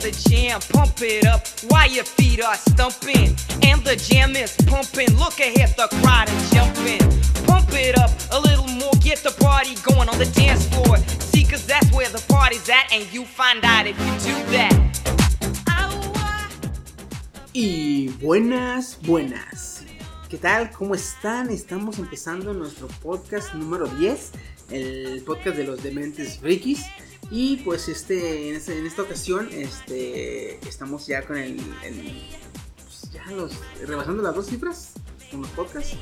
the jam, pump it up while your feet are stumping. And the jam is pumping, look ahead, the crowd is jumping. Pump it up a little more, get the party going on the dance floor. See, cause that's where the party's at, and you find out if you do that. Y buenas, buenas. ¿Qué tal? ¿Cómo están? Estamos empezando nuestro podcast número 10, el podcast de los dementes frikis. Y pues este, en, este- en esta ocasión este, estamos ya con el, el- pues, ya los, rebasando las dos cifras con los podcasts.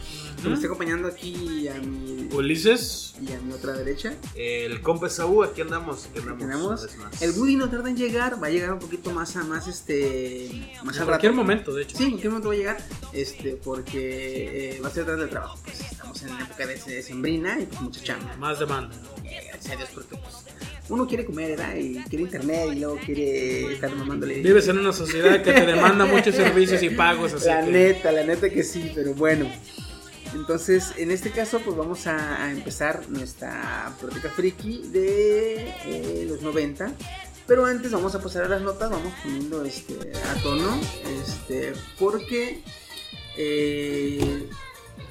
Me está acompañando aquí a mi, Ulises, y a mi otra derecha. el compa Saúl, aquí andamos. Aquí andamos. Tenemos una vez más. el Woody no tarda en llegar, va a llegar un poquito más a más este más En al cualquier rato. momento, de hecho. Sí, en cualquier momento va a llegar, este, porque eh, va a ser tarde de trabajo. Pues estamos en la época de de sembrina y pues mucha chamba. Más demanda. Eh, Gracias a Dios, porque pues uno quiere comer, ¿verdad? Y quiere internet y luego quiere estar mamándole. Vives en una sociedad que te demanda muchos servicios y pagos, así La que- neta, la neta que sí, pero bueno. Entonces, en este caso, pues vamos a, a empezar nuestra plática friki de eh, los 90. Pero antes vamos a pasar a las notas, vamos poniendo este, a tono, este, porque eh,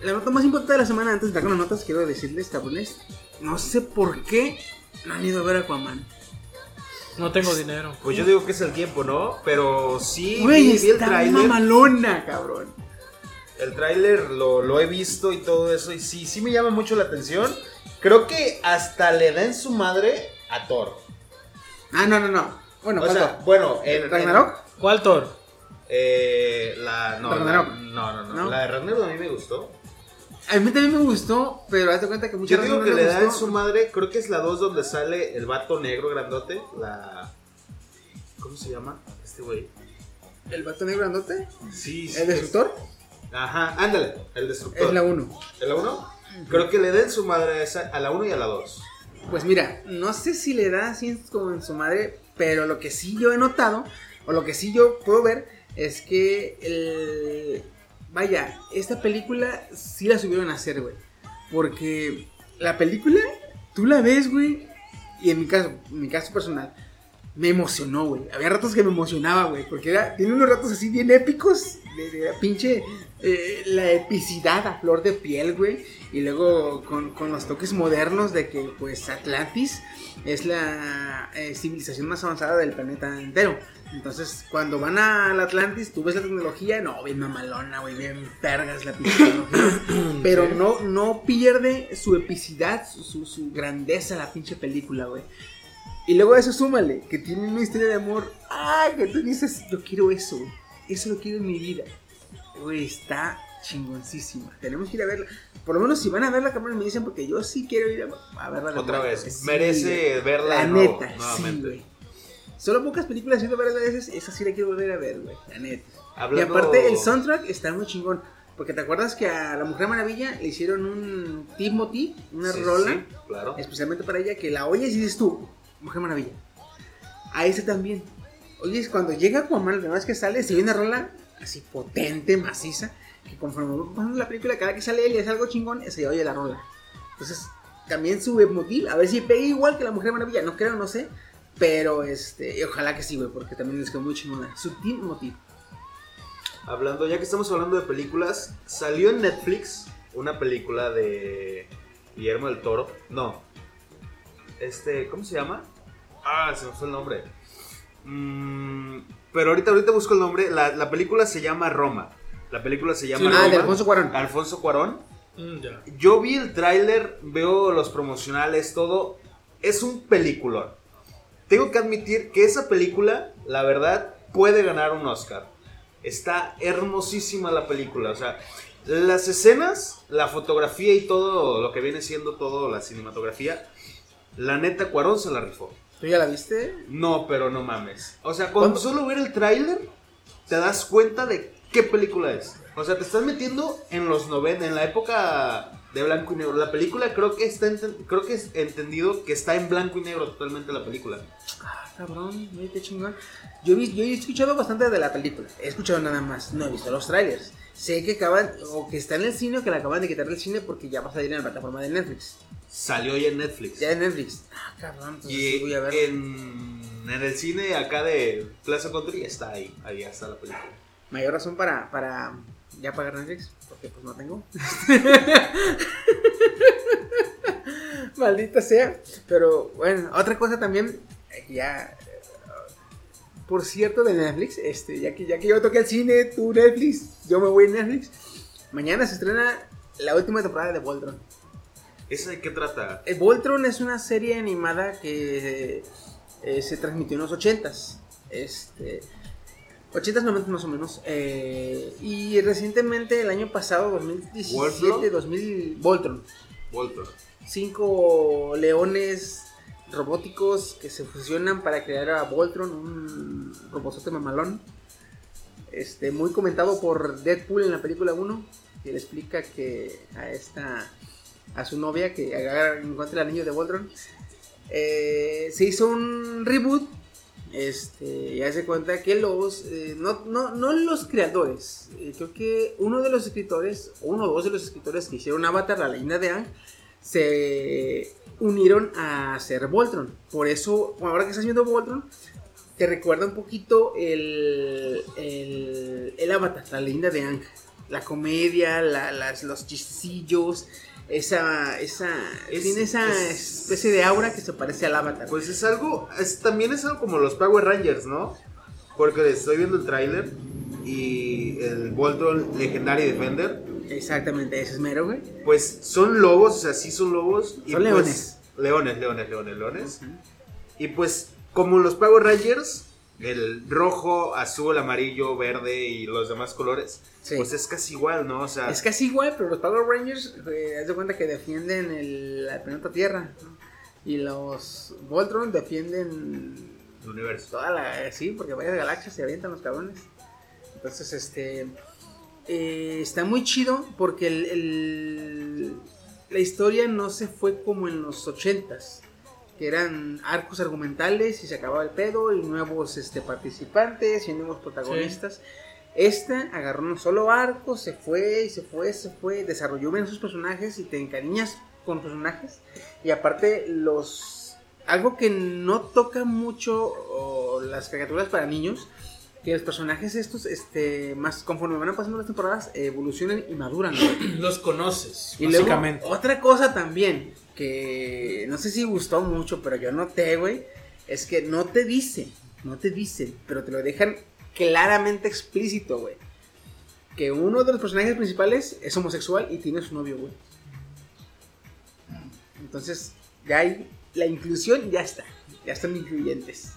la nota más importante de la semana, antes de estar con las notas, quiero decirles, cabrones, no sé por qué no han ido a ver a Aquaman. No tengo dinero. Pues yo digo que es el tiempo, ¿no? Pero sí, Güey, vi, vi el está tráiler. mamalona, cabrón. El tráiler lo, lo he visto y todo eso. Y sí, sí me llama mucho la atención. Creo que hasta le da en su madre a Thor. Ah, no, no, no. Bueno, o sea, falta. bueno, en- en- ¿Ragnarok? ¿Cuál Thor? eh, la, no, la- Ragnarok. no, no, no, ¿No? La de Ragnarok a mí me gustó. A mí también me gustó, pero hazte cuenta que muchas Yo digo veces que no le me da en gustó. su madre. Creo que es la 2 donde sale el vato negro grandote. La. ¿Cómo se llama? Este güey. ¿El vato negro grandote? Sí, sí. ¿El destructor? Ajá, ándale. El destructor. Es la 1. ¿De la 1? Creo que le den su madre a, esa, a la 1 y a la 2. Pues mira, no sé si le da así en- como en su madre, pero lo que sí yo he notado, o lo que sí yo puedo ver, es que el... Vaya, esta película sí la subieron a hacer, güey. Porque la película, tú la ves, güey, y en mi caso, en mi caso personal, me emocionó, güey. Había ratos que me emocionaba, güey, porque era, tiene unos ratos así bien épicos, de, de la pinche, eh, la epicidad a flor de piel, güey. Y luego con, con los toques modernos de que, pues, Atlantis es la eh, civilización más avanzada del planeta entero. Entonces, cuando van al Atlantis, tú ves la tecnología, no, bien mamalona, güey, bien pergas la pinche tecnología. Pero no, no pierde su epicidad, su, su- su grandeza la pinche película, güey. Y luego a eso súmale, que tiene una historia de amor. Ah, que tú dices, yo quiero eso, güey. Eso lo quiero en mi vida. Güey, está chingoncísima. Tenemos que ir a verla. Por lo menos si van a verla, cámara me dicen, porque yo sí quiero ir a, a verla. de Otra nuevo, vez. güey. Sí, Merece verla La de nuevo, neta, sí, nuevamente. güey. Solo pocas películas he ido a verla de veces. Esa sí la quiero volver a ver, güey. La neta. Hablando- Y aparte, el soundtrack está muy chingón. Porque te acuerdas que a la Mujer Maravilla le hicieron un Timothy, una Sí, rola sí, claro. especialmente para ella, que la oyes y dices tú, Mujer Maravilla. A ese también. Oyes, cuando llega Aquaman, la primera vez que sale, se ve una rola así potente, maciza, que conforme va pasando la película, cada que sale él y hace algo chingón, se oye la rola. Entonces, también su emotil, a ver si pega igual que la Mujer Maravilla, no creo, no sé. Pero este, y ojalá que sí, güey, porque también les quedó muy chingona. Sutil motil. Hablando, ya que estamos hablando de películas, salió en Netflix una película de Guillermo del Toro. No. Este, ¿cómo se llama? Ah, se me fue el nombre. Mm, pero ahorita, ahorita busco el nombre. La, la película se llama Roma. La película se llama Sí, Roma. Ah, de Alfonso Cuarón. Alfonso Cuarón. Mm, ya. Yo vi el tráiler, veo los promocionales, todo. Es un peliculón. Tengo que admitir que esa película, la verdad, puede ganar un Oscar. Está hermosísima la película. O sea, las escenas, la fotografía y todo lo que viene siendo todo la cinematografía. La neta, Cuarón se la rifó. ¿Tú ya la viste? No, pero no mames. O sea, cuando ¿Cuánto? solo ver el tráiler, te das cuenta de qué película es. O sea, te estás metiendo en los 90, en la época de blanco y negro. La película creo que está enten- creo que es entendido que está en blanco y negro totalmente la película. Ah, Cabrón, güey, qué chingón. Yo, vi- yo he escuchado bastante de la película. He escuchado nada más. No he visto los trailers. Sé que acaban, o que está en el cine, o que la acaban de quitar del cine porque ya va a salir en la plataforma de Netflix. Salió ya en Netflix. Ya en Netflix. Ah, cabrón, entonces y sí voy a verla. en En el cine acá de Plaza Country está ahí, ahí está la película. Mayor razón para, para ya pagar Netflix, porque pues no tengo. Maldita sea. Pero bueno, otra cosa también, eh, ya. eh, Por cierto, de Netflix, este, ya que, ya que yo toqué el cine, tú Netflix, yo me voy a Netflix. Mañana se estrena la última temporada de Voltron. ¿Esa de qué trata? Eh, Voltron es una serie animada que eh, se transmitió en los 80s. Este, 80s, 90 más o menos. eh, y recientemente, el año pasado, 2017, ¿Voltron? 2000, Voltron. Voltron. Cinco leones robóticos que se fusionan para crear a Voltron, un robotote mamalón. Este, muy comentado por Deadpool en la película 1, que le explica que a esta a su novia que agarra- encuentra el anillo de Voltron. Eh, se hizo un reboot. Este, ya se cuenta que los, eh, no, no, no los creadores, eh, creo que uno de los escritores, uno o dos de los escritores que hicieron Avatar, la leyenda de Ang, se unieron a hacer Voltron. Por eso, bueno, ahora que estás viendo Voltron, te recuerda un poquito el, el, el Avatar, la leyenda de Ang. La comedia, la- las, los chistecillos, esa, esa, Es- tiene esa es- especie de aura que se parece al Avatar. Pues es algo, es- también es algo como los Power Rangers, ¿no? Porque estoy viendo el tráiler y el Voltron Legendary Defender, Exactamente, ese es mero, güey. pues son lobos, o sea, sí son lobos. Y Son pues- leones. Leones, leones, leones, leones. Y pues como los Power Rangers, el rojo, azul, amarillo, verde y los demás colores, Sí. pues es casi igual, ¿no? O sea, Es casi igual, pero los Power Rangers, eh, haz de cuenta que defienden el, la planeta Tierra. ¿no? Y los Voltron defienden el universo. toda la. eh, sí, porque varias galaxias se avientan los cabrones. Entonces, este. eh, está muy chido porque el, el- la historia no se fue como en los 80s. Que eran arcos argumentales y se acababa el pedo y nuevos este, participantes y nuevos protagonistas. Esta agarró un solo arco, se fue y se fue, se fue, desarrolló bien sus personajes y te encariñas con los personajes. Y aparte, los. Algo que no toca mucho o las caricaturas para niños, que los personajes estos, este, más conforme van pasando las temporadas, evolucionan y maduran. güey. Los conoces, Y luego, básicamente. otra cosa también, que no sé si gustó mucho, pero yo noté, güey, es que no te dicen, no te dicen, pero te lo dejan claramente explícito, güey. Que uno de los personajes principales es homosexual y tiene su novio, güey. Entonces, ya hay la inclusión, ya está. Ya están incluyentes.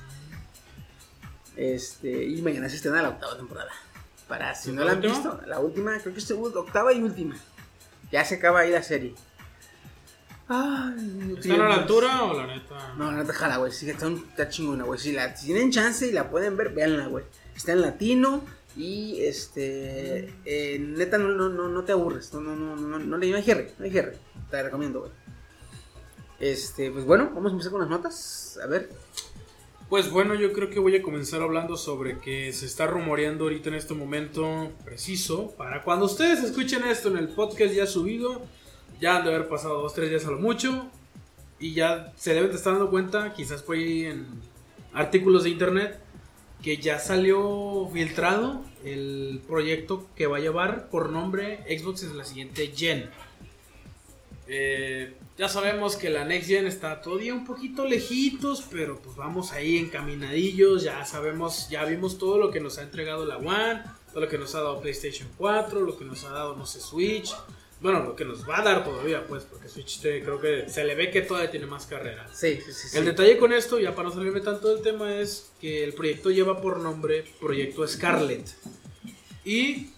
Este, y mañana se estrena la octava temporada. Para si no ¿La la han última? visto, la última, creo que es segunda, octava y última. Ya se acaba ahí la serie. Ay, no ¿Están tiene a la más. altura o la neta? No, no te jala, güey. Sí, está, un- está chingona, güey. Si, la, si tienen chance y la pueden ver, véanla, güey. Está en latino y este. eh, neta, no, no, no, no te aburres. No, no, no, no, no, no le no hay jerre, no hay jerre. Te recomiendo, güey. Este, pues bueno, vamos a empezar con las notas. A ver. Pues bueno, yo creo que voy a comenzar hablando sobre que se está rumoreando ahorita en este momento preciso. Para cuando ustedes escuchen esto en el podcast ya subido, ya han de haber pasado dos, tres días a lo mucho. Y ya se deben de estar dando cuenta, quizás por ahí en artículos de internet, que ya salió filtrado el proyecto que va a llevar por nombre Xbox en la siguiente gen. Eh, ya sabemos que la Next Gen está todavía un poquito lejitos, pero pues vamos ahí encaminadillos. Ya sabemos, ya vimos todo lo que nos ha entregado la One, todo lo que nos ha dado PlayStation 4, lo que nos ha dado, no sé, Switch. Bueno, lo que nos va a dar todavía, pues, porque Switch eh, creo que se le ve que todavía tiene más carreras. Sí, sí, sí. sí. El detalle con esto, ya para no salirme tanto del tema, es que el proyecto lleva por nombre Proyecto Scarlet. Y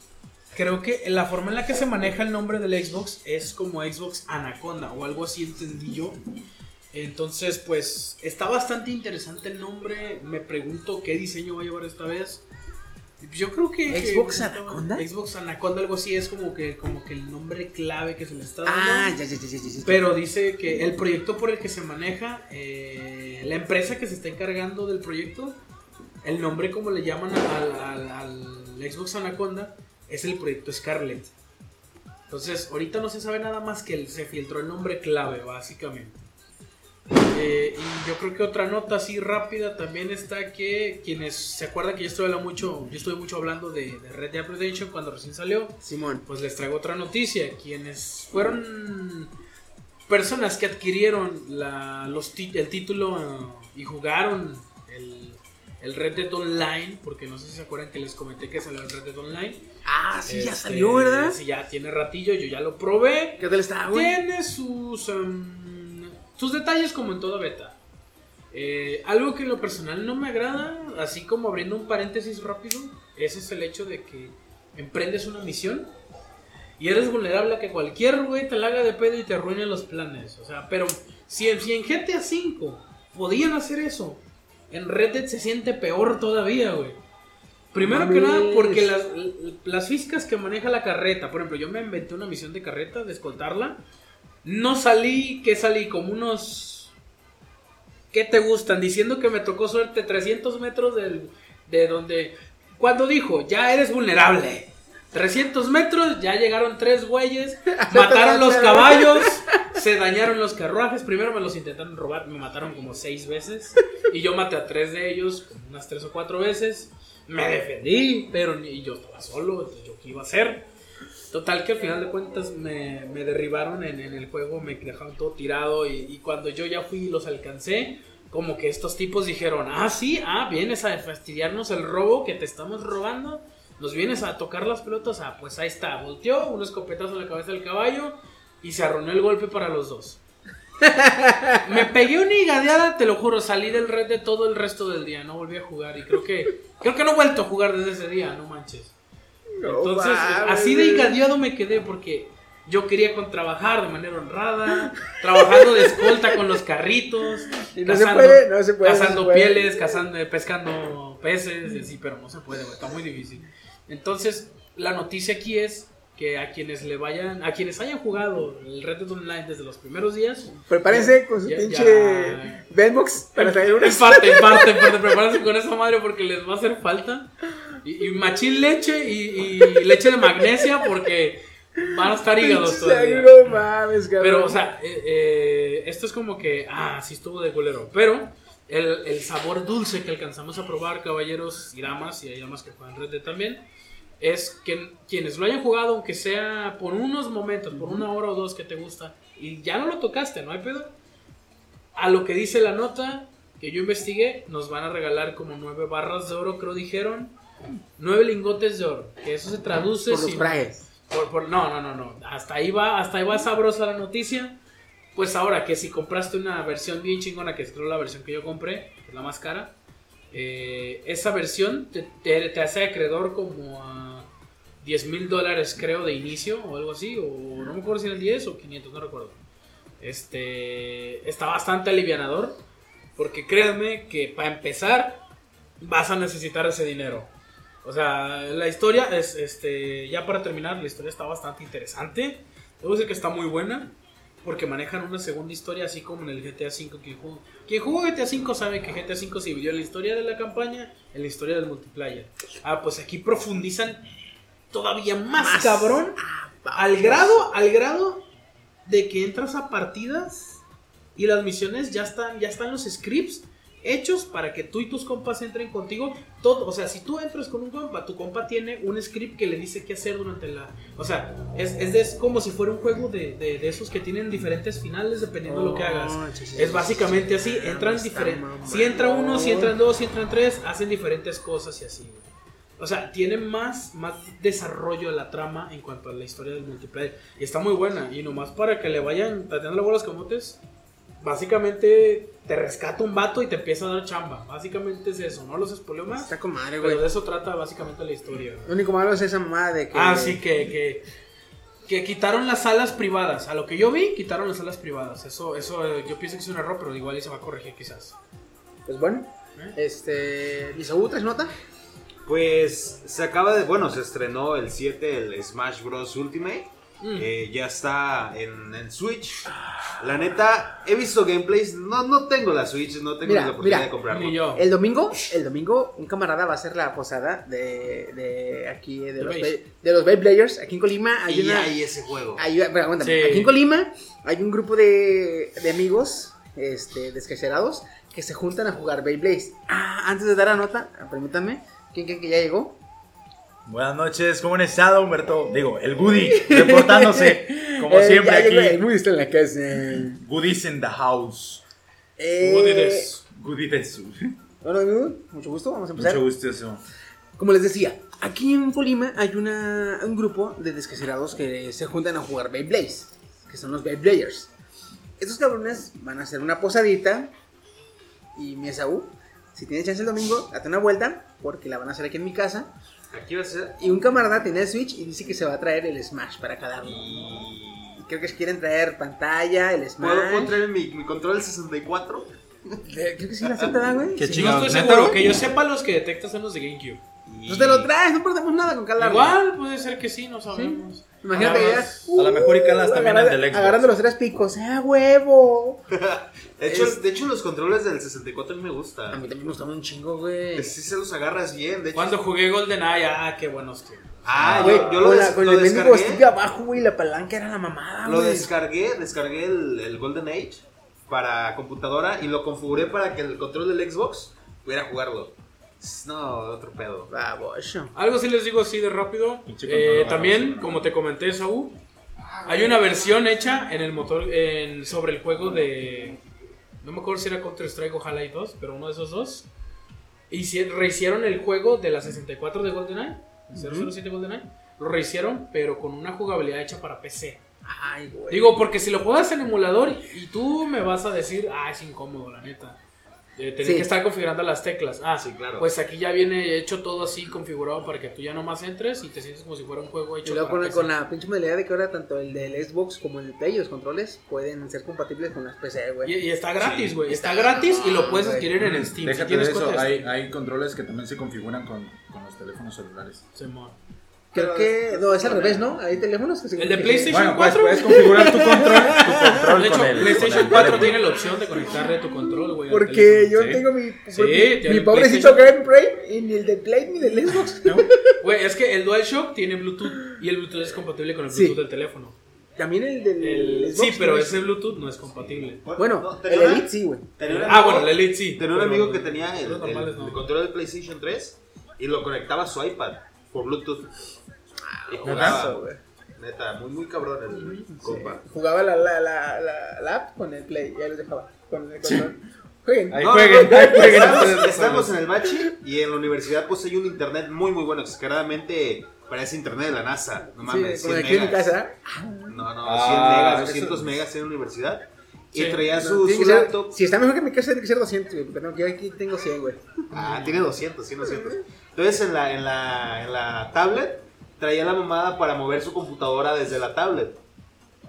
creo que la forma en la que se maneja el nombre del Xbox es como Xbox Anaconda o algo así entendí yo. Entonces, pues está bastante interesante el nombre. Me pregunto qué diseño va a llevar esta vez. Yo creo que ¿Xbox que- Anaconda? Xbox Anaconda, algo así es como que como que el nombre clave que se le está dando. Ah, ya, ya, ya, ya, ya, ya. Pero dice que el proyecto por el que se maneja, eh, la empresa que se está encargando del proyecto, el nombre como le llaman al, al- al Xbox Anaconda, es el proyecto Scarlet. Entonces, ahorita no se sabe nada más que el- se filtró el nombre clave, básicamente. Eh, y yo creo que otra nota así rápida también está que quienes se acuerdan que yo estuve, hablando mucho, yo estuve mucho hablando de, de Red Dead Redemption cuando recién salió, Simón. pues les traigo otra noticia. Quienes fueron personas que adquirieron la- los ti- el título eh, y jugaron el, el Red Dead Online, porque no sé si se acuerdan que les comenté que salió el Red Dead Online. Ah, sí, ya Este, salió, ¿verdad? Ah, Sí, ya tiene ratillo, yo ya lo probé. ¿Qué tal está, güey? Tiene sus, em, sus detalles como en toda beta. Eh, algo que en lo personal no me agrada, así como abriendo un paréntesis rápido, ese es el hecho de que emprendes una misión y eres vulnerable a que cualquier güey te la haga de pedo y te arruine los planes. O sea, pero si en, si en GTA V podían hacer eso, en Red Dead se siente peor todavía, güey. Primero que Mames. nada, porque las, las físicas que maneja la carreta, por ejemplo, yo me inventé una misión de carreta, de escoltarla. No salí, que salí como unos. ¿Qué te gustan? Diciendo que me tocó suerte 300 metros del, de donde. Cuando dijo, ya eres vulnerable. 300 metros, ya llegaron tres güeyes, mataron los caballos, se dañaron los carruajes. Primero me los intentaron robar, me mataron como seis veces. Y yo maté a tres de ellos, como unas tres o cuatro veces. Me defendí, pero ni- y yo estaba solo, entonces, yo qué iba a hacer. Total que al final de cuentas me, me derribaron en, en el juego, me dejaron todo tirado y, y cuando yo ya fui y los alcancé, como que estos tipos dijeron, ah, sí, ah, vienes a fastidiarnos el robo que te estamos robando, nos vienes a tocar las pelotas, ah, pues ahí está, volteó, un escopetazo en la cabeza del caballo y se arruinó el golpe para los dos. Me pegué una higadeada, te lo juro, salí del red de todo el resto del día, no volví a jugar y creo que, creo que no he vuelto a jugar desde ese día, no manches. No Entonces, mames, así de güey. engañado me quedé porque yo quería con trabajar de manera honrada, trabajando de escolta con los carritos, Y no se puede, no se puede, no se cazando puede. pieles, cazando, pescando peces, y así, pero no se puede, güey, está muy difícil. Entonces, la noticia aquí es que a quienes le vayan, a quienes hayan jugado el Red Dead Online desde los primeros días, Prepárense con su Ya- pinche ya. Venbox para salir en unas. parte, en parte, en parte, prepárense con esa madre porque les va a hacer falta. Y, y machín leche y, y leche de magnesia porque van a estar hígados todavía. No mames, cabrón. Pero, o sea, eh, eh, esto es como que, ah, sí estuvo de culero. Pero el, el sabor dulce que alcanzamos a probar, caballeros y damas, y hay damas que juegan Red Dead también, es que quienes lo hayan jugado, aunque sea por unos momentos, por una hora o dos que te gusta, y ya no lo tocaste, ¿no hay pedo? A lo que dice la nota que yo investigué, nos van a regalar como nueve barras de oro, creo dijeron. Nueve lingotes de oro, que eso se traduce por los si- brajes. por- por- no, no, no, no. Hasta ahí va, hasta ahí va sabrosa la noticia. Pues ahora que si compraste una versión bien chingona, que es creo la versión que yo compré, que es la más cara, eh, esa versión te, te- te hace acreedor como a 10 mil dólares, creo, de inicio o algo así, o no me acuerdo si eran 10 o 500, no recuerdo. Este está bastante alivianador, porque créanme que para empezar vas a necesitar ese dinero. O sea, la historia es, este, ya para terminar, la historia está bastante interesante. Debo decir que está muy buena, porque manejan una segunda historia, así como en el GTA V. Quien jugó, quien jugó GTA V sabe que GTA V se dividió en la historia de la campaña, en la historia del multiplayer. Ah, pues aquí profundizan todavía más, Más. cabrón, al grado, al grado de que entras a partidas y las misiones ya están, ya están los scripts hechos para que tú y tus compas entren contigo. Todo, o sea, si tú entras con un compa, tu compa tiene un script que le dice qué hacer durante la. O sea, es, es, de- es como si fuera un juego de, de- de esos que tienen diferentes finales dependiendo de lo que hagas. Oh, sí, sí, Es sí, básicamente sí, así, sí. entran Está diferentes. mamón. Si entra uno, si entran dos, si entran tres, hacen diferentes cosas y así. güey. O sea, tiene más, más desarrollo la trama en cuanto a la historia del multiplayer. Y está muy buena. Y nomás para que le vayan tateando la bola a los camotes, básicamente te rescata un vato y te empieza a dar chamba. Básicamente es eso, no los espoleo más. Está con madre, güey. Pero de eso trata básicamente la historia. güey. Lo único malo es esa mamada de que. Ah, sí, que, que, que quitaron las salas privadas. A lo que yo vi, quitaron las salas privadas. Eso, eso eh, yo pienso que es un error, pero igual y se va a corregir quizás. Pues bueno. ¿Eh? Este. Isaú, ¿tres nota? Pues se acaba de, bueno, se estrenó el 7, el Smash Bros. Ultimate. Mm. Eh, ya está en, en Switch. La neta, he visto gameplays. No, no tengo la Switch, no tengo Mira, la oportunidad mira, de comprarlo. Ni yo. El domingo, el domingo, un camarada va a hacer la posada de, de aquí, de, los, Base. Bay- de los Bay Players. Aquí en Colima hay Y una. hay ese juego. hay- pero aguántame, Sí. Aquí en Colima hay un grupo de, de amigos este, descacherados que se juntan a jugar Beyblades. Ah, antes de dar la nota, permítanme, ¿quién creen que ya llegó? Buenas noches, ¿cómo han estado, Humberto? Digo, el Goody, reportándose, como Eh, siempre ya llegó el aquí. Moody está en la casa. Goodies in the house. Eh, Goodies. Goody de su. Hola, amigo, mucho gusto, vamos a empezar. Mucho gusto eso. Como les decía, aquí en Colima hay una, un grupo de descacerados que se juntan a jugar Beyblades, que son los Beybladers. Estos cabrones van a hacer una posadita y mi Esaú, si tienes chance el domingo, date una vuelta porque la van a hacer aquí en mi casa. Aquí va a ser. Y un camarada tiene el Switch y dice que se va a traer el Smash para cada uno. Y- Creo que quieren traer pantalla, el ¿Puedo, puedo Smash. Eh, traer mi, mi control 64? Creo que sí la aceptan, güey. Qué Sí. chido. No Chingados, estoy ¿neta, seguro güey? que yo sepa los que detectas son los de GameCube. Pues te lo traes, no perdemos nada con calarlo. Igual puede ser que sí, no sabemos. Imagínate que Nada ya. más. A lo mejor y calas también al del Xbox. Agarrando los tres picos. ¡Ah, huevo! De hecho, Es- de hecho, los controles del 64 a mí me A mí gustan. también me gustan un chingo, güey. Si se los agarras bien, de hecho. Cuando jugué GoldenEye, ah, qué buenos tiempos. Ah, Güey, yo, yo lo, con la- des- con lo el mendigo stick descargué. abajo, güey, la palanca era la mamada, Lo güey. descargué, descargué el, el Golden Age para computadora y lo configuré para que el control del Xbox pudiera jugarlo. No, otro pedo. Baboso. Algo sí les digo así de rápido. Pinche Eh, control, también, vamos, como te comenté, Saúl, hay una versión hecha en el motor en- sobre el juego de. No me acuerdo si era Counter Strike o Half-Life 2, pero uno de esos dos. Y si- rehicieron el juego de la 64 de GoldenEye, el 007 GoldenEye. Lo rehicieron, pero con una jugabilidad hecha para PC. Ay, güey. Digo, porque si lo juegas en emulador y tú me vas a decir, ah, es incómodo, la neta. Eh, tenés Sí. que estar configurando las teclas. Ah, sí, claro. Pues aquí ya viene hecho todo así configurado para que tú ya nomás entres y te sientes como si fuera un juego Y hecho luego para con, la- PC. con la pinche modalidad de que ahora tanto el del Xbox como el de Play, los controles pueden ser compatibles con las PC, Y, güey. y está gratis, güey. Está gratis y lo puedes Ah, güey. adquirir en Steam. si Déjate de tienes eso, cuenta de hay, Steam. hay controles que también se configuran con, con los teléfonos celulares. Simón. Creo que. No, es al revés, ¿no? Hay teléfonos que se. El de PlayStation Bueno, pues 4. puedes configurar tu control, tu control De hecho, con el- con PlayStation el 4 teléfono. tiene la opción de conectarle tu control, güey. al Porque teléfono. yo Sí. tengo mi. Sí, mi, tiene mi el pobrecito Grand PlayStation. Prix y ni el de Play ni del Xbox. ¿No? Güey, es que el DualShock tiene Bluetooth y el Bluetooth es compatible con el Sí. Bluetooth del teléfono. También el del. El- Xbox, sí, pero güey. ese Bluetooth no es compatible. Bueno, No, tenía el una- Elite sí, güey. tenía un Ah, amigo- bueno, el Elite sí. Tenía un pero amigo que tenía el, los normales el- no. el control del PlayStation 3 y lo conectaba a su iPad por Bluetooth. Y Eso, jugaba. güey. Neta, muy, muy cabrón el compa. Jugaba la, la, la, la, la app con el Play, ya lo dejaba. Con el control. Jueguen. Ahí jueguen, ahí jueguen Estamos, ustedes estamos solos. en el bachi y en la universidad pues hay un internet muy muy bueno, descaradamente parece internet de la NASA, no mames, sí, con 100 aquí en mi megas. casa. No, no, 100 Ah, megas, eso- 200 megas en la universidad Sí. y traía No, su, tiene su que ser- laptop. si está mejor que mi casa, tiene que ser 200, güey. Porque no, yo aquí tengo 100, güey. Ah, tiene 200, 100, 200. Entonces en la, en la, en la tablet traía la mamada para mover su computadora desde la tablet.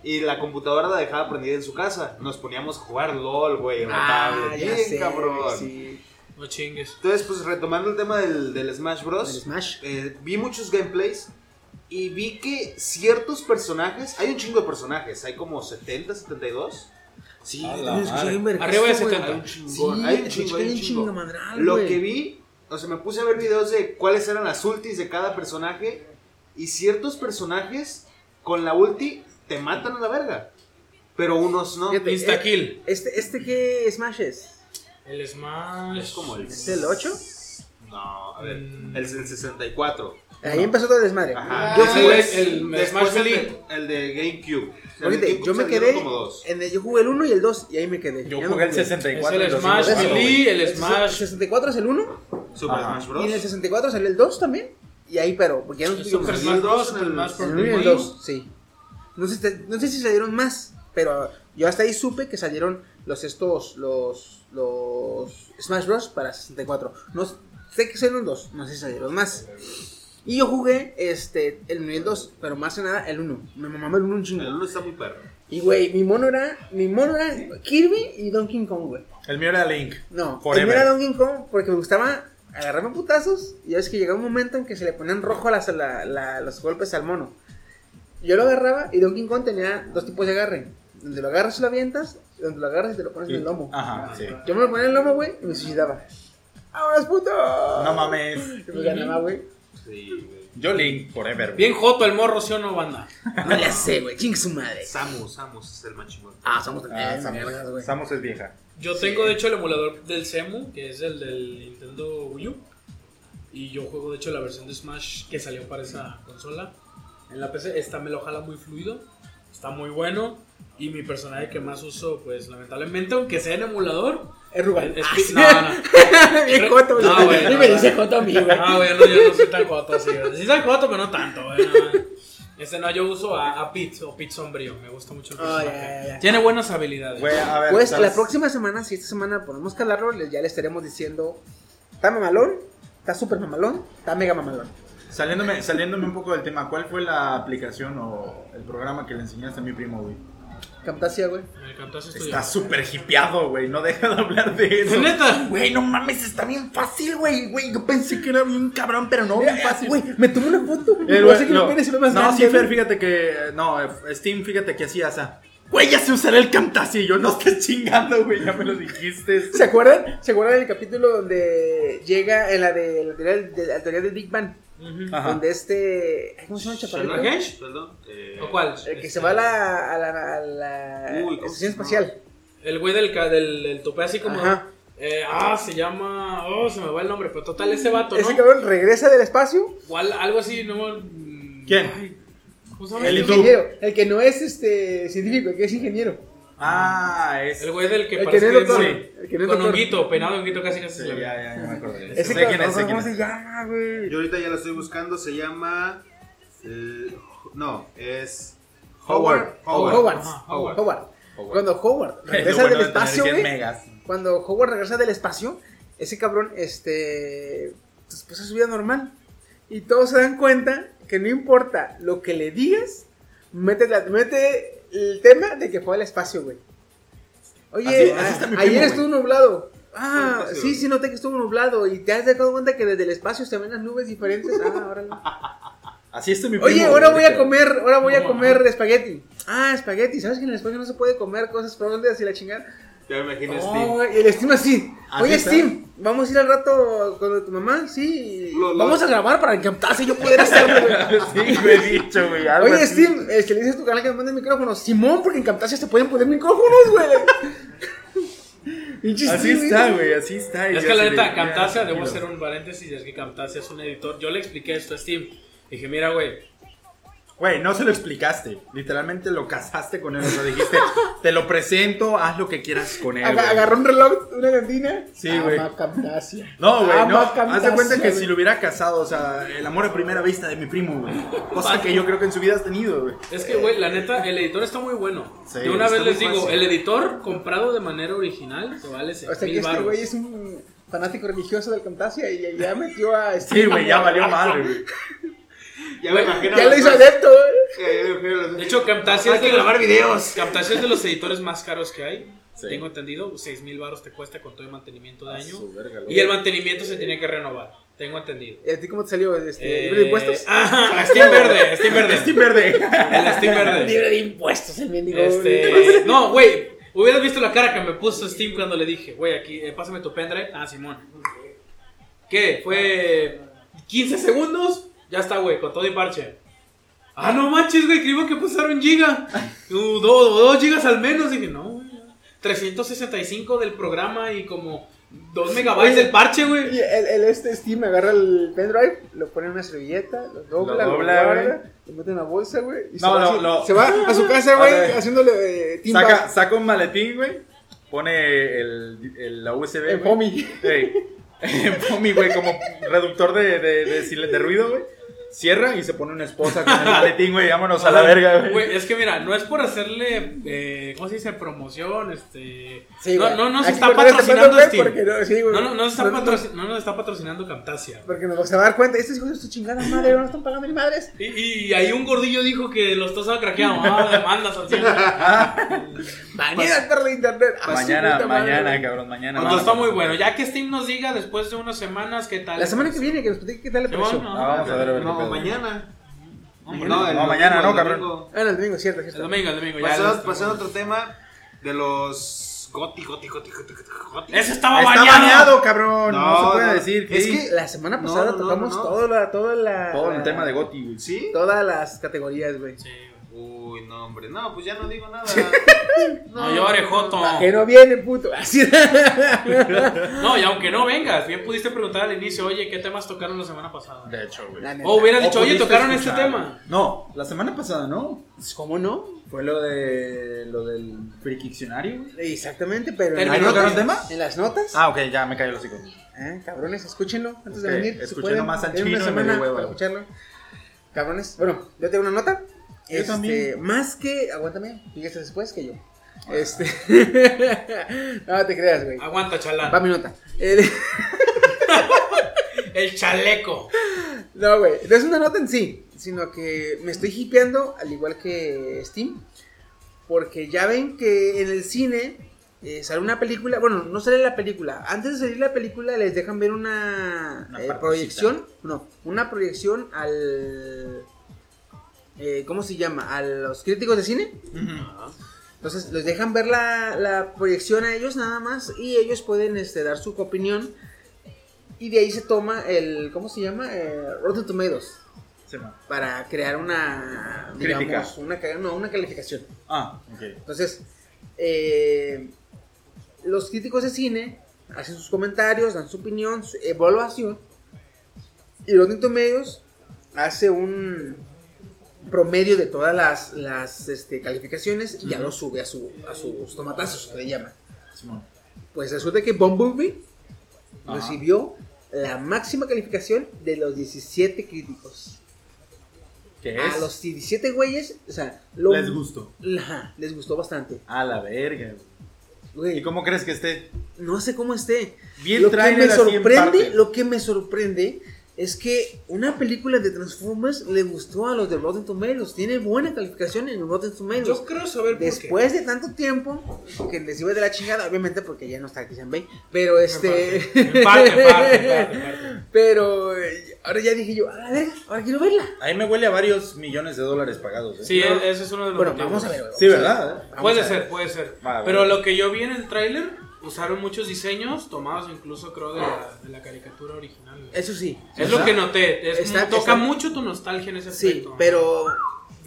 Y la computadora la dejaba prendida en su casa. Nos poníamos a jugar LOL, güey, en la tablet. Bien cabrón. Ah, Sí. No chingues. Entonces, pues retomando el tema del, del Smash El Bros. Smash. eh, vi muchos gameplays y vi que ciertos personajes, hay un chingo de personajes, hay como 70, 72. Sí, A la hay un madre. chingo, Arriba de hay 70. un chingón, Sí, hay un escuché chingo, que hay un hay un chingo. chingamadral, Lo güey. que vi, o sea, me puse a ver videos de cuáles eran las ultis de cada personaje y ciertos personajes con la ulti te matan a la verga, pero unos no. Fíjate, eh, Instakill. Este, ¿Este qué Smash es? El Smash. Es como el... ¿Es el 8? No, a ver, el, Mm. el 64. Ahí empezó todo el desmadre. Ajá. Yo Ese jugué es el después Smash el de- Melee. El de GameCube. El de Fíjate, GameCube yo me salieron quedé. como dos. En el, yo jugué el 1 y el 2 y ahí me quedé. Yo Ya no jugué el jugué. Es 64 y el los Smash 54, güey. Melee, el El Smash. 64 es el 1 Super Ajá. Smash Bros. y en el 64 salió el 2 también. Y ahí, pero, porque ya no el tuvimos Super más. Smash Bros. Super Smash El Bros. uno y el Wii. 2, sí. No sé, si te- no sé si salieron más, pero yo hasta ahí supe que salieron los estos, los, los Smash Bros. para 64. No, s- sé que salieron dos, no sé si salieron más. Y yo jugué este, el 1 y el 2, pero más que nada el 1. Me mamaba el 1 un El chingo. uno está muy perro. Y güey, mi mono era, mi mono era Kirby y Donkey Kong, güey. El mío era Link. No, el Forever. mío era Donkey Kong porque me gustaba agarrarme a putazos. Y ya ves que llegaba un momento en que se le ponían rojo las, la- la- los golpes al mono. Yo lo agarraba y Donkey Kong tenía dos tipos de agarre: donde lo agarras y lo avientas, y donde lo agarras y te lo pones en el lomo. Ajá, sí. Yo me lo ponía en el lomo, güey, y me suicidaba. ¡Ahora es puto! No mames. Y me ganaba, güey. Sí, güey. Yo Link Forever. güey. Bien joto el morro, ¿sí o no, banda? No le sé, güey. Ching su madre. Samus, Samus es el más chingón. Ah, somos tan Ah, mierdas, Samus. güey. Samus es vieja. Yo tengo, de hecho, el emulador del CEMU, que es el del Nintendo Wii U. Y yo juego, de hecho, la versión de Smash que salió para esa consola. En la PC, esta me lo jala muy fluido. Está muy bueno. Y mi personaje que más uso, pues, lamentablemente, aunque sea en emulador... Es Rugal. es- Ah, es- sí. no, no. Bien joto, No, güey. güey, Y no, me no. dice joto a mí, güey. Ah, güey, no, yo no soy tan joto así. güey. Sí soy joto, pero no tanto, güey. no, güey. Este no, yo uso a, a Pete o Pete Sombrío. Me gusta mucho el Oh, personaje. ya, ya, ya. Tiene buenas habilidades. Güey, a ver. Pues ¿sabes? la próxima semana, si esta semana podemos calarlo, les- ya le estaremos diciendo: Está mamalón, está súper mamalón, está mega mamalón. Saliéndome, saliéndome un poco del tema, ¿cuál fue la aplicación o el programa que le enseñaste a mi primo, güey? Camtasia, güey. Me encantó ese estudio. Está súper hipeado, güey. No deja de hablar de eso. ¿Neta? Güey, no mames, está bien fácil, güey. Güey, yo pensé que era bien cabrón, pero no, bien fácil. Güey, me tomó una foto. Eh, no sé güey, que no, mi pene se ve más no grande, sí, Fer, güey. fíjate que. eh, No, eh, Steam, fíjate que así asa. Güey, ya se usará el Camtasia. Y yo no estés chingando, güey. Ya me lo dijiste. ¿Se acuerdan? ¿Se acuerdan del capítulo donde llega en la de la teoría de, la teoría de Big Bang? Ajá. Donde este. ay, ¿Cómo se llama el ¿Shalom chaparrito? Hesh? Perdón. eh, ¿O cuál? Este, El que se va a la, a la, a la Uy, ¿cómo estación se llama? espacial. El güey del, ca- del, del tope así como... Ajá. Eh, ah, se llama... Oh, se me va el nombre, pero total, ese vato, Ese ¿no? cabrón regresa del espacio. Igual, algo así, ¿no? Mm, ¿Quién? ay, ¿Cómo se llama? este El El Tú. ingeniero. El que no es este científico, el que es ingeniero. Ah, es. El güey del que El que parece no es que- doctor. sí, El que no es Con doctor. honguito, peinado honguito casi casi. Sí, se ya, le ve. ya, ya me acordé. Ese Sé cabrón, quién es, sé quién ¿cómo se es. llama, güey? Yo ahorita ya la estoy buscando, se llama. eh, no, es. Howard. Howard. Howard. Ajá, Howard. Howard. Howard. Cuando Howard Lo regresa del bueno de tener espacio, 100 güey. megas. Cuando Howard regresa del espacio, ese cabrón, este, pues pasa su vida normal. Y todos se dan cuenta que no importa lo que le digas, mete, la- mete el tema de que fue al espacio, güey. Oye, Así- así a- está mi primo, ayer güey. estuvo nublado. Ah, Sí, sí, sí, güey. sí, noté que estuvo nublado. Y te has dado cuenta que desde el espacio se ven las nubes diferentes. Ah, órale. Así está mi primo. Oye, ahora voy a ahorita. comer, ahora voy a No, comer ajá. espagueti. Ah, espagueti. ¿Sabes que en el espacio no se puede comer cosas profundas y la chingada? Ya me imagino Oh, Steve. y el Steam así. Así Oye, está. Steam, vamos a ir al rato con tu mamá, sí. Lo- lo- Vamos a grabar para encantarse y yo poder hacerlo, güey. Sí, me he dicho, güey. algo Oye, así. Steam, es que le dices a tu canal que me mande micrófonos. Simón, porque en Camtasia se pueden poner micrófonos, güey. Pinche Así Steam, está, güey, así está. y Es yo que la así de, neta, mira, Camtasia, debo tranquilo. hacer un paréntesis, es que Camtasia es un editor. Yo le expliqué esto a Steam. Dije, mira, güey, Güey, no se lo explicaste. Literalmente lo casaste con él. O sea, dijiste, te lo presento, haz lo que quieras con él. Aga- güey". agarró un reloj, una cantina. Sí, güey. Ama Camtasia. No, güey, Ama no. Haz de Camtasia, cuenta que güey. si lo hubiera casado, o sea, el amor a primera vista de mi primo, güey. Cosa que yo creo que en su vida has tenido, güey. Es que, güey, la neta, el editor está muy bueno. Sí, de una está vez les muy digo, fácil. el editor comprado de manera original te vale O sea 6 que mil este baros. güey es un fanático religioso del Camtasia y ya metió a este Steam. Sí, güey, ya valió madre, güey. Ya me imagino. Ya los lo hizo dos. adepto, güey. Ya, ya me imagino los dos. De hecho, Camtasia Ah, Hay es que de grabar videos. Camtasia es de los editores más caros que hay. Sí. Tengo entendido, 6 mil baros te cuesta con todo el mantenimiento de año. su verga, lo- Y el mantenimiento se tiene que renovar. Tengo entendido. ¿Y a ti cómo te salió? Este, ¿Libre Eh, de impuestos? Ajá, Steam Verde, Steam Verde. Steam verde. El Steam Verde. de impuestos el mendigo. Este, no, güey, hubieras visto la cara que me puso Steam cuando le dije, güey, aquí, eh, pásame tu pendrive. Ah, Simón. ¿Qué? Fue 15 segundos. Ya está, güey, con todo y parche. Ah, no manches, güey, creímos que pasaron giga. Uh, dos, dos gigas al menos. Dije, no, güey, 365 del programa y como 2 megabytes del parche, Y güey. el, el este Steam agarra el pendrive, lo pone en una servilleta, lo dobla, lo, Lo dobla, guarda, güey. lo mete en una bolsa, güey. Y se, No, va no, así- no. se va a su casa, A güey, ver. haciéndole eh, team Saca, back. saca un maletín, güey. Pone el, el- la USB. En güey. foamy. Ey, en foamy, güey, como reductor de, de, de, sil- de ruido, güey. Cierra y se pone una esposa con el maletín, güey. Vámonos a la verga, güey. Güey, es que mira, no es por hacerle, eh, ¿cómo se dice? Promoción, este... Sí, no, güey. no, no se Aquí está cortar este patrocinando pendrive Steam. Porque no, sí, güey. No, no, no, está patrocin- no nos está patrocinando Camtasia. Porque nos se va a dar cuenta, estos hijos de su chingada madre, no nos están pagando ni madres. Y, y ahí un gordillo dijo que los dos han craqueado. Ah, demandas al cielo. Mañana el perro de internet. Ah, su Mañana, puta madre, mañana, güey. cabrón, mañana. Entonces está mañana. muy bueno. Ya que Steam nos diga después de unas semanas qué tal. La semana que viene que nos platique qué tal le Sí, pareció. bueno. Ah, vamos a ver, a ver qué No, pedo. mañana. Hombre, No, el domingo, mañana no, el cabrón. domingo. Ah, no, el domingo, cierto, El cierto. domingo, el domingo. ya Pasando, les- pasando a otro tema de los Goti, Goti, Goti, Goti, Goti, Goti. Eso estaba Está bañado. baneado, cabrón. No, No, se puede no. decir que. Es que- La semana No, pasada no, no, tocamos no. Toda la, toda la, Todo el tema de Gotti, güey. ¿Sí? Todas las categorías, güey. Sí, güey. Uy, no, hombre. No, pues ya no digo nada. No llores, Joto. Que no viene, puto. Así No, y aunque no vengas, bien pudiste preguntar al inicio, oye, ¿qué temas tocaron la semana pasada? De hecho, güey. La neta. O hubieras dicho, O oye, Oh, pudiste tocaron este escuchar, tema. güey. No, la semana pasada, ¿no? ¿Cómo no? Fue lo de lo del frikiccionario, güey. Exactamente, pero. en Terminó las el notas- tema. En las notas. Ah, ok, ya me cayó los hijos. Eh, cabrones, escúchenlo antes Ok, de venir. si escuché pueden. nomás al Tienen una chino y me semana dio hueva. para escucharlo. Cabrones. Bueno, yo tengo una nota. Este, Yo también. Más que. Aguántame, fíjese después que yo. Este. no te creas, güey. Aguanta, Va chalán. mi nota. Eh, El- El chaleco. No, güey, no es una nota en sí, sino que me estoy hipeando al igual que Steam. Porque ya ven que en el cine eh, sale una película, bueno, no sale la película. Antes de salir la película les dejan ver una, Una eh, partecita. proyección, no, una proyección al... eh, ¿Cómo se llama? A los críticos de cine. Entonces les dejan ver la, la proyección a ellos nada más y ellos pueden este, dar su opinión. Y de ahí se toma el, ¿cómo se llama? Eh, Rotten Tomatoes. Se ma- Para crear una, Crítica. digamos, una, ca- no, una calificación. Ah, ok. Entonces, eh, los críticos de cine hacen sus comentarios, dan su opinión, su evaluación. Y Rotten Tomatoes hace un promedio de todas las, las, este, calificaciones y ya lo sube a, su, a sus tomatazos, que le llaman. Simón. Pues resulta que Bumblebee Ajá. recibió la máxima calificación de los 17 críticos. ¿Qué A es? los 17 güeyes, o sea, lo- Les gustó. Ajá, les gustó bastante. A la verga, güey. Güey, ¿Y cómo crees que esté? no sé cómo esté. Bien lo que trailer me así en sorprende, parte. lo que me sorprende es que una película de Transformers le gustó a los de Rotten Tomatoes, tiene buena calificación en Rotten Tomatoes. Yo creo saber por qué. Después de tanto tiempo, que les iba de la chingada, obviamente porque ya no está Christian Bay, pero este... En parte, en parte, en parte, en parte. Pero eh, ahora ya dije yo, a ver, ahora quiero verla. Ahí me huele a varios millones de dólares pagados. ¿eh? Sí, No. ese es uno de los Bueno, motivos. vamos a ver. güey, Sí, vamos a ¿verdad? ver. Vamos Puede a ver. ser, puede ser. Vale, Pero vale. lo que yo vi en el tráiler, usaron muchos diseños tomados incluso creo de la, de la caricatura original. güey. Eso sí. Es Está- lo que noté, es- está- toca está- mucho tu nostalgia en ese Sí, aspecto. pero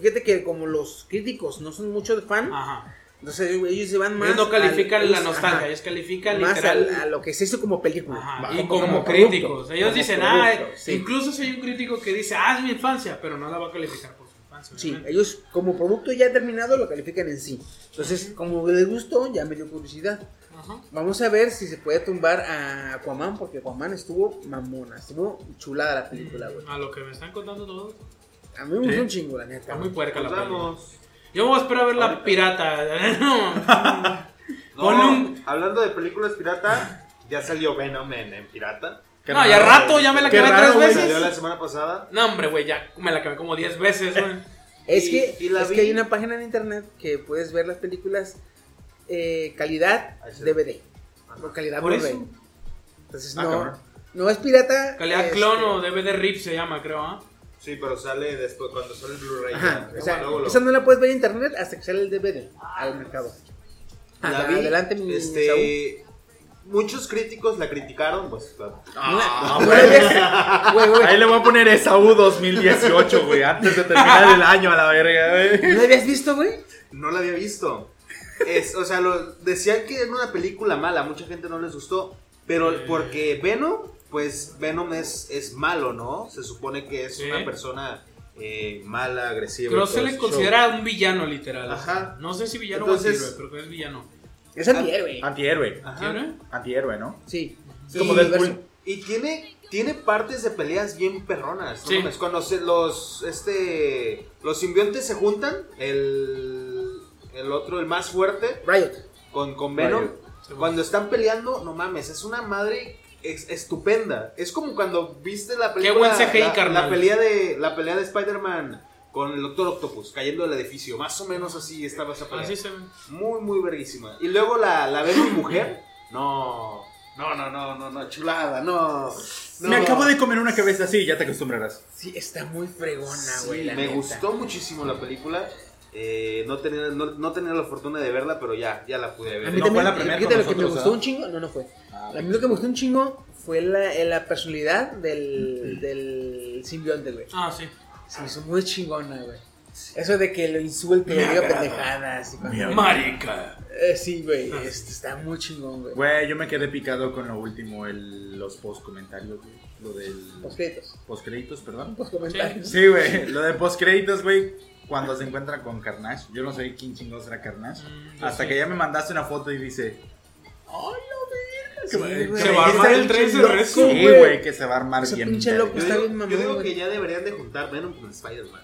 fíjate que como los críticos no son mucho de fan, Ajá. entonces ellos se van más. Ah. Ellos no califican al- la ellos- nostalgia, ajá, ellos califican más literal. al- a lo que se hizo como película. Ajá, Va, y como- como, como críticos. producto, Ellos como dicen, producto, ah, sí. incluso soy un crítico que dice, ah, es mi infancia, pero no la va a calificar por su infancia. Sí, obviamente. ellos como producto ya terminado lo califican en sí. Entonces, como les gustó, ya me dio curiosidad. Ajá. Vamos a ver si se puede tumbar a Aquaman, porque Aquaman estuvo mamona, estuvo chulada la película, güey. A lo que me están contando todos, A mí me gustó un chingo, la neta. está güey. muy puerca la Nos película. vamos. Yo me voy a esperar a ver la pirata. No, Ponle un- Hablando de películas pirata, ya salió Venom en, en pirata. Qué no, ya raro, rato, güey. ya me la Qué acabé raro, tres güey. veces. Salió la semana pasada. No, hombre, güey, ya me la acabé como 10 veces, güey. Es, Y- que, y la es vi. que hay una página en internet que puedes ver las películas eh, calidad Ahí está. DVD. Ajá. O calidad Por Blu-ray. eso. Entonces Ah, no, cabrón. no es pirata. Calidad este, clon o DVD RIP se llama, creo, ¿ah? Sí, pero sale después, cuando sale el Blu-ray. Ajá, ya. o sea, Luego lo- esa no la puedes ver en internet hasta que sale el DVD al mercado. la Ajá, vi, adelante, mi Saúl. este, Muchos críticos la criticaron, pues. claro. Ah, No la güey. veas. Güey, güey, Ahí le voy a poner Esaú 2018, güey, antes de terminar el año a la verga, güey. ¿No la habías visto, güey? No la había visto. Es, o sea, lo, decían que era una película mala, mucha gente no les gustó. Pero porque Venom, pues Venom es, es malo, ¿no? Se supone que es Sí. una persona eh, mala, agresiva. y Creo todo se le ese considera un villano, literal. Ajá. No sé si villano o Entonces- antihéroe, pero creo que es villano. Es Ah, antier, güey. Antihéroe. show. Ajá. ¿Héroe? Antihéroe, ¿no? Sí. Es como Y Deadpool. verso. Y tiene, tiene partes de peleas bien perronas. ¿no Sí. mames? Cuando se- los, este, los simbiontes se juntan, el, el otro, el más fuerte, Riot. con, con Venom, Vaya. Sí, cuando están peleando, no mames, es una madre es- estupenda. Es como cuando viste la película, buen CGI, la- la, carnal. pelea de la pelea de Spider-Man con el Doctor Octopus cayendo del edificio. Más o menos así estaba esa pelea. Así se ve. Muy, muy verguísima. Y luego la, la Venom mujer, no... No, no, no, no, no, chulada, no. no. Me acabo de comer una cabeza así, ya te acostumbrarás. Sí, está muy fregona, Sí, güey. la me neta. gustó muchísimo la película. Eh, no, tenía, no, no tenía la fortuna de verla, pero ya, ya la pude A ver. mí No también, fue la y primera fíjate con lo que me nosotros, ¿eh? gustó ¿ah? un chingo, no, no fue. Ah, a mí lo que me gustó un chingo fue la, eh, la personalidad del, del simbionte, güey. Ah, sí. Se me hizo muy chingona, güey. Eso de que lo insulte, le diga pendejadas. y cuando- Marica. Eh, sí, güey, Ah. este, está muy chingón, güey. Güey, yo me quedé picado con lo último, el, los post comentarios, güey. Lo del. Los créditos. Post créditos, perdón. Los comentarios. Sí, güey. Lo de post créditos, güey. Cuando se encuentran con Carnage. Yo no sé quién chingados era Carnage. Mm, yo Hasta sé. que ya me mandaste una foto y dice. ¡Ay, Sí, la verga! güey. Se va a armar el tren de Sí, rezo. güey, que se va a armar Ese bien. pinche verga. loco Yo Está digo, bien mamón, yo digo güey. que ya deberían de juntar Venom con Spider-Man.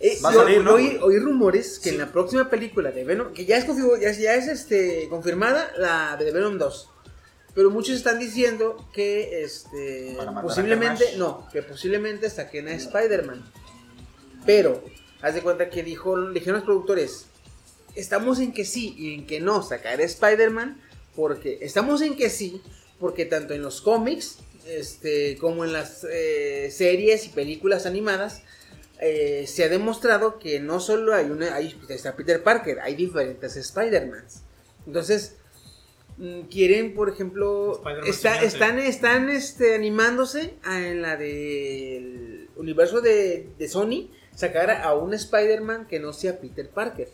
Eh, Va a yo salir, ¿no? oí, oí rumores que Sí. en la próxima película de Venom, que ya es, configu- ya es, ya es, este, confirmada, la de Venom 2. Pero muchos están diciendo que este Para matar a posiblemente, Carnage. no, que posiblemente saquen a Spider-Man. Pero, haz de cuenta que dijo, dijeron los productores, estamos en que sí y en que no sacar a Spider-Man, porque estamos en que sí, porque tanto en los cómics, este, como en las eh, series y películas animadas, eh, se ha demostrado que no solo hay una, hay, está Peter Parker, hay diferentes Spider-Mans. Entonces, mm, quieren, por ejemplo, Spider-Man está- gigante. están, están este, animándose a- en la del universo de, de Sony, sacar a un Spider-Man que no sea Peter Parker.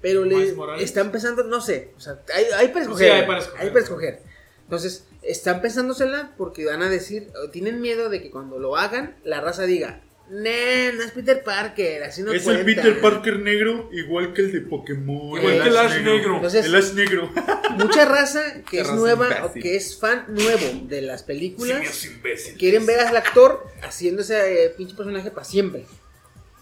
Pero le Miles Morales. están pensando, no sé, o sea, hay, hay para Sí, escoger. hay para escoger. hay para escoger. Entonces, están pensándosela porque van a decir, o tienen miedo de que cuando lo hagan, la raza diga, "Nee, no es Peter Parker, así no es el cuenta". Peter Parker negro, igual que el de Pokémon. Igual que el Ash negro. Entonces- el Ash negro. Mucha raza que Qué es raza nueva o imbécil. que es fan nuevo de las películas, Simios imbéciles. quieren ver al actor haciendo ese eh, pinche personaje para siempre.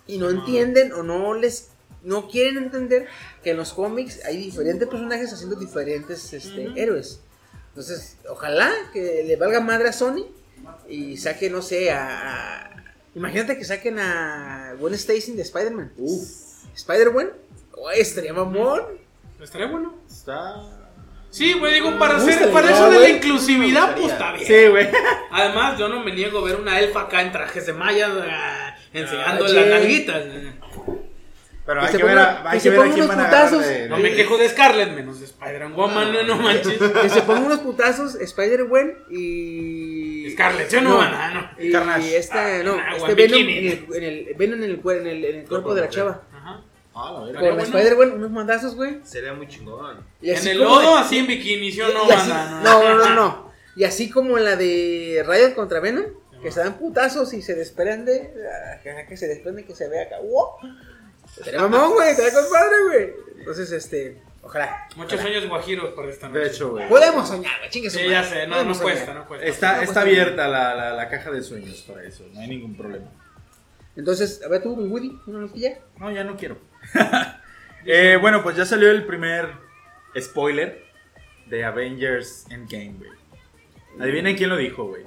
Y no entienden o no les no quieren entender que en los cómics hay diferentes personajes haciendo diferentes este, héroes. Entonces, ojalá que le valga madre a Sony y saque, no sé, a. a- imagínate que saquen a Gwen Stacy de Spider-Man. Spider-Gwen. Oh, estaría mamón. Estaría bueno. Está. Sí, güey, digo, para, Me gusta hacer, la para idea, eso de la güey. inclusividad, Me pues gustaría. está bien. Sí, güey. Además, yo no me niego a ver una elfa acá en trajes de malla ah, enseñando Ah, las che. nalguitas. Pero Que hay se que ver ponga- a, hay que se que ver a ponga quién unos van a agarrar putazos. de- No me quejo de Scarlett, menos de Spider-Woman, no, no manches. Que se pongan unos putazos Spider-Gwen y. Scarlett, yo no, No. man, ah, no. Y, Carnage. y esta, Ah, no, en agua, este Venom en bikini. el, en el- Venom en el, cuer- en el- en el cuerpo de la chava. Ajá. Ah, la verga. Con bueno. Spider-Man, unos mandazos, güey. Sería muy chingón. Y En así el como de- lodo, así en bikini, yo y- no, y así- man, ah, no, no, no, no. Y así como en la de Riot contra Venom, que se dan putazos y se desprende, ah, que que se desprende, que se ve acá. ¡Wow! Estaría mamón, güey, estaría compadre, güey. Entonces, este, ojalá. Muchos sueños guajiros para esta noche. De hecho, güey. Podemos soñar, güey, chingue su Sí, madre. ya sé, no, no Podemos soñar. cuesta, no cuesta. Está, está abierta la, la, la caja de sueños para eso, no hay ningún problema. Entonces, a ver tú, mi Woody, una noticia. No, ya no quiero. Eh, bueno, pues ya salió el primer spoiler de Avengers Endgame, güey. Adivinen quién lo dijo, güey.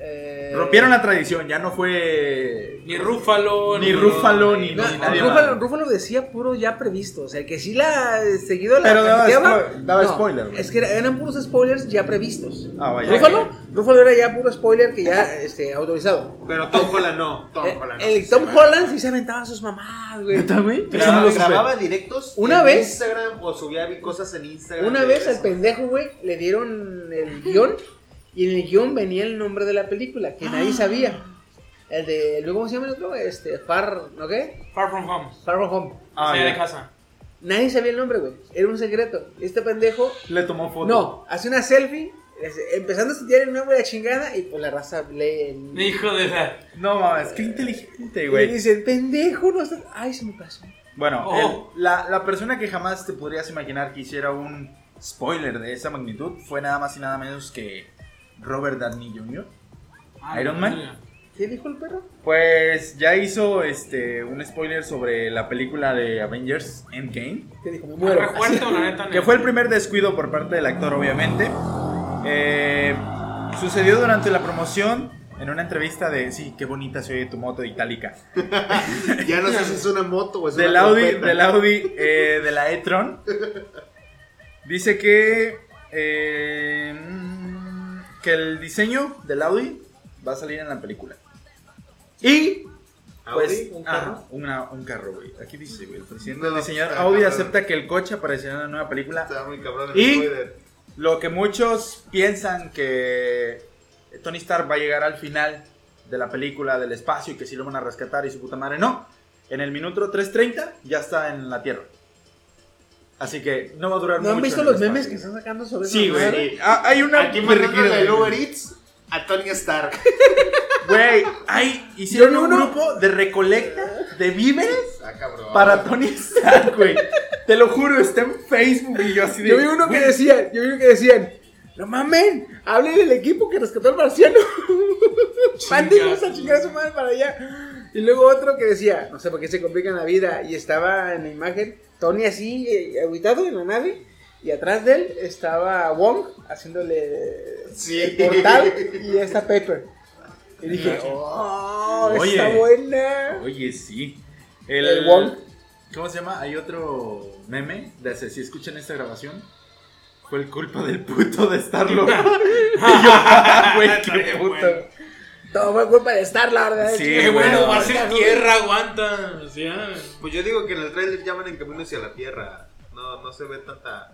Eh, Rompieron la tradición, ya no fue Ni Rúfalo, ni Rúfalo ni, No, ni nadie Rúfalo, más. Rúfalo decía puro ya previsto. O sea, el que sí la eh, seguido la Pero daba cajeteaba, spo- daba spoiler, güey. Es que era- eran puros spoilers ya previstos. Ah, vaya. Rúfalo, Rúfalo era ya puro spoiler que ya este, autorizado. Pero Tom Holland no. Tom Eh, Holland no. el Tom Holland sí se aventaba a sus mamás, güey. Eso no Grababa, lo supe. grababa directos Una en vez- Instagram o subía cosas en Instagram. Una de vez al eso. pendejo, güey, le dieron el guión y en el guión venía el nombre de la película que Ah. nadie sabía. El de, ¿cómo se llama el otro? Este, Far, ¿no qué? Far From Home. Far From Home. Ah, o sea, de ya. casa. Nadie sabía el nombre, güey. Era un secreto. Este pendejo Le tomó foto. No, hace una selfie, es- empezando a estudiar el nombre de la chingada y pues la raza lee el... Hijo de la... No mames, qué inteligente, Y güey. dicen, pendejo, no estás... Ay, se me pasó. Bueno, Oh. el- la, la persona que jamás te podrías imaginar que hiciera un spoiler de esa magnitud fue nada más y nada menos que Robert Downey Jr. Ah, Iron Man. mira. ¿Qué dijo el perro? Pues ya hizo este un spoiler sobre la película de Avengers Endgame, ¿Qué dijo? Me muero. Arre fuerte, la neta, que neta. fue el primer descuido por parte del actor obviamente. Eh, sucedió durante la promoción en una entrevista de sí, qué bonita se oye tu moto de itálica. Ya no sé si es una moto o es Del una Audi, trompeta. del Audi, eh, de la e-tron. Dice que eh, mm, que el diseño del Audi va a salir en la película. Y Pues, Audi, un ajá, carro. una- un carro, güey. Aquí dice, güey, el presidente No, no, del señor ah, está Audi cabrón. acepta que el coche aparecerá en la nueva película. Está muy cabrón el Y- spoiler. Lo que muchos piensan que Tony Stark va a llegar al final de la película del espacio y que sí lo van a rescatar y su puta madre no. En el minuto 3.30 ya está en la Tierra. Así que no va a durar ¿No mucho. han visto en el los memes que espacio. están sacando sobre esa Sí, madre? güey. Ah, Hay una... Aquí mandándole el Uber Eats a Tony Stark. Güey, hay... Hicieron Yo un no, no. grupo de recolecta de víveres Está cabrón. para Tony Stark, güey. Te lo juro, está en Facebook y yo así de... Yo vi uno que decía, yo vi uno que decían, no mamen, hablen del equipo que rescató al marciano. Mándenos a chingar a su madre para allá. Y luego otro que decía, no sé por qué se complican la vida. Y estaba en la imagen Tony así, eh, agüitado en la nave. Y atrás de él estaba Wong haciéndole Sí. el portal. Y esta Pepper. Y dije, oh, está Oye. buena. Oye, sí. El, El Wong. ¿Cómo se llama? Hay otro meme de hace, si escuchan esta grabación. Fue el culpa del puto de estar loco. güey, qué Está muy bueno. puto. Todo fue culpa de Star-Lord. Sí, Qué Eh, bueno, bueno, va a ser tierra, aguanta. ah. O sea, Pues yo digo que en el trailer ya van en camino hacia la Tierra. No, no se ve tanta,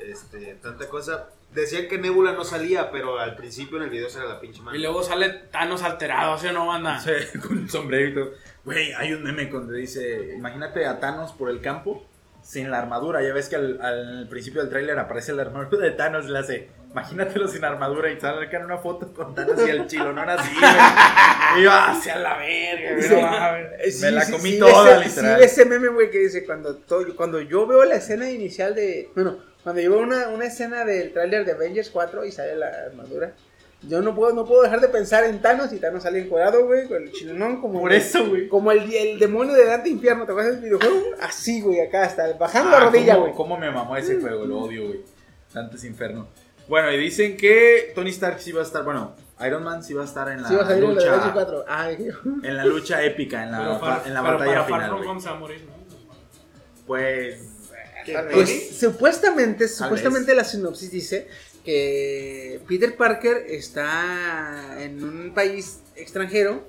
este, tanta cosa. Decían que Nebula no salía, pero al principio en el video sale la pinche y mano. luego sale Thanos alterado, o sea, no banda. Ah. Sí, con un sombrerito. Güey, hay un meme donde dice, imagínate a Thanos por el campo sin la armadura. Ya ves que al, al principio del tráiler aparece la armadura de Thanos y le hace, imagínatelo sin armadura y sacan una foto con Thanos y el chilo, no era así, güey. Y yo, hacia la verga, güey, no mames". Eh, sí, Me la sí, comí sí, toda, ese, literal. sí, ese meme, güey, que dice, cuando, todo- cuando yo veo la escena inicial de... Bueno, cuando yo veo una, una escena del tráiler de Avengers 4 y sale la armadura, yo no puedo, no puedo dejar de pensar en Thanos y Thanos sale encuadrado, güey, con el chilonón como... Por el- eso, güey. Como el, el demonio de Dante Infierno, ¿te acuerdas del videojuego? Así, güey, acá, hasta bajando Ah, la rodilla, ¿cómo- güey. Mm. ¿Cómo me mamó ese juego? Lo odio, güey. Dantes Inferno. Bueno, y dicen que Tony Stark sí va a estar, bueno, Iron Man sí va a estar en la Sí, va a salir en la de lucha, Avengers 4. Ay, Dios. en la lucha épica, en la, Pero ba- para- en la pero batalla para final, Far From güey. Home se va a morir, ¿no? Pues, ¿Qué tal pedo? vez. Pues supuestamente, supuestamente vez. la sinopsis dice que Peter Parker está en un país extranjero,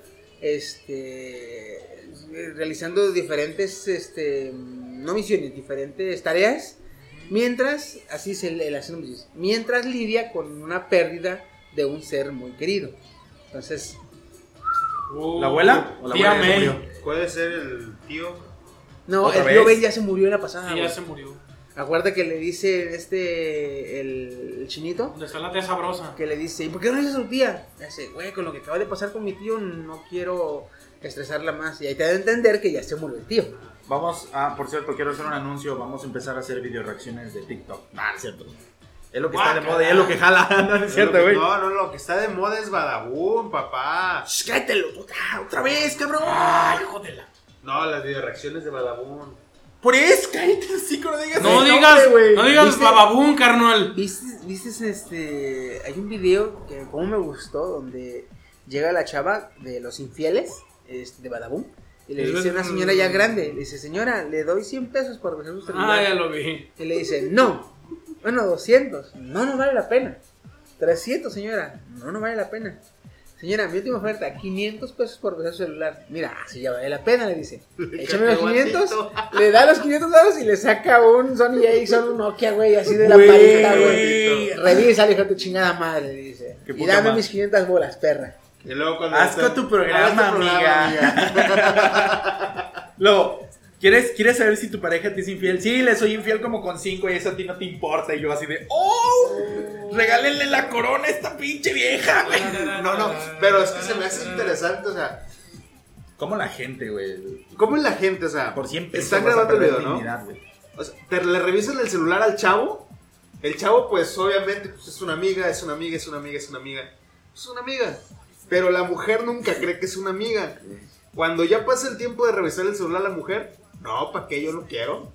este, realizando diferentes, este, no misiones, diferentes tareas, mientras, así es el- la sinopsis, mientras lidia con una pérdida de un ser muy querido. Entonces, Uh, ¿La abuela? ¿O la tía abuela ya se May. murió? Puede ser el tío. no, ¿Otra el tío vez? Ben ya se murió en la pasada. Sí, ya güey. se murió. Acuérdate que le dice este, el- el chinito. Donde está la tía sabrosa. que le dice, ¿y por qué no dice su tía? Le dice, güey, con lo que acaba de pasar con mi tío, no quiero estresarla más. Y ahí te da a entender que ya se murió el tío. vamos a, por cierto, quiero hacer un anuncio, vamos a empezar a hacer video reacciones de TikTok. Ah, es cierto. Es lo que está de Guácala. moda y es lo que jala, no, no es cierto, Lo que- güey. No, no, lo que está de moda es Badabun, papá. Shh, cállate, loco. Ah, otra vez, cabrón. ¡Ay, jódela! No, las videoreacciones de Badabun. Por eso, cállate, sí, no digas. No el digas, nombre, güey. no digas ¿Viste? bababún, carnal. ¿Viste, viste, este, hay un video que como me gustó, donde llega la chava de los infieles, este, de Badabum, y le Es dice a una verdad. señora ya grande, le dice, señora, le doy 100 pesos por regresar su Ah, ya celular. lo vi. Y le dice, no. Bueno, 200. No, no vale la pena. 300, señora. No, no vale la pena. Señora, mi última oferta, 500 pesos por besar su celular. Mira, así ya vale la pena, le dice. Échame los 500, Cacahuatito. le da los 500 dólares y le saca un Sony Ericsson, un Nokia, güey, así de la Güey. paleta, güey. Revisa, hijo de tu chingada madre, le dice. Qué Y puta dame madre. mis 500 bolas, perra. Y luego cuando Asco está- este tu programa, Haz tu amiga. Luego, ¿quieres, ¿quieres saber si tu pareja te es infiel? Sí, le soy infiel como con cinco y eso a ti no te importa. Y yo así de, ¡oh! Regálenle la corona a esta pinche vieja, güey. No, no, pero es que se me hace interesante, o sea, ¿Cómo la gente, güey? ¿cómo es la gente? O sea, Por 100 pesos. están vas a grabando el perder video, ¿no? dignidad, güey. O sea, te le revisan el celular al chavo. El chavo, pues obviamente, pues, es una amiga, es una amiga, es una amiga, es una amiga. Es una amiga. Pero la mujer nunca cree que es una amiga. Cuando ya pasa el tiempo de revisar el celular a la mujer, no, ¿para qué yo lo quiero?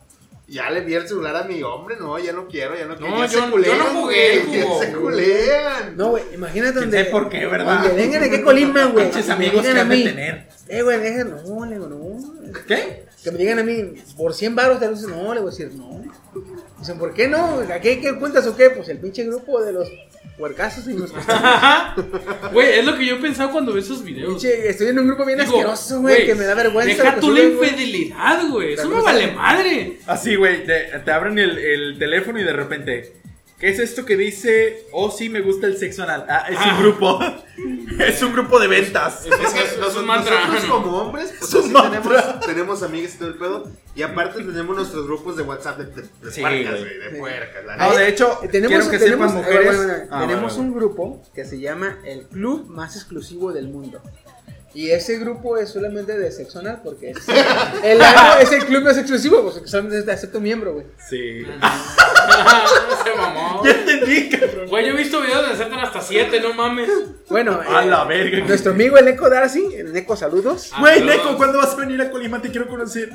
Ya le vi el celular a mi hombre, no, ya no quiero, ya no quiero. No, ya yo- yo no jugué, güey, ya jugó. se culean. No, güey, imagínate ¿Quién donde. sabe por qué, verdad? Donde vengan de qué colima, güey. Pinches y me amigos que digan a han de mí, tener. Eh, güey, déjenlo, no, le digo, no. ¿Qué? Que me digan a mí, por 100 baros te luces, no, le voy a decir, no. Dicen, ¿por qué no? ¿A qué, qué cuentas o qué? Pues el pinche grupo de los puercazos y los Ajá. Güey, es lo que yo pensaba cuando veo esos videos. Pinche, estoy en un grupo bien Digo, asqueroso, güey, que me da vergüenza. lo Deja que tú la suben, güey. infidelidad, güey. Eso La me cosa- vale madre. Así, güey, te, te abren el, el teléfono y de repente, ¿qué es esto que dice? Oh, sí, me gusta el sexo anal. Ah, es Ah. un grupo. es un grupo de ventas. Es que no es nosotros, un mantra. nosotros ¿no? como hombres, pues Es un así mantra. tenemos, tenemos amigas y todo el pedo. Y aparte tenemos nuestros grupos de WhatsApp de, de, de Sí, puercas, güey. güey. Sí. De Ah, puercas, la No, neta. de hecho, tenemos, quiero que tenemos- sepan, eh, bueno, mujeres- bueno, bueno, Ah, tenemos bueno, un grupo que se llama el club más exclusivo del mundo. Y ese grupo es solamente de sexo anal, porque es, el ano es el club más exclusivo, pues que solamente te acepta un miembro, güey. Sí. Se mamó. Ya entendí, cabrón. Güey, yo he visto videos donde sacan hasta 7, no mames. Bueno, A eh, la verga. nuestro amigo el Eco Darcy, el Eco Saludos. Ah, Güey, perdón. Neko, ¿cuándo vas a venir a Colima? Te quiero conocer.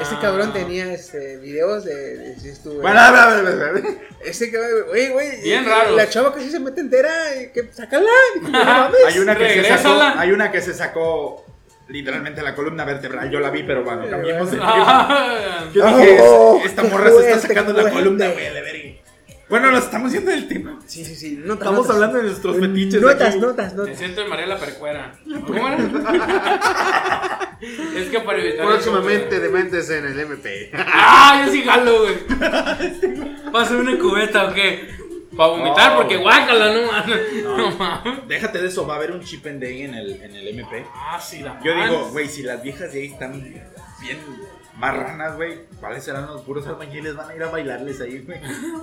Ese cabrón Ah. tenía este, videos de, de- de- estuvo- Bueno, a ver, a ver, a ver, a ver. Ese cabrón, güey, güey. Bien eh, raro. La chava casi se mete entera, eh, que sácala. no mames. Hay una que se sacó. Regrésala. Hay una que se sacó literalmente la columna vertebral. Yo la vi, pero bueno, cambiemos de tema. Ah, Yo dije, Oh, esta qué morra se está fuerte, sacando qué la fuerte. columna, güey, de verga. Bueno, nos estamos yendo del tema. Sí, sí, sí. notas, Estamos notas. hablando de nuestros fetiches Notas, aquí. notas, me notas. siento en María la Percuera. ¿Cómo era? es que para evitar. eso, Próximamente güey. dementes en el MP. ¡Ah! Yo sí jalo, güey. Pásame una cubeta o qué. Para vomitar, No, porque güey. guácala, no mames. No. No mames. Déjate de eso, va a haber un chip and day en el, en el MP. Ah, sí, la Yo madre. digo, güey, si las viejas de ahí están bien marranas, güey, ¿cuáles serán los puros albañiles? Van a ir a bailarles ahí, güey.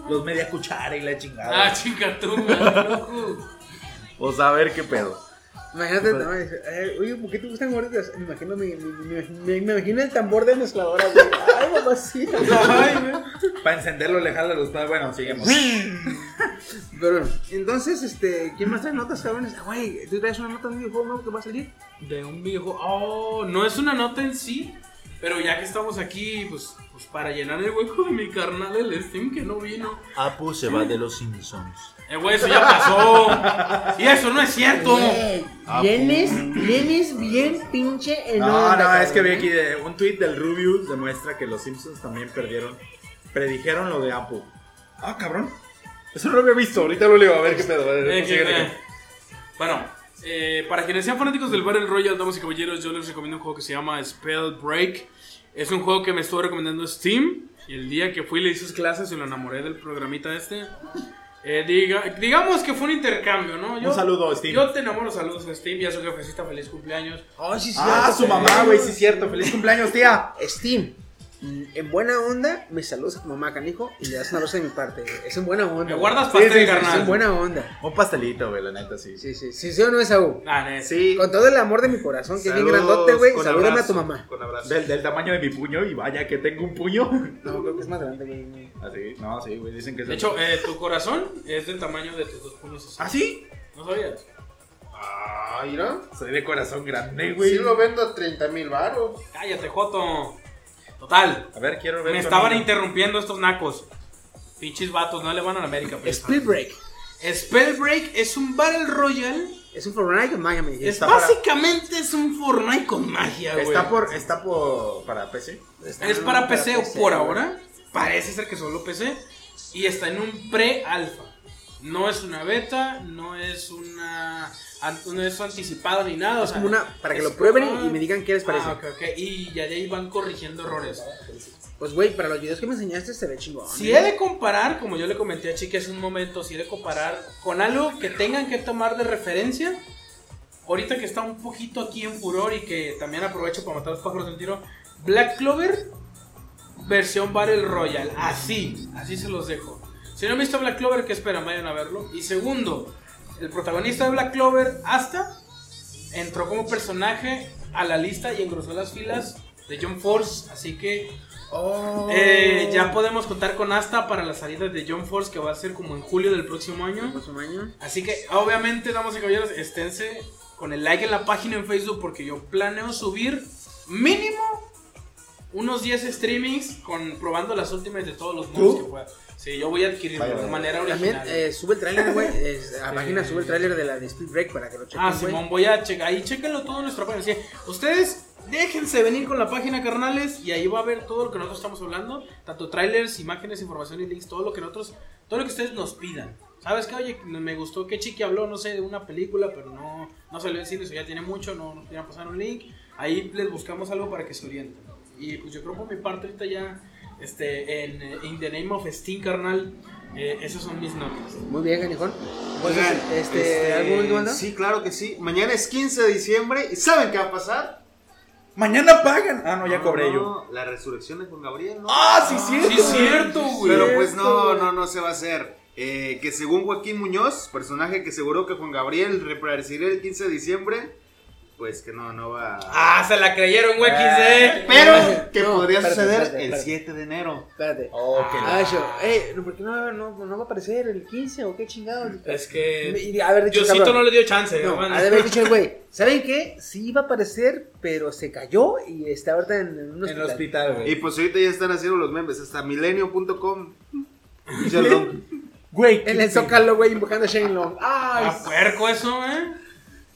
Los media cuchara y la chingada. Ah, chica, tú, güey, loco. o sea, a ver qué pedo. Imagínate, no, dice, "Ay, oye, ¿por qué te gustan gorditas? Me imagino, mi- mi- mi- me, me imagino el tambor de mezcladora, güey. Ay, mamacita. Para encenderlo, le jala los padres. Bueno, sigamos. Pero, entonces, este, ¿quién más trae notas, cabrones? Ah, güey, ¿tú traes una nota de un videojuego nuevo que va a salir? De un viejo. Oh, no es una nota en sí. Pero ya que estamos aquí, pues, pues para llenar el hueco de mi carnal, el Steam que no vino. Apu se va de los Simpsons. Eh, güey, eso ya pasó. Y eso no es cierto. Eh, Güey, Vienes, vienes bien pinche en No, onda, no, es cabrón, que vi ¿eh? aquí de- un tweet del Rubius demuestra que los Simpsons también perdieron. Predijeron lo de Apple. Ah, cabrón. Eso no lo había visto. Ahorita lo leo a ver qué pedo. a ver, Eh, sigue, que- sigue. eh, Bueno, eh, para quienes sean fanáticos del Battle Royale, damas y caballeros, yo les recomiendo un juego que se llama Spell Break. Es un juego que me estuvo recomendando Steam. Y el día que fui le hice sus clases y lo enamoré del programita este. Eh, diga, digamos que fue un intercambio, ¿no? Un saludo, Steam. Yo te enamoro, saludos a Steam y a su jefecita, feliz cumpleaños. Ay, sí, sí, Ah, ya, su mamá, güey, sí es cierto. Feliz cumpleaños, tía. Steam. mm, En buena onda, me saludas a tu mamá, canijo, y le das una rosa de mi parte. güey. Es en buena onda. Me güey. guardas Sí, pastel, sí, sí, Es en carnal. buena onda. Un pastelito, güey, la neta, sí. Sí, sí, sí, sí o no es Saúl. Ah, neta. Sí. Con todo el amor de mi corazón, que es bien grandote, güey. Salúdame a tu mamá. Con abrazo. Del, del tamaño de mi puño, y vaya que tengo un puño. No, creo que es más grande, güey. Así, no, sí, güey, dicen que es De el- hecho, eh, tu corazón es del tamaño de tus dos puños. ¿Ah, sí? ¿No sabías? Ah, mira. Soy de corazón grande, güey. Sí lo vendo a 30 mil baros. Cállate, Joto. Total. A ver, quiero ver. Me tu estaban amigo. interrumpiendo estos nacos. Pinches vatos, no le van a la América. pues. Split Break. Spell Break es un Battle Royale. Es un Fortnite con Maya, me Es dijiste. Está para- básicamente es un Fortnite con magia, güey. Está por, está por, para PC. Es para PC, o por ahora. Parece ser que solo PC. Y está en un pre-alfa. No es una beta, no es una. an- No es anticipada ni nada. o Es sea, como una. Para que es lo prueben como- y me digan qué les parece. Ah, ok, ok. Y ya de ahí van corrigiendo errores. Pues, güey, para los videos que me enseñaste se ve chingón. Si ¿eh? he de comparar, como yo le comenté a Chiqui hace un momento, si he de comparar con algo que tengan que tomar de referencia, ahorita que está un poquito aquí en furor y que también aprovecho para matar los pájaros del tiro, Black Clover versión Battle Royale, así, así se los dejo. Si no han visto Black Clover, ¿qué esperan? Vayan a verlo. Y segundo, el protagonista de Black Clover, Asta, entró como personaje a la lista y engrosó las filas de John Force, así que Oh. eh, ya podemos contar con Asta para la salida de John Force que va a ser como en julio del próximo año. eh, Más un año. Así que obviamente, damas y caballeros, esténse con el like en la página en Facebook porque yo planeo subir mínimo unos 10 streamings con probando las últimas de todos los modos que pueda. Sí, yo voy a adquirir de Vaya, vaya. manera También original. eh, sube el tráiler, güey. es- A la Sí. página sube el tráiler de la de Split Break para que lo chequen. ah, güey. Simón, voy a checar. Ahí chequenlo todo en nuestra página. Sí, ustedes Déjense venir con la página, carnales, y ahí va a ver todo lo que nosotros estamos hablando, tanto trailers, imágenes, información y links, todo lo que nosotros, todo lo que ustedes nos pidan. ¿Sabes qué? Oye, me gustó que Chiqui habló, no sé, de una película, pero no, no salió en cine, eso ya tiene mucho, no nos pudieron pasar un link. Ahí les buscamos algo para que se orienten. Y pues yo creo por mi parte ahorita ya, este, en eh, In the Name of Steam, carnal, eh, esas son mis notas. Muy bien, Canijón. Oigan, Entonces, este, ¿algún último anda? Sí, claro que sí. Mañana es 15 de diciembre. ¿Y saben qué va a pasar? Mañana pagan. Ah, no, ya cobré No, yo. La resurrección de con Gabriel, ¿no? Ah, sí, cierto. Sí, es cierto, güey. Pero pues no, no, no se va a hacer. Eh, que según Joaquín Muñoz, personaje que aseguró que Juan Gabriel reaparecerá el 15 de diciembre, pues que no, no va. Ah, se la creyeron, güey, 15. Pero que No, podría espérate, suceder espérate, el espérate. 7 de enero. Espérate. Oh, qué Ah, yo, eh, no, ¿por qué no, no, no va a aparecer el 15 o qué chingados? Es Eh, que. Y- y haber dicho, Diosito cabrón. no le dio chance, No, hermano. ha de haber dicho el güey, ¿saben qué? Sí iba a aparecer, pero se cayó y está ahorita en, en un En el hospital. hospital, Y güey. pues ahorita ya están haciendo los memes, hasta milenio.com. Ya lo- Güey. En el Zócalo, güey, invocando a Shane Long. ¡Ay! Ah, puerco eso, eh.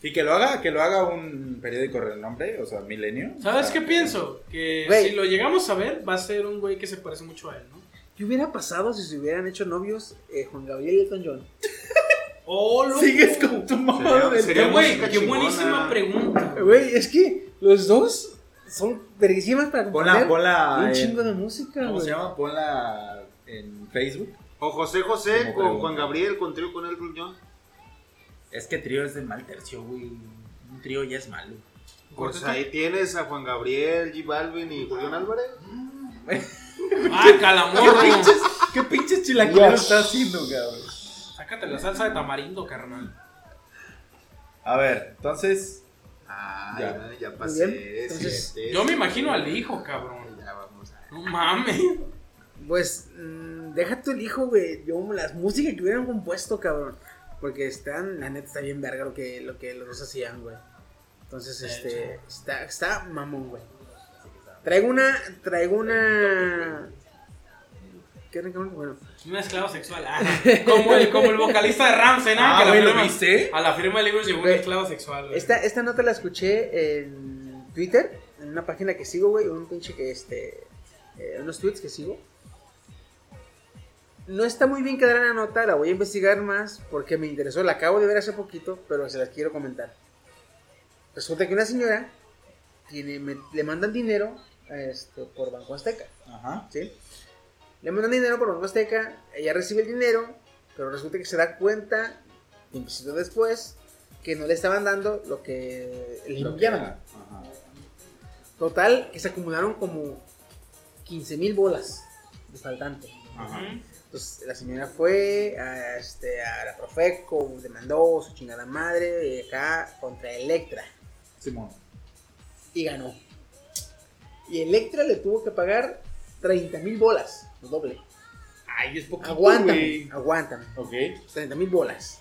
Y que lo haga, que lo haga un periódico renombre, o sea, Milenio. ¿Sabes Ah, qué pienso? Que Güey. si lo llegamos a ver, va a ser un güey que se parece mucho a él, ¿no? ¿Qué hubiera pasado si se hubieran hecho novios eh, Juan Gabriel y Elton John? Oh, loco. Sigues con tu mamá. Sería- sería Qué güey, música qué chingona. buenísima pregunta. Güey, es que los dos son verguísimas para Ponla, componer ponla. un en- chingo de música, eh, ¿Cómo güey. se llama? Ponla en Facebook. O José José Como con pregunta. Juan Gabriel, con trío con el John. Es que trío es de mal tercio, güey. Un trío ya es malo. Pues ahí tienes a Juan Gabriel, G Balvin y Julián Álvarez. Ah, calamorro. ¿Qué pinches chilaquiles está haciendo, cabrón? Sácate la salsa de tamarindo, carnal. A ver, entonces. Ah, Ya. ya, ya pasé. Muy bien. Entonces, siete, Yo me siete. imagino al hijo, cabrón. Ya vamos a- No mames. Pues, mm, deja tú el hijo, güey. Yo las músicas que hubieran compuesto, cabrón. Porque están, la neta está bien verga lo que, lo que los dos hacían, güey. Entonces, De este, está, está mamón, güey. Traigo una, traigo una... ¿Qué era, cabrón? Bueno, Un esclavo sexual. Ah, como, el, como el vocalista de Ramsey, ¿no? Ah, Que a la güey, ¿lo firma- viste? A la firma de libros llegó un Güey. esclavo sexual. güey. Esta, esta nota la escuché en Twitter, en una página que sigo, güey, un pinche que este. eh, unos tweets que sigo. No está muy bien quedar en la nota, la voy a investigar más porque me interesó, la acabo de ver hace poquito, pero se las quiero comentar. Resulta que una señora tiene, me- le mandan dinero este, por Banco Azteca. Ajá. ¿sí? Le mandan dinero por Banco Azteca, ella recibe el dinero, pero resulta que se da cuenta, tiempecito después, que no le estaban dando lo que le enviaban. Ajá. Total, que se acumularon como 15 mil bolas de faltante. Ajá. Entonces la señora fue a, este, a la Profeco, demandó su chingada madre, y acá contra Electra, Simón. y ganó. Y Electra le tuvo que pagar 30 mil bolas, lo doble. Ay, es poquito. Aguántame, aguántame. Ok. 30 mil bolas.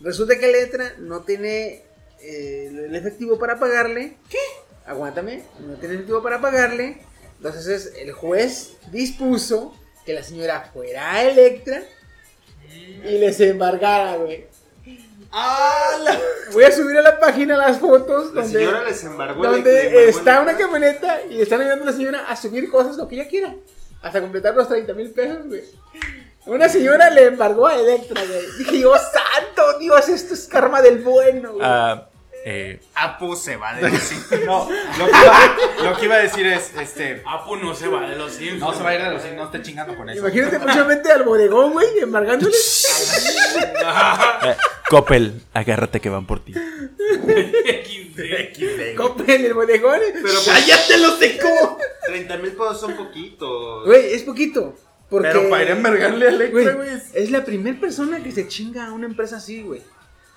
Resulta que Letra no tiene eh, el efectivo para pagarle. ¿Qué? Aguántame, no tiene efectivo para pagarle. Entonces el juez dispuso que la señora fuera a Electra y les embargara, güey. Voy a subir a la página las fotos La donde, señora les embargó. el- donde le embargó está el- una camioneta y están ayudando a la señora a subir cosas lo que ella quiera. Hasta completar los 30 mil pesos, güey. Una señora le embargó a Electra, güey. Dije, Dios santo, Dios, esto es karma del bueno, güey. Apu se va de decir. No, lo que, iba, lo que iba a decir es, este, Apu no se va de los Simpsons. no se va a ir de los no esté chingando con eso. Imagínate próximamente al bodegón, güey, embargándole. Coppel, agárrate que van por ti. XD. Copen el bodegón. Pero pues, ¡Cállate los seco! 30 mil pesos son poquitos. Güey, es poquito. Porque, Pero para ir a envergarle a Electra, güey, güey. es- es la primera persona que se chinga a una empresa así, güey.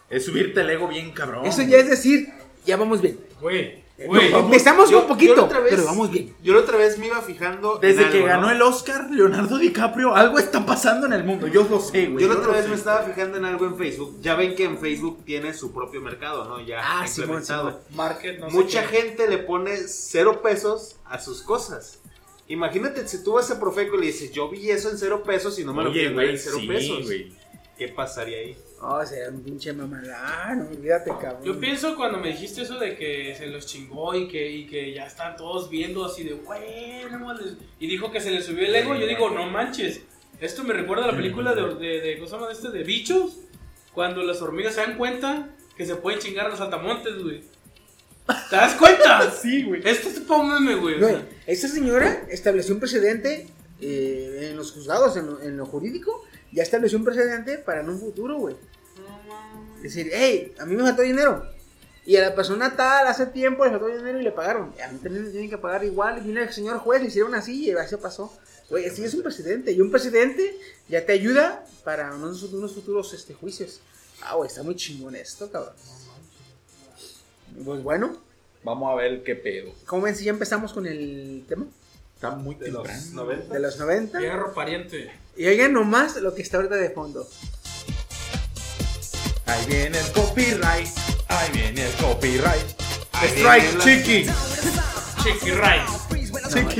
Es subirte el ego bien cabrón. Eso ya es decir, ya vamos bien. Güey, güey. Empezamos Yo- con poquito, yo la otra vez- pero vamos bien. Yo la otra vez me iba fijando. en Desde que algo, ganó ¿no? el Oscar, Leonardo DiCaprio, algo está pasando en el mundo. Yo lo sé, güey. Yo la otra lo vez sé. me estaba fijando en algo en Facebook. Ya ven que en Facebook tiene su propio mercado, ¿no? Ya Ah, Simón, implementado. Simón. Market, no sé Mucha qué. gente le pone cero pesos a sus cosas. Imagínate si tú vas a Profeco y le dices, yo vi eso en cero pesos y no me lo Oye, quieren dar en güey, cero sí, pesos. güey. ¿Qué pasaría ahí? Oh, sería un pinche mamalán, olvídate, cabrón. Yo pienso cuando me dijiste eso de que se los chingó y que, y que ya están todos viendo así de, güey, no mames", Y dijo que se le subió el ego. Yo digo, no manches. Esto me recuerda a la película de, de, de ¿cómo se llama este? De bichos. Cuando las hormigas se dan cuenta que se pueden chingar a los saltamontes, güey. ¿Te das cuenta? Sí, güey. Esto es pa' un meme, güey. o Güey, sea. esta señora estableció un precedente eh, en los juzgados, en lo, en lo jurídico, ya estableció un precedente para en un futuro, güey. Es decir, hey, a mí me faltó dinero. Y a la persona tal hace tiempo le faltó dinero y le pagaron. Y a mí también me tienen que pagar igual. Y mira, el señor juez le hicieron así y así pasó. Güey, así es un precedente. Y un precedente ya te ayuda para unos, unos futuros este, juicios. Ah, güey, está muy chingón esto, cabrón. Pues bueno, Vamos a ver qué pedo. como ven si ya empezamos con el tema Está muy De los temprano. 90. de los 90. Fierro pariente. Y oigan nomás lo que está ahorita de fondo. Ahí viene el copyright. Ahí viene el copyright. Ahí Strike, viene la- chiqui. Chiqui Ray.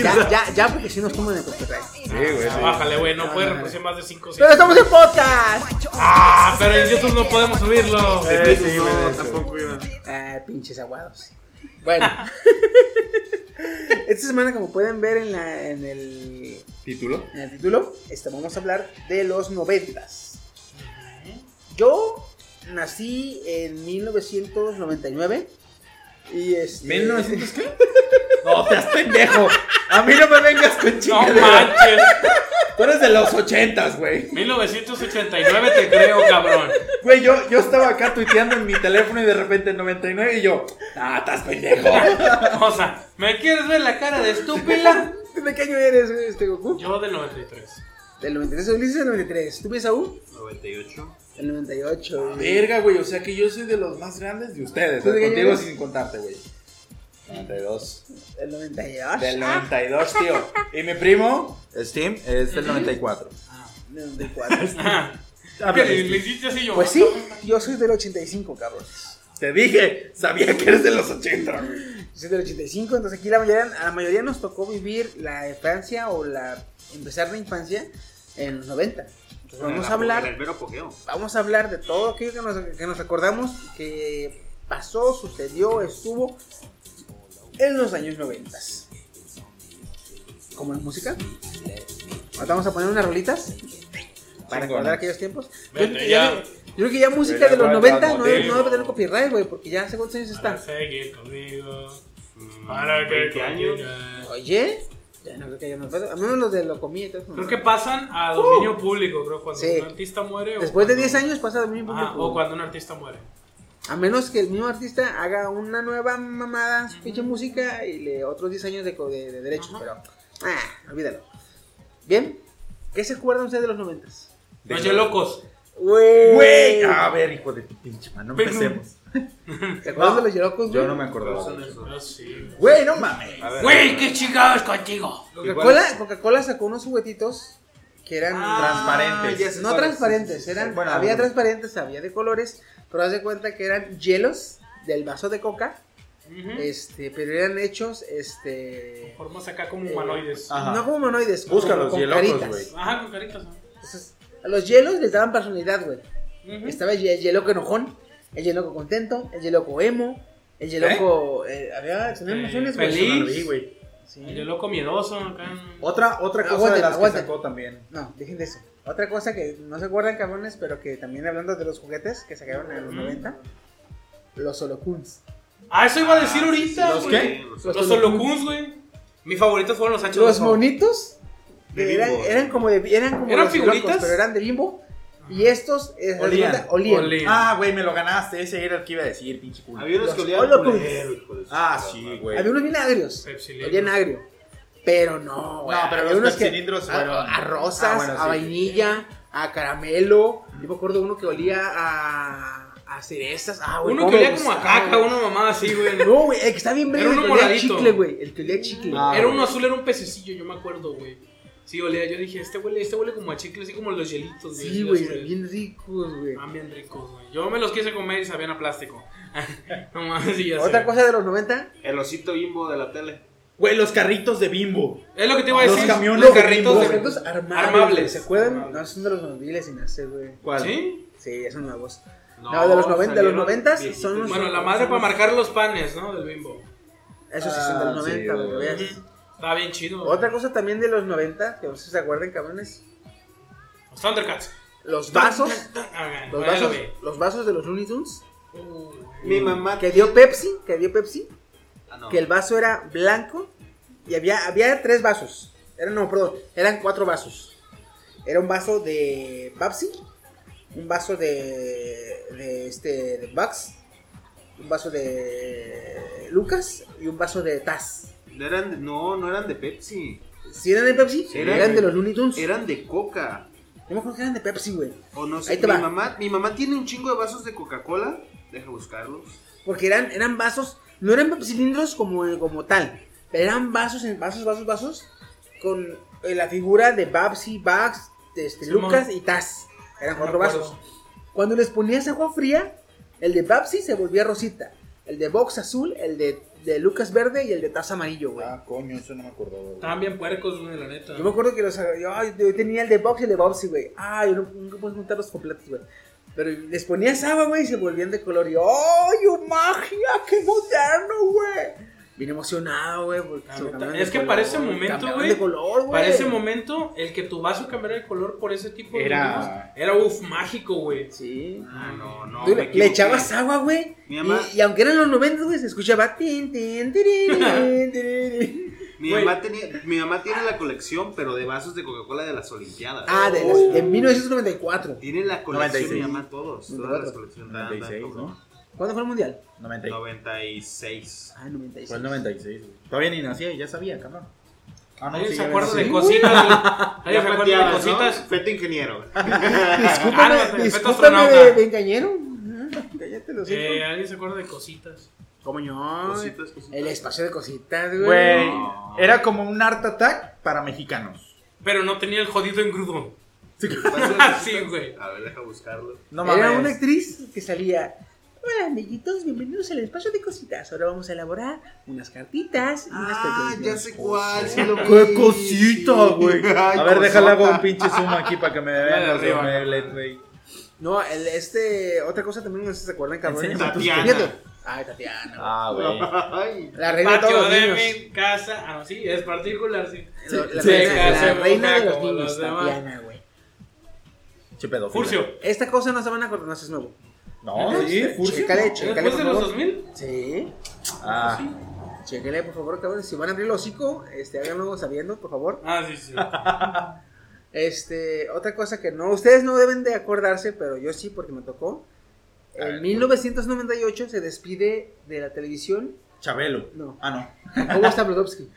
No, ya, ya, ya, porque si nos toman el copyright. Sí, güey. Ah, sí. Bájale, güey, no puede reproducir más de 5 Pero segundos. estamos en podcast. Ah, pero en YouTube no podemos subirlo. Eh, sí, No, güey, de hecho. tampoco iba. Ah, pinches aguados. Bueno. Esta semana, como pueden ver en, la, en, el, ¿Título? en el título, este, vamos a hablar de los noventas. Yo nací en 1999 y este... ¿1900 qué? No, te has pendejo. A mí no me vengas con No chingaderas. manches. Tú eres de los 80s, güey. 1989 te creo, cabrón. Güey, yo, yo estaba acá tuiteando en mi teléfono y de repente 99 y yo, ah, estás pendejo. O sea, ¿me quieres ver la cara de estúpida? ¿De qué año eres, este Goku? Yo del 93. Del 93, Ulises del 93. ¿Tú ves aún? 98. Del 98. güey. Verga, güey, o sea que yo soy de los más grandes de ustedes. ¿Tú de qué Contigo eres? sin contarte, güey. 92. Del 98. Del 92, tío. Y mi primo, Steam, es del 94. Ah, Del 94. Ah, que le, le hiciste así yo. Pues sí, yo soy del 85, cabrón. Te dije, sabía que eres de los 80, güey. Yo soy del 85, entonces aquí la mayoría, a la mayoría nos tocó vivir la infancia o la empezar la infancia en los 90. Entonces vamos a El hablar, mero apogeo. vamos a hablar de todo aquello que nos, que nos acordamos que pasó, sucedió, estuvo en los años 90. Como en música. Ahorita vamos a poner unas rolitas para recordar aquellos tiempos. Yo, Vete creo que ya. ya- yo creo que ya música Pero de los bueno, 90 no, no debe- digo. no debe tener copyright, güey, porque ya hace cuántos años Para está. seguir conmigo. Para que 20 años. continúe. Oye, ya no creo que haya más pedo. A menos los de lo comí. entonces, no. Creo que pasan a dominio público, creo, cuando Uh. Sí. un artista muere. o Después de cuando- 10 años pasa a dominio Ah, público. o cuando un artista muere. A menos que el mismo artista haga una nueva mamada, su pinche música y le otros 10 años de, co- de, de derechos, pero. Ah, olvídalo. Bien, ¿qué se acuerdan ustedes de los 90? Noche locos. Güey, Güey, ah, a ver, hijo de tu pinche mano, Pero- empecemos. ¿Te acuerdas de los Yerocos, güey? Yo no me acordaba. de eso. Ah, sí. Güey, no mames. Güey, qué chingados contigo. Coca-Cola Coca-Cola sacó unos juguetitos que eran. Ah, Transparentes. ya sé no cuáles. transparentes, eran, Bueno, había algunos. transparentes, había de colores, pero haz de cuenta que eran hielos del vaso de coca Este, pero eran hechos, este. Formas acá como humanoides. Ah. Ajá. No como monoides, como Búscalos, con hielocos, caritas. güey. Ajá, con caritas. ¿no? Entonces, a los hielos les daban personalidad, güey. Ujú. Estaba el ye- hieloco enojón, el hieloco contento, el hieloco emo, el hieloco. eh, había, tenían Eh, emociones, feliz. güey. Yo no lo vi, güey. Sí. Yo loco miedoso acá. Otra, otra cosa Aguanten, de las aguanten. que sacó también. No, dejen de eso. Otra cosa que no se acuerdan, cabrones, pero que también hablando de los juguetes que sacaron en los Ujú. 90, los holocuns. Ah, eso iba a decir ahorita. ¿Los güey. ¿Eh? qué? Los holocuns, güey. Mis favoritos fueron los anchos. Los monitos De eran, Bimbo. eran como de eran como ¿Eran los Yolocos, figuritas? pero eran de bimbo y estos eh, Olían. resulta- olían. Ah, güey, me lo ganaste. Ese era el que iba a decir, pinche culo. Había unos Los que olían Holocaust. culero, hijo de su Ah, puta sí, madre. güey. Había unos bien agrios, Pepsi olían Lime. agrio, pero no, güey, No, pero había los unos que- pepsilindros a, fueron- a rosas, Ah, bueno, a sí. Mm. vainilla, a caramelo. Yo me acuerdo uno que olía a a cerezas, ah, güey, Uno cómo que me olía como a gustaba. caca, una mamá así, güey. No, güey, el que está bien Era verde, el uno que olía a moradito. chicle, güey, el que olía a chicle. Ah, Era uno güey. azul, era un pececillo, yo me acuerdo, güey. Sí, olía, yo dije, este huele, este huele como a chicle, así como los hielitos, güey. sí, así güey, azules. bien ricos, güey. Estaban bien ricos, güey. Yo me los quise comer y sabían a plástico. no mames, sí, ya sé. Otra cosa de los 90, El osito bimbo de la tele. Güey, los carritos de bimbo. Es lo que te iba a Los decir. camiones los de carritos Bimbo, Los de- objetos armables. güey, ¿Se acuerdan? No, son de los noviles y nace, güey. ¿Cuál? ¿Sí? Sí, son nuevos. No, de los noven- de los salieron noventas viejitos. son los- Bueno, la madre para marcar los panes, ¿no? Del bimbo. Esos sí son de los Ah, sí, 90, güey. güey. veas. Está bien chido. Otra cosa también de los 90, que no sé si se acuerdan, cabrones. Los Thundercats. Los vasos. Ah, Uh, Los ya lo vasos, vi. los vasos de los Looney Tunes. Mi mamá. Que dio Pepsi, que dio Pepsi. Ah, no. Que el vaso era blanco. Y había, había tres vasos. Era, no, perdón. Eran cuatro vasos. Era un vaso de Pepsi. Un vaso de. de este. de Bugs. Un vaso de. Lucas. Y un vaso de Taz. No eran de- no, no eran de Pepsi. Si eran de Pepsi, Sí, eran, eran- de los Looney Tunes. Eran de Coca. No me acuerdo que eran de Pepsi, güey. O no sé. Ahí te mi, va. mamá, mi mamá tiene un chingo de vasos de Coca-Cola. Deja buscarlos. Porque eran, eran vasos, no eran cilindros como, como tal, pero eran vasos, en vasos, vasos, vasos, con eh, la figura de Babsy, Bugs, de este, Simón. Lucas y Taz. Eran No me cuatro vasos. Cuando les ponías agua fría, el de Babsy se volvía rosita, el de Box azul, el de, de Lucas verde y el de Taz amarillo, güey. Ah, coño, eso no me acordaba, güey. Estaban bien puercos, güey, la neta. Yo me acuerdo que los yo, yo tenía el de Box y el de Bobsy, güey. Ah, yo no- nunca pude juntarlos completos, güey. Pero les ponías agua, güey, y se volvían de color. Y yo, ¡ay, oh, magia! ¡Qué moderno, güey! Bien emocionado, güey. porque Ah, se neta. cambiaban de Es que color, para ese momento, cambiaban güey. de color, güey. Para ese momento, el que tu vaso cambiara de color por ese tipo de Era- cosas, Era uff, mágico, güey. Sí. Ah, no, no. Tú me le- le equivoqué. echabas agua, güey. Mi mamá- Y, y aunque eran los 90, güey, se escuchaba. Tin, tin, tirirín, tirirín. Mi Güey. mamá, tenía, mi mamá tiene la colección, pero de vasos de Coca-Cola de las Olimpiadas. ah, de, las- de 1994. Tiene la colección 96. mi mamá todos. Todas las colecciones. 96, ¿no? ¿Cuándo fue el mundial? 96. 96. Ah, 96. Fue el 96, güey. Todavía ni nacía y ya sabía, cabrón. Ah, Nadie sí, se ya acuerda nací. de cositas, güey. Nadie Ya se acuerda de plateabas, ¿no? cositas. Feto ingeniero. Discúlpame, Ah, no, pero respeto discúlpame astronauta. de, de engañero. Ajá, Cállate los Eh, hijos. alguien se acuerda de cositas. ¿Cómo no? Cositas, cositas. El espacio de cositas, güey. Güey, No. era como un Art Attack para mexicanos. Pero no tenía el jodido engrudo. Sí, güey. A ver, deja buscarlo. No Era una mames. actriz que salía. Hola, amiguitos, bienvenidos al espacio de cositas. Ahora vamos a elaborar unas cartitas. y unas Ah, pequeñas ya sé cuál. sí lo ¡Qué vi, cosita, sí. güey! Ay, A ver, déjale hago cosota. un pinche zoom aquí para que me vean de los arriba. muebles, güey. No, el, este. Otra cosa también, no sé si se acuerdan, cabrones. Enséñame tus Fíjate. Tatiana. Ay, Tatiana. Ah, güey. Ay, La reina de Patio todos los niños. de mi casa. Ah, no, sí, es particular, sí. La, la Sí, reina, que la se reina de busca los como niños, los demás. Tatiana, güey. Che pedófilo. Furcio. Esta cosa no se van a acordar, no eso es nuevo. No, sí, Furcio. Chécale, chécale, Después de por los favor. 2000. Sí. Ah, Chequenle, por favor, cabrones. Si van a abrir el hocico, este, háganlo sabiendo, por favor. Ah, sí, sí. Este, otra cosa que no, ustedes no deben de acordarse, pero yo sí, porque me tocó. A ver, En 1998 se despide de la televisión. Chabelo. No. Ah, no. ¿Cómo está Brodowski?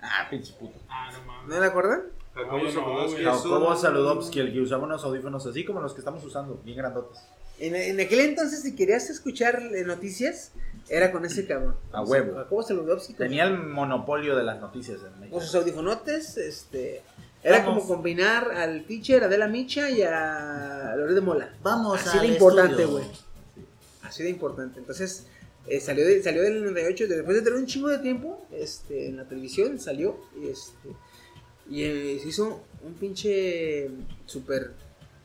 Ah, pinche puto. Ah, no mames. ¿No le acuerdan? Jacobo Ay, no, Zabludowski güey. es un- Jacobo Saludowski, el que usaba unos audífonos así como los que estamos usando, bien grandotes. En, en aquel entonces, si querías escuchar eh, noticias, era con ese cabrón. A huevo. Jacobo Saludowski. con- Tenía el monopolio de las noticias en México. Con sus audifonotes, este. Era Vamos. como combinar al teacher, a Adela Micha y a Lore de Mola. Vamos Así de importante, güey. Así de importante. Entonces, eh, salió, de- salió del 98, después de tener un chingo de tiempo este, en la televisión, salió y, este, y eh, se hizo un pinche super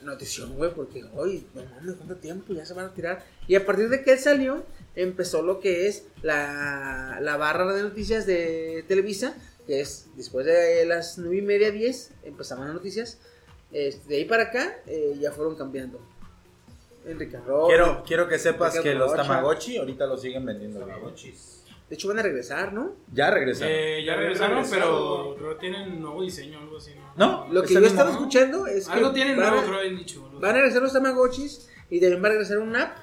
notición, güey, porque, hoy no mames, cuánto tiempo, ya se van a tirar. Y a partir de que él salió, empezó lo que es la, la barra de noticias de Televisa, que es después de las 9 y media, 10, empezaban las noticias. Este, de ahí para acá, eh, ya fueron cambiando. Enrique Arroyo, Quiero, quiero que sepas Porque que los Tamagotchi. Tamagotchi ahorita los siguen vendiendo. güey. De hecho, van a regresar, ¿no? Ya regresaron. Eh, ya regresaron, regresado. pero creo que tienen nuevo diseño o algo así, ¿no? No, Lo que ¿Es el yo estaba mismo? escuchando es que Algo tienen van, nuevo, creo a, que han dicho. boludo. van a regresar los Tamagotchis y también va a regresar un app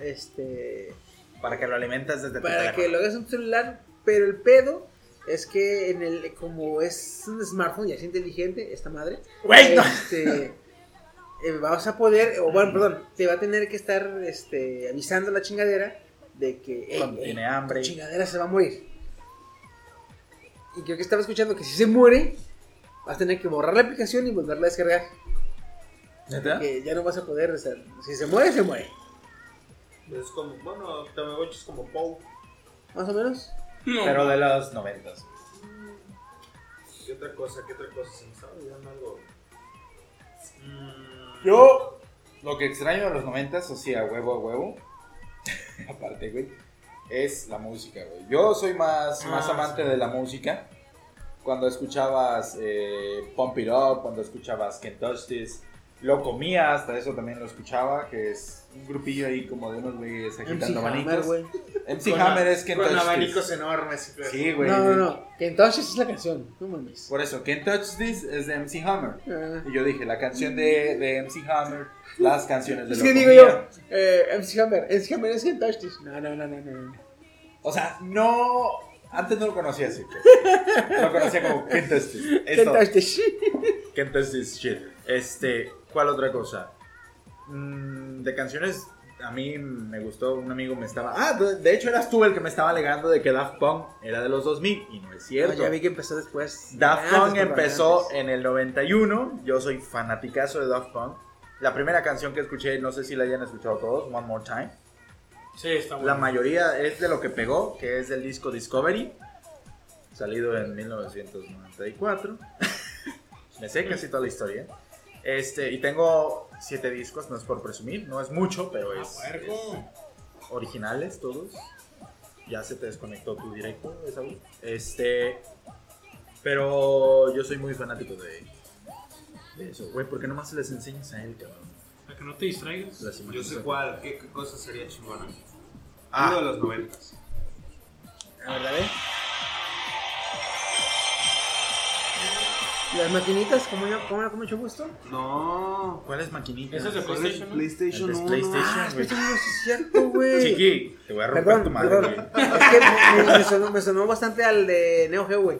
este, Para que lo alimentas desde para tu que teléfono. lo hagas en tu celular. Pero el pedo es que en el como es un smartphone y así inteligente, esta madre, Güey, no. este, eh, vas a poder, o bueno, perdón, te va a tener que estar este, avisando la chingadera de que "Ey, Cuando ey, tiene hambre. tu chingadera se va a morir. Y creo que estaba escuchando que si se muere, vas a tener que borrar la aplicación y volverla a descargar. ¿Neta? que ya no vas a poder o sea, Si se muere, se muere. Es como, bueno, Tamagotchi es como Pou. Más o menos. No. Pero de los noventas. ¿Qué otra cosa? ¿Qué otra cosa? Se me estaba olvidando algo. Yo lo que extraño de los noventas, o sea, huevo a huevo, aparte, güey, es la música, güey. Yo soy más, más Ah, amante de la música. Cuando escuchabas eh, Pump It Up, cuando escuchabas Can't Touch This, lo comía, hasta eso también lo escuchaba, que es un grupillo ahí como de unos güeyes agitando Hammer, abanicos. güey. MC Hammer es Can't Con Touch This. abanicos enormes. y Sí, güey. No, no, no. Que entonces es la canción. No mames. Por eso, Can't Touch This es de MC Hammer. Ah. Y yo dije, la canción de, de MC Hammer, las canciones de Es lo que digo comía. yo, eh, MC Hammer, MC Hammer es quien touch this. No, no, no, no, no. no. O sea, no. Antes no lo conocía así. pues. Lo conocía como Kent Estes. Quien Esto. touch this. Kent Estes, shit. Este, ¿cuál otra cosa? Mm, de canciones, a mí me gustó. Un amigo me estaba. Ah, de, de hecho eras tú el que me estaba alegando de que Daft Punk era de los 2000. Y no es No, cierto. ya vi que empezó después. Daft Antes, Punk pero empezó antes. en el 91. Yo soy fanaticazo de Daft Punk. La primera canción que escuché, no sé si la hayan escuchado todos, One More Time. Sí, está bueno. La mayoría es de lo que pegó, que es del disco Discovery, salido en 1994. Me sé casi toda la historia. Este, y tengo siete discos, no es por presumir, no es mucho, pero Ah, es, puerco. es originales todos. Ya se te desconectó tu directo, Esaú. Este, pero yo soy muy fanático de, de eso, güey, porque nomás les enseñas a él, cabrón. Para que no te distraigas. Las Yo imágenes sé de- cuál, qué, qué cosa sería chingona. Ah. Uno de los noventas. A ver, dale. Las maquinitas, como yo, como yo con mucho gusto. No. ¿Cuál es maquinita? Ese es de ¿Cuál es? PlayStation. ¿no? PlayStation El de 1. PlayStation. Ah, güey. esto no es cierto, güey. Chiqui, te voy a romper tu Perdón, madre, perdón. güey. Es que me, me- me sonó, me sonó bastante al de Neo Geo, güey.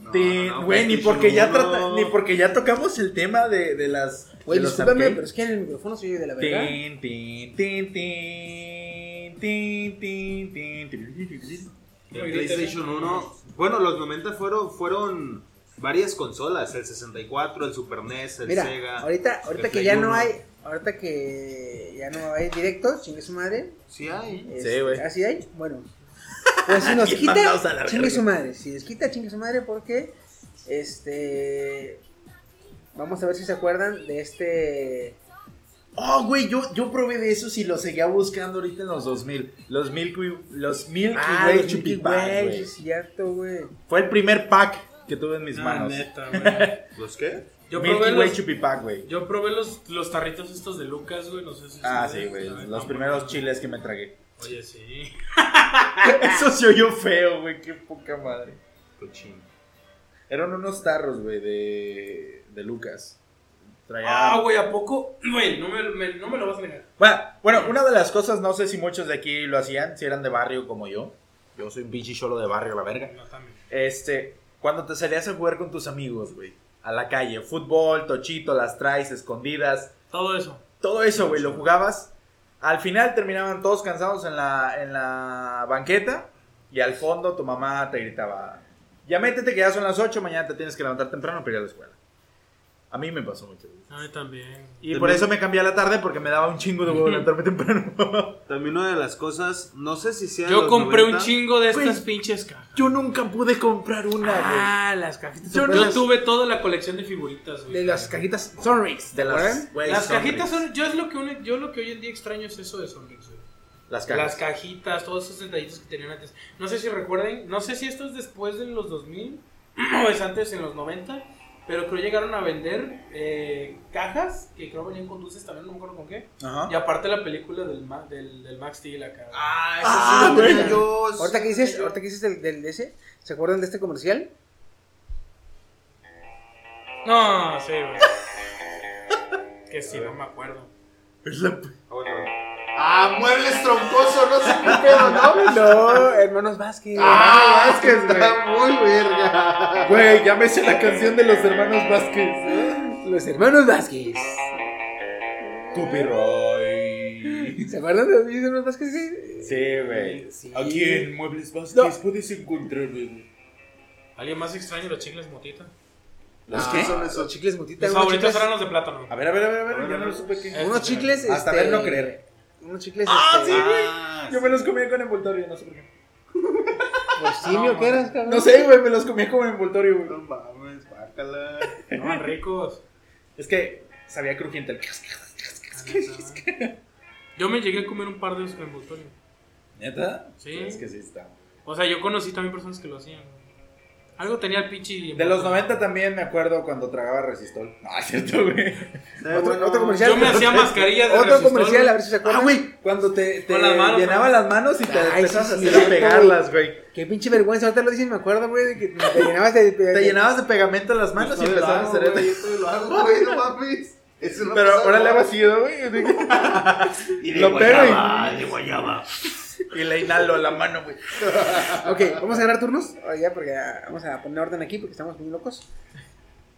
No, Te- no, güey, ni PlayStation porque ya 1. trata- ni porque ya tocamos el tema de, de las. Güey, de los discúlpame, arcade. pero es que en el micrófono soy de la verdad. Tin, tin, tin, tin, tin, tin, tin, tin. El PlayStation 1. Bueno, los 90 fueron, fueron varias consolas: el 64, el Super NES, el Mira, Sega. ahorita, ahorita que el Play ya no uno. hay, ahorita que ya no hay directos, chingue su madre. Sí, hay. Este, güey. ¿Así hay? Bueno. Pues si nos Bien mandados a quita, la chingue verga. su madre. Si nos quita, chingue su madre porque, este, vamos a ver si se acuerdan de este... Oh, güey, yo, yo probé de eso y lo seguía buscando ahorita en los 2000. Los Milky, Ah, los Milky Ah, Way los Chupi Milky Bag, Way, güey. es cierto, güey. Fue el primer pack que tuve en mis Ah, manos. neta, güey. ¿Los qué? Yo Milky probé, Way los, Chupi Pack, güey. yo probé los, los tarritos estos de Lucas, güey. No sé si. Ah, se- sí, güey. Ay, Los no, primeros no. chiles que me tragué. Oye, sí. Eso se oyó feo, güey. Qué poca madre. Cochino. Eran unos tarros, güey, de, de Lucas. Traía... Ah, güey, ¿a poco? Güey, no me, me- no me lo vas a negar. bueno, bueno, una de las cosas, no sé si muchos de aquí lo hacían, si eran de barrio como yo. Yo soy un pinche cholo de barrio, la verga. No, también. Este, cuando te salías a jugar con tus amigos, güey, a la calle, fútbol, tochito, las traes, escondidas, Todo eso. todo eso, güey, lo jugabas. Al final terminaban todos cansados en la, en la banqueta y al fondo tu mamá te gritaba, ya métete que ya son las 8, mañana te tienes que levantar temprano para ir a la escuela. A mí me pasó mucho. güey. A mí también. Y por eso me cambié a la tarde porque me daba un chingo de huevo levantarme temprano. También una de las cosas, no sé si sea. Yo los compré un 90. chingo de Güey, estas pinches cajas. Yo nunca pude comprar una, güey. Pues, Ah, las cajitas. Yo son no- Yo buenas. tuve toda la colección de figuritas, güey. De las cajitas Sonrix, De las, güey, Las Sonrix. cajitas son, yo es lo que une- yo lo que hoy en día extraño es eso de Sonrix, güey. Las Las cajas. cajitas, todos esos detallitos que tenían antes. No sé si recuerden, no sé si esto es después de los 2000 o es antes en los 90, pero creo llegaron a vender eh, cajas que creo venían con dulces también, no me acuerdo con qué. Ajá. Y aparte la película del, Ma- del, del Max Steel acá. güey. Ah, eso Ah, sí lo güey. tenía yo. Ahorita que dices, ahorita que dices del, del de ese, ¿se acuerdan de este comercial? No, sí, güey. que sí, no me acuerdo. Es la- Ah, bueno. Ah, muebles troncoso, no sé qué pedo, ¿no? No, hermanos Vázquez. Ah, es que está muy verga. Güey, ya me sé la canción de los hermanos Vázquez. Los hermanos Vázquez. Copyright. ¿Se acuerdan de los hermanos Vázquez? Sí. Sí, güey. Sí. Aquí en Muebles Vázquez No. puedes encontrar, güey. ¿Alguien más extraño los chicles motita? ¿Los Ah, qué? son Los chicles mutitas. Mis unos favoritos chicles- eran los de plátano. A ver, a ver, a ver, a ver, A ver, ya a no ver. lo supe qué. Eh. Unos chicles. Hasta este, ver no creer. Unos chicles. Ah, este, sí, güey. Ah, Yo me los comía con envoltorio, no sé por qué. ¿Por simio qué eras, cabrón? No sé, güey, me los comía como envoltorio, güey. No mames, bácala. Estaban ricos. Es que sabía crujiente el Yo me llegué a comer un par de esos en envoltorio. ¿Neta? Sí. Es que sí está. O sea, yo conocí también personas que lo hacían. Algo tenía el pichi. De los 90 también me acuerdo cuando tragaba resistol. No, es cierto, güey. Eh, Ah, Otro, bueno, otro comercial. Yo me hacía mascarillas de Otro resistol, comercial, güey. a ver si se acuerdan. Ah, güey, cuando te, te Con las manos, llenaba ¿no? las manos y te Ay, empezabas sí, así cierto, a pegarlas, güey. Qué pinche vergüenza. Ahorita lo dicen, me acuerdo, güey, de que te llenabas de. Te llenabas de pegamento en las manos y Pues Yo lo empezabas a hago, hacer güey, yo lo hago, güey, no mames. Eso no Pero pasa ahora le hago nada. así, güey. Y de lo guayaba, de guayaba. Y le inhalo la mano, güey. Ok, vamos a agarrar turnos. Ahora ya, porque ah, vamos a poner orden aquí porque estamos muy locos.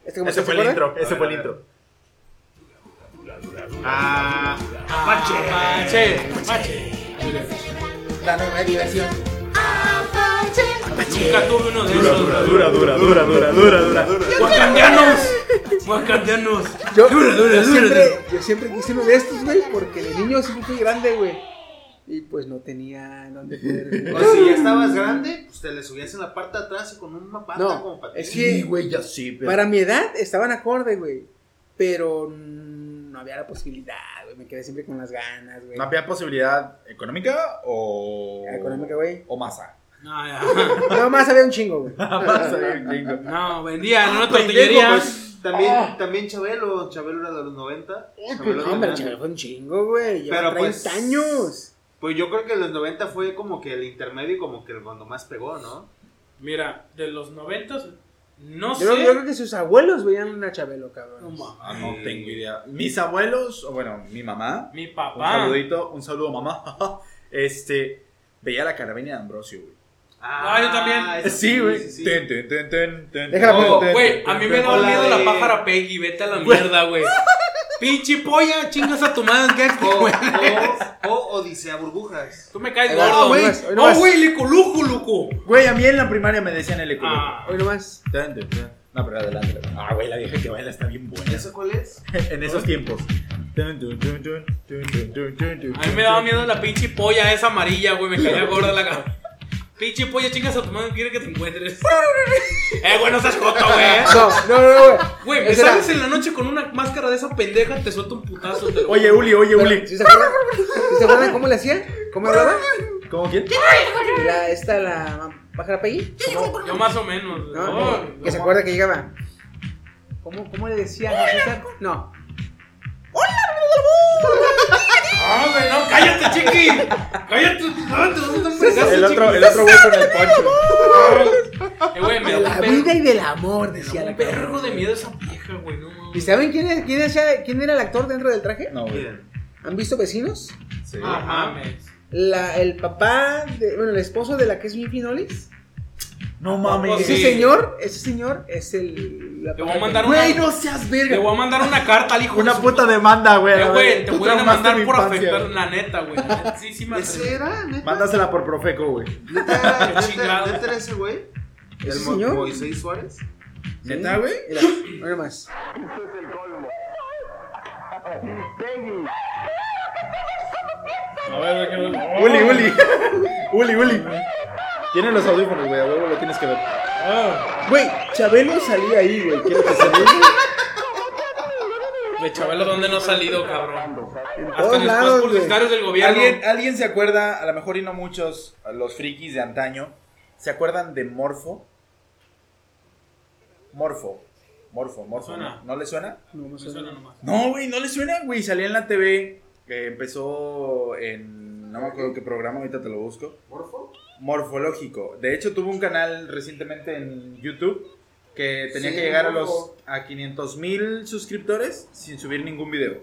Este Ese comercial. fue ¿se el acuerdan? intro, ese fue el intro. Ah, Mache, mache. La nueva diversión. Nunca tuve uno de esos. dura, dura, dura, dura, dura, dura. Wakandianos. Wakandianos. Yo, yo siempre, yo siempre quise uno de estos, güey, porque de niño siempre fui grande, güey. Y pues no tenía dónde poder. o si ya estabas grande, pues te le subías en la parte de atrás y con una pata No, como para es ti. que- güey, ya sí, pero- Para mi edad estaban acorde, güey. Pero mm, no había la posibilidad, güey. Me quedé siempre con las ganas, güey. ¿No había posibilidad económica o. Ah, económica, güey. O masa. No, ya. No, más había un chingo, güey. masa, bien gringo. No, vendía en una Pendejo, tortillería. pues, también, también Chabelo, Chabelo era de los 90. Chabelo No, hombre, tenía- chaval, fue un chingo, güey. Lleva Pero, 30 pues, años. Pues yo creo que en los 90 fue como que el intermedio y como que el cuando más pegó, ¿no? Mira, de los 90 no Yo, creo- sé. yo creo que sus abuelos veían a Chabelo, No, cabrón. ma. Ah, no tengo idea. Mis abuelos, o bueno, mi mamá. Mi Un papá. saludito, un saludo, mamá. Este. Veía la carabina de Ambrosio, güey. Ah, yo también. ese Eh, Sí, güey. sí, sí. Ten, ten, ten, ten, ten. Déjala, Oh, pues, güey, Güey, a mí me O daba la miedo de- la pájara Peggy. Vete a la mierda, güey. Pinche polla, chingas a tu madre. ¿qué haces, O, güey? o, o Odisea Burbujas. Tú me caes Ahí va, gordo, hoy güey. nomás, hoy No, nomás. güey, liculucu, lucu. Güey, a mí en la primaria me decían el ecoloco. Ah, Hoy nomás. Ten, ten, ten. No, pero adelante. adelante. Ah, güey, la vieja que baila está bien buena. ¿Eso cuál es? en esos tiempos. Dun, dun, dun, dun, dun, dun, dun, dun, dun. a mí me daba miedo la pinche polla esa amarilla, güey. Me caía gorda la cara. Pinche polla, chingas a tu madre. Quiere que te encuentres. eh, güey, no seas joto, güey. No, no, no, no, güey. Güey, me Ese era- sales en la noche con una máscara de esa pendeja, te suelto un putazo. Te lo- Oye, Uli, oye, Pero, Uli. ¿sí se acuerdan? ¿Sí se acuerdan cómo le hacía? ¿Cómo hablaba? ¿Cómo quién? La, esta, la pájara Peggy. Yo más o menos. No, Oh, no, que se acuerda que llegaba. ¿Cómo, cómo le decía? ¿No? César? No. No, güey, no, cállate, chiqui. Cállate, no, te vas a dar un pedazo, El otro, chiqui. el otro güey con el poncho. Eh, güey, me De da la un perro. vida y del amor, Me decía daba la un perro cabrona. de miedo esa vieja, güey. No, mames. ¿Y saben quién, es- quién, hacía- quién era el actor dentro del traje? No, güey. Miren, ¿Han visto vecinos? Sí. Ah, mames. La, el papá, de, bueno, el esposo de la que es Mickey Nolis. No Oh, mames. Ese sí. señor, ese señor es el. La Te voy pájara a mandar Peggy. una- Güey, no seas Te voy verga. a mandar una carta al hijo. de Una su puta puta- demanda, güey. Eh, güey, te Tú voy a traumaste mi mandar por infancia. afectar la neta, güey. La neta, Sí, sí, me ¿Ese atrevo. era? ¿Neta? Mándasela por Profeco, güey. ¿Neta, Qué neta, chingado. neta era ese güey? ¿Ese ¿El Mo- señor? Moisés Suárez? ¿Neta, güey? Mira, ahora más. Uli, Uli. Uli, Uli. Tiene los audífonos, güey. A huevo lo tienes que ver. Ah. Güey, Chabelo salía ahí, güey. Quiero que se vea. De Chabelo, ¿dónde no ha salido, cabrón? todos Hasta en los lados, juegos publicitarios del gobierno. ¿Alguien, alguien se acuerda, a lo mejor y no muchos, a los frikis de antaño, ¿se acuerdan de Morfo? Morfo, Morfo, Morfo. suena. ¿No, ¿No le suena? No, no Me sé. suena nomás. No, güey, no le suena, güey. Salía en la TV, eh, empezó en, no me acuerdo qué programa, ahorita te lo busco. ¿Morfo? Morfológico. De hecho, tuvo un canal recientemente en YouTube que tenía Sí, que llegar a los Morfo. a 500 mil suscriptores sin subir ningún video.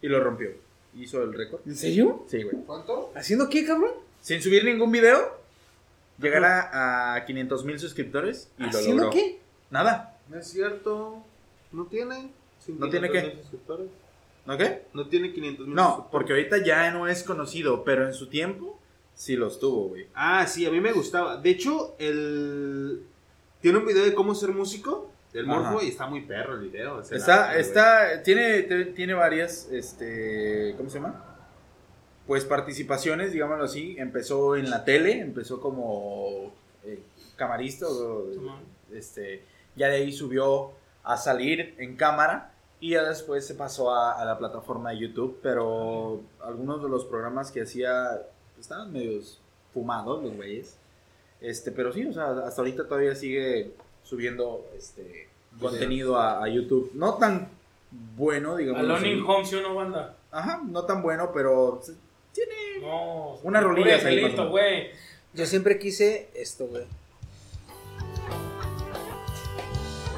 Y lo rompió. Hizo el récord. ¿En serio? Sí, güey. ¿Cuánto? ¿Haciendo qué, cabrón? sin subir ningún video, llegar a, a 500 mil suscriptores y lo ¿Haciendo logró. qué? Nada, No es cierto. ¿No tiene? ¿No tiene qué? 500,000 suscriptores. ¿no qué? No tiene 500 mil No, porque ahorita ya no es conocido, pero en su tiempo sí los tuvo, güey. Ah, sí, a mí me gustaba. De hecho, el... Tiene un video de cómo ser músico del Morfo Ajá. y está muy perro el video. se la- Está, güey. está, tiene, te- tiene varias, este, ¿cómo se llama? pues participaciones, digámoslo así. Empezó en la tele, empezó como eh, camarista, o, Simón. este, ya de ahí subió a salir en cámara y ya después se pasó a, a la plataforma de YouTube, pero algunos de los programas que hacía estaban medios fumados los güeyes. Este, pero sí, o sea, hasta ahorita todavía sigue subiendo este contenido a, a YouTube. No tan bueno, digamos. Alone in así. Home, sí, una banda. Ajá, no tan bueno, pero No. Una rolilla ahí, Listo, perdón. güey. Yo siempre quise esto, güey.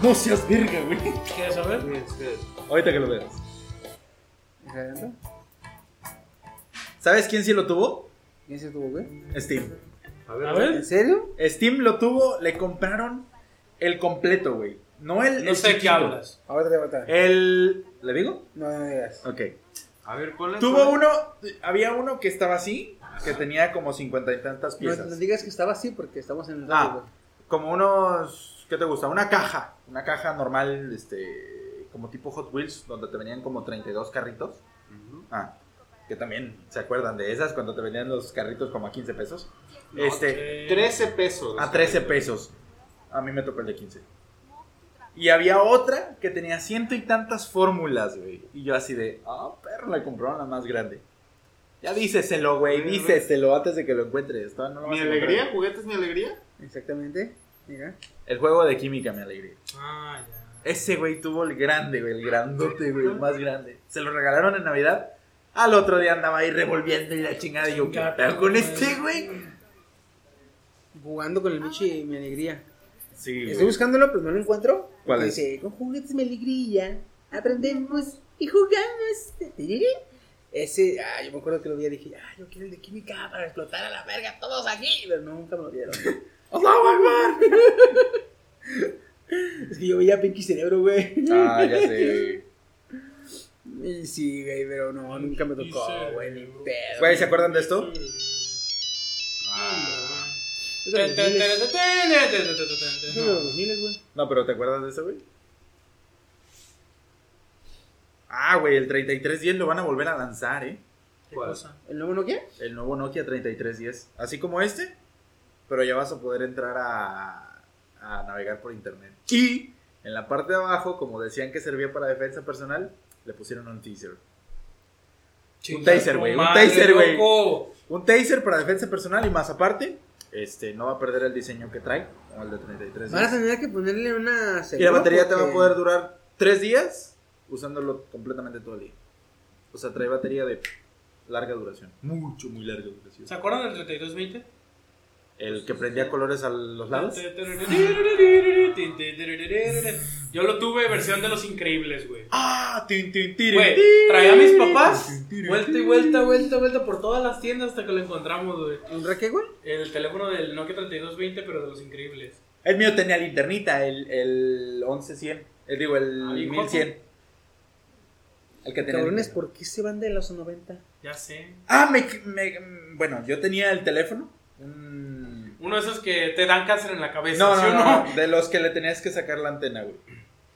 No seas virga, güey. ¿Quieres saber? Ahorita que lo veas. Deja de ver. ¿Sabes quién sí lo tuvo? ¿Quién se tuvo, güey? Steam. A A ¿En ver. serio? Steam lo tuvo, le compraron el completo, güey. No el. No el sé de qué chiquito. hablas. Ahora te voy a matar. Eh. El. ¿Le digo? No, no digas. Ok. A ver, ¿cuál es? Tuvo uno. Había uno que estaba así, que tenía como cincuenta y tantas No, piezas. no digas que estaba así porque estamos en el Ah. radio, güey. Como unos. ¿Qué te gusta? Una caja. Una caja normal, este. Como tipo Hot Wheels, donde te venían como 32 carritos. Ah, que también se acuerdan de esas cuando te venían los carritos como a 15 pesos. este, Eh, 13 pesos. a 13 pesos. A mí me tocó el de 15. Y había otra que tenía ciento y tantas fórmulas, güey. Y yo así de, ah, perro, le compraron la más grande. Ya díceselo, güey, díceselo antes de que lo encuentres. Todavía no lo ¿Mi vas a encontrar. alegría? ¿Juguetes mi alegría? Exactamente. Mira. El juego de química, mi alegría. Ah, ya. Ese güey tuvo el grande, güey, el grandote, güey, el más grande. Se lo regalaron en Navidad. Al otro día andaba ahí revolviendo y la chingada. Y yo, ¿qué pedo con este, güey? Jugando con el bicho y mi alegría. Sí, Estoy buscándolo, pero no lo encuentro. ¿Cuál Que es? Dice, con juguetes mi alegría, aprendemos y jugamos. Ese, ah, yo me acuerdo que lo vi y dije, ah, yo quiero el de química para explotar a la verga todos aquí. Pero nunca me lo dieron. ¡Allahu Akbar! es que yo veía Pinky Cerebro, güey. Ah, ya sé. Y sí, güey, pero no, nunca me Pinky tocó, Cerebro. güey, ni pedo. Güey, ¿se acuerdan de esto? Es de los 2000s, es de los 2000s, güey. No, pero ¿te acuerdas de eso, güey? Ah, güey, el 3310 lo van a volver a lanzar, ¿eh? ¿Qué cosa? ¿El nuevo Nokia? El nuevo Nokia 3310. Así como este, pero ya vas a poder entrar a, a navegar por internet. Y en la parte de abajo, como decían que servía para defensa personal, le pusieron un teaser. Un taser, güey, un Madre, taser, güey. loco. Un taser para defensa personal y más aparte, este, no va a perder el diseño que trae, como el de Van a 3310. tener que ponerle una Y la seguro batería te va a porque- poder durar 3 días usándolo completamente todo el día. O sea, trae batería de larga duración. Mucho, muy larga duración. ¿Se acuerdan del 3220? El que prendía colores a los lados. Yo lo tuve versión de los increíbles, güey. Ah, tin, tin, tin, Güey, tin, traía a mis tin, papás. tin, tin, tin. Vuelta y vuelta, vuelta, vuelta por todas las tiendas hasta que lo encontramos, güey. ¿Un reque, güey? El teléfono del Nokia 3220, pero de los increíbles. El mío tenía linternita, el, el 1100. El, digo, el Ah, hijo. 1100. El que tenía. Cabrones, linterna. ¿por qué se van de los 90? Ya sé. Ah, me, me- Bueno, yo tenía el teléfono. un- Uno de esos que te dan cáncer en la cabeza. No, ¿sí no, o no, no, De los que le tenías que sacar la antena, güey.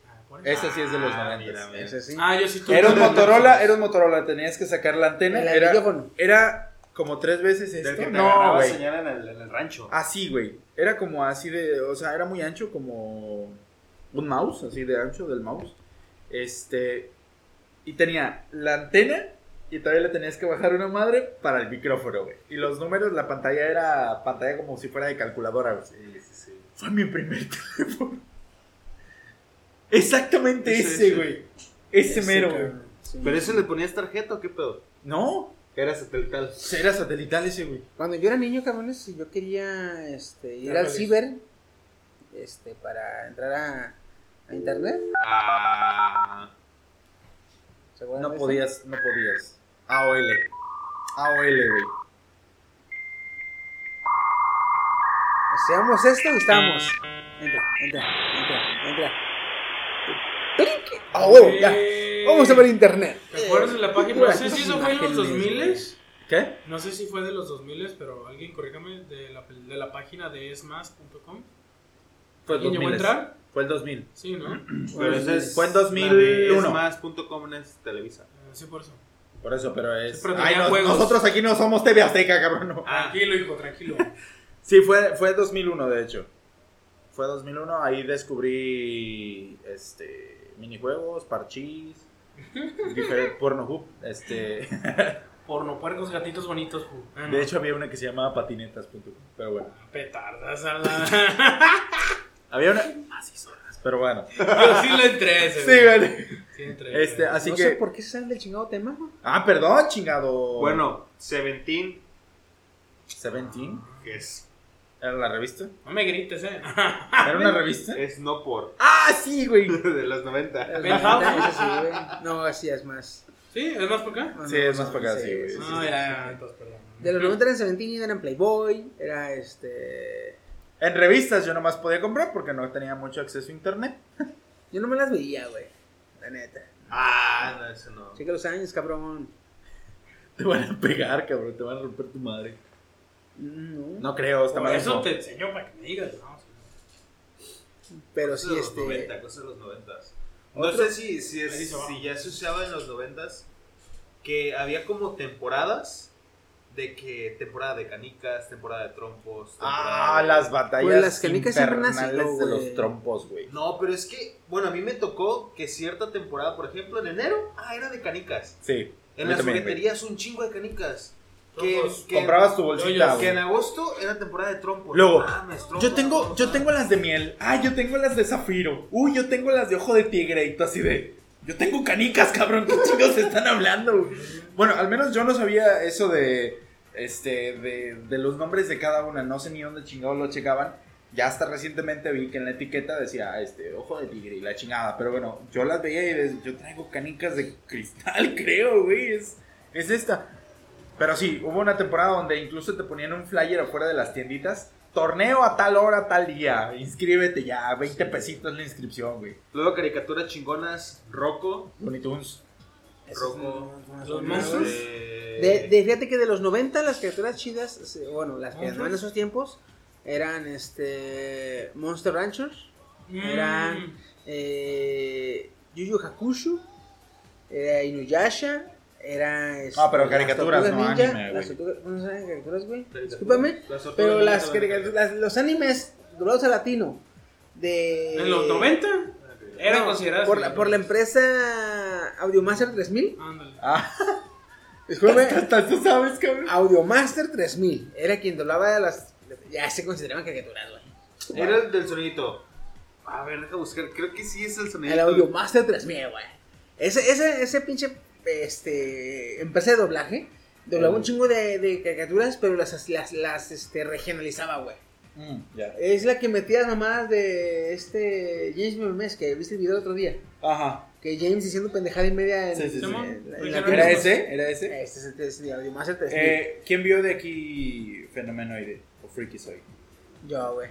Ah, por eso. Ese sí es de los Ah, 90. mira, mira. Ese sí. Ah, yo sí tuve. Era un Motorola, era un Motorola, tenías que sacar la antena. El Era, ladrillo, era como tres veces Del esto. que te No, agarraba güey. señal en el, en el rancho. Así, güey. Era como así de. O sea, era muy ancho, como. Un mouse, así de ancho del mouse. Este. Y tenía la antena. Y todavía le tenías que bajar una madre para el micrófono, güey. Y los números, la pantalla era pantalla como si fuera de calculadora, güey. Sí, sí, sí. Fue mi primer teléfono. Exactamente Ese, ese, ese. güey. Ese Ese, mero, güey. cabrón. Sí. ¿Pero ese le ponías tarjeta o qué pedo? No, Era satelital. era satelital ese, güey. Cuando yo era niño, cabrones, si yo quería este, ir Ya al lo ciber este, para entrar a, a internet. Ah. ¿se acuerdan de No eso? podías, no podías. AOL. AOL, güey. Hacíamos esto y estábamos. Entra, entra, entra, entra. ¡Trinque! ¡Ah, eh, oh, huevo! Ya. Vamos a ver internet. ¿Te acuerdas de la página? No sé si eso fue en los 2000 ¿Qué? No sé si fue de los 2000 pero alguien corrígame de la, de la página de esmas.com. Fue el ¿Alguien 2000. llegó a entrar? Fue el 2000. Sí, ¿no? Pero ese es. Fue en la de 2001. Es más, punto com es Televisa. Eh, Sí, por eso. Por eso, pero es. Pero Ay, tenía no- juegos. nosotros aquí no somos TV Azteca, cabrón. no. Ah. Tranquilo, hijo, tranquilo. Sí, fue, fue 2001, de hecho. Fue 2001, ahí descubrí este minijuegos, parchís, diferente porno hoop. Este, Porno, puercos, gatitos bonitos. ju. Ah, no. de hecho, había una que se llamaba patinetas.com, pero bueno. Petardas a la... Había una... Así son las, Ah, pero bueno. Yo sí le entré ese, Sí, güey. vale. Sí le entré. Este, así no que... sé por qué se salen del chingado tema, güey. Ah, perdón, chingado. Bueno, Seventeen, Seventeen, que es, ¿era la revista? No me grites, eh. ¿Era una revista? es no por Ah, sí, güey. de los 90. Penthouse. Es así, güey. No, así es más. ¿Sí? ¿Es más por acá? No, Sí, no, es más no, para acá, sí, sí, güey. sí, No, sí, ya, sí. ya, entonces, perdón. De los 90 eran Seventeen, eran Playboy, era este... En revistas yo nomás podía comprar porque no tenía mucho acceso a internet. Yo no me las veía, güey. La neta. Ah, no, eso no. Checa los años, cabrón. Te van a pegar, cabrón, te van a romper tu madre. No, Mm, No creo, está Por mal. eso eso. te enseñó para que me digas, ¿no? pero Cosas sí, de los este... 90, cosas de los 90. No sé si, si, es- Ahí dice abajo. si ya se usaba en los 90 que había como temporadas de que temporada de canicas, temporada de trompos, temporada Ah, de- las batallas Güey, las canicas siempre han infernales nacido, de güey. los trompos, güey. No, pero es que, bueno, a mí me tocó que cierta temporada, por ejemplo, en enero, ah, era de canicas. Sí. En yo las también, güey. jugueterías un chingo de canicas. Que, Trompos. que- Comprabas tu bolsita, Yoyos. que güey. en agosto era temporada de trompos. Luego, No mames, trompos, Yo tengo, trompos, yo tengo las de miel. Ah, yo tengo las de zafiro. Uy, yo tengo las de ojo de tigre. Y tú así de. Yo tengo canicas, cabrón. ¿Qué chicos están hablando? Bueno, al menos yo no sabía eso de. Este. De, de los nombres de cada una. No sé ni dónde chingados lo checaban. Ya hasta recientemente vi que en la etiqueta decía, este, ojo de tigre y la chingada. Pero bueno, yo las veía y de- yo traigo canicas de cristal, creo, güey. Es, es esta. Pero sí, hubo una temporada donde incluso te ponían un flyer afuera de las tienditas. Torneo a tal hora, tal día. Inscríbete ya, 20 pesitos la inscripción, güey. Luego caricaturas chingonas, Rocco. Looney Tunes. Rocco. Los monstruos. De, de- fíjate que de los 90 las criaturas chidas, se- bueno, las que andaban en esos tiempos, eran este Monster Ranchers, Mm. Mm. eran eh, Yu Yu Hakusho, era Inuyasha, era... este, Ah, pero las caricaturas, Tortugas no Ninja, anime, güey. Las tortugas, no se llaman caricaturas, güey. Caricaturas. Discúlpame, Las tortugas pero ninja las son caricaturas, las- los animes doblados a latino de... ¿En los 90? Eran No, consideradas. Eh, por la, em- por la empresa Audiomaster 3000. Ándale. Ah, Discúlpame, hasta tú sabes, cabrón. Audiomaster 3000 era quien doblaba de las. Ya se consideraban caricaturas, güey. Era el del sonidito. A ver, deja buscar. Creo que sí es el sonidito. El Audiomaster 3000, güey. Ese, ese, ese pinche este, empresa de doblaje doblaba un chingo de, de caricaturas, pero las, las, las este, regionalizaba, güey. Mm, ya. Es la que metía las mamadas de este James Memes, que viste el video el otro día. Ajá. Que James diciendo pendejada y media en, Sí, sí, sí. en- Simón, en la- Richard ¿Era Ramírez. ese? ¿Era ese? Este es el- es el Audiomaster 3000. Eh, ¿Quién vio de aquí Fenomenoide? O Freaky Soy. Yo, güey.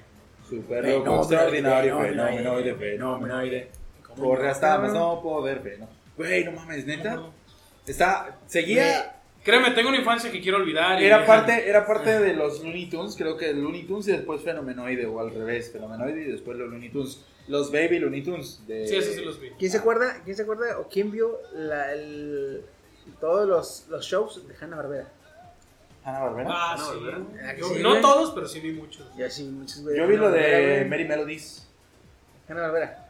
Super Fenomenoide, loco, extraordinario, fenomenoide, fenomenoide, fenomenoide. Corre hasta más no poder, fe, no. Güey, no mames, neta. Está, seguía, Créeme, tengo una infancia que quiero olvidar. y- Era parte, era parte de los Looney Tunes, creo que Looney Tunes y después Fenomenoide, o al revés, Fenomenoide y después los Looney Tunes. Los Baby Looney Tunes. De... Sí, eso sí los vi. ¿Quién se acuerda, quién se acuerda o quién vio la- el- todos los, los shows de Hanna Barbera? Hanna-Barbera. Ah, Ah, no, sí. ¿verdad? Ah, que Yo- sí, no güey. todos, pero sí vi muchos. Yo sí, muchos güey. Yo vi lo de Hanna-Barbera, güey. Mary Melodies. Hanna Barbera.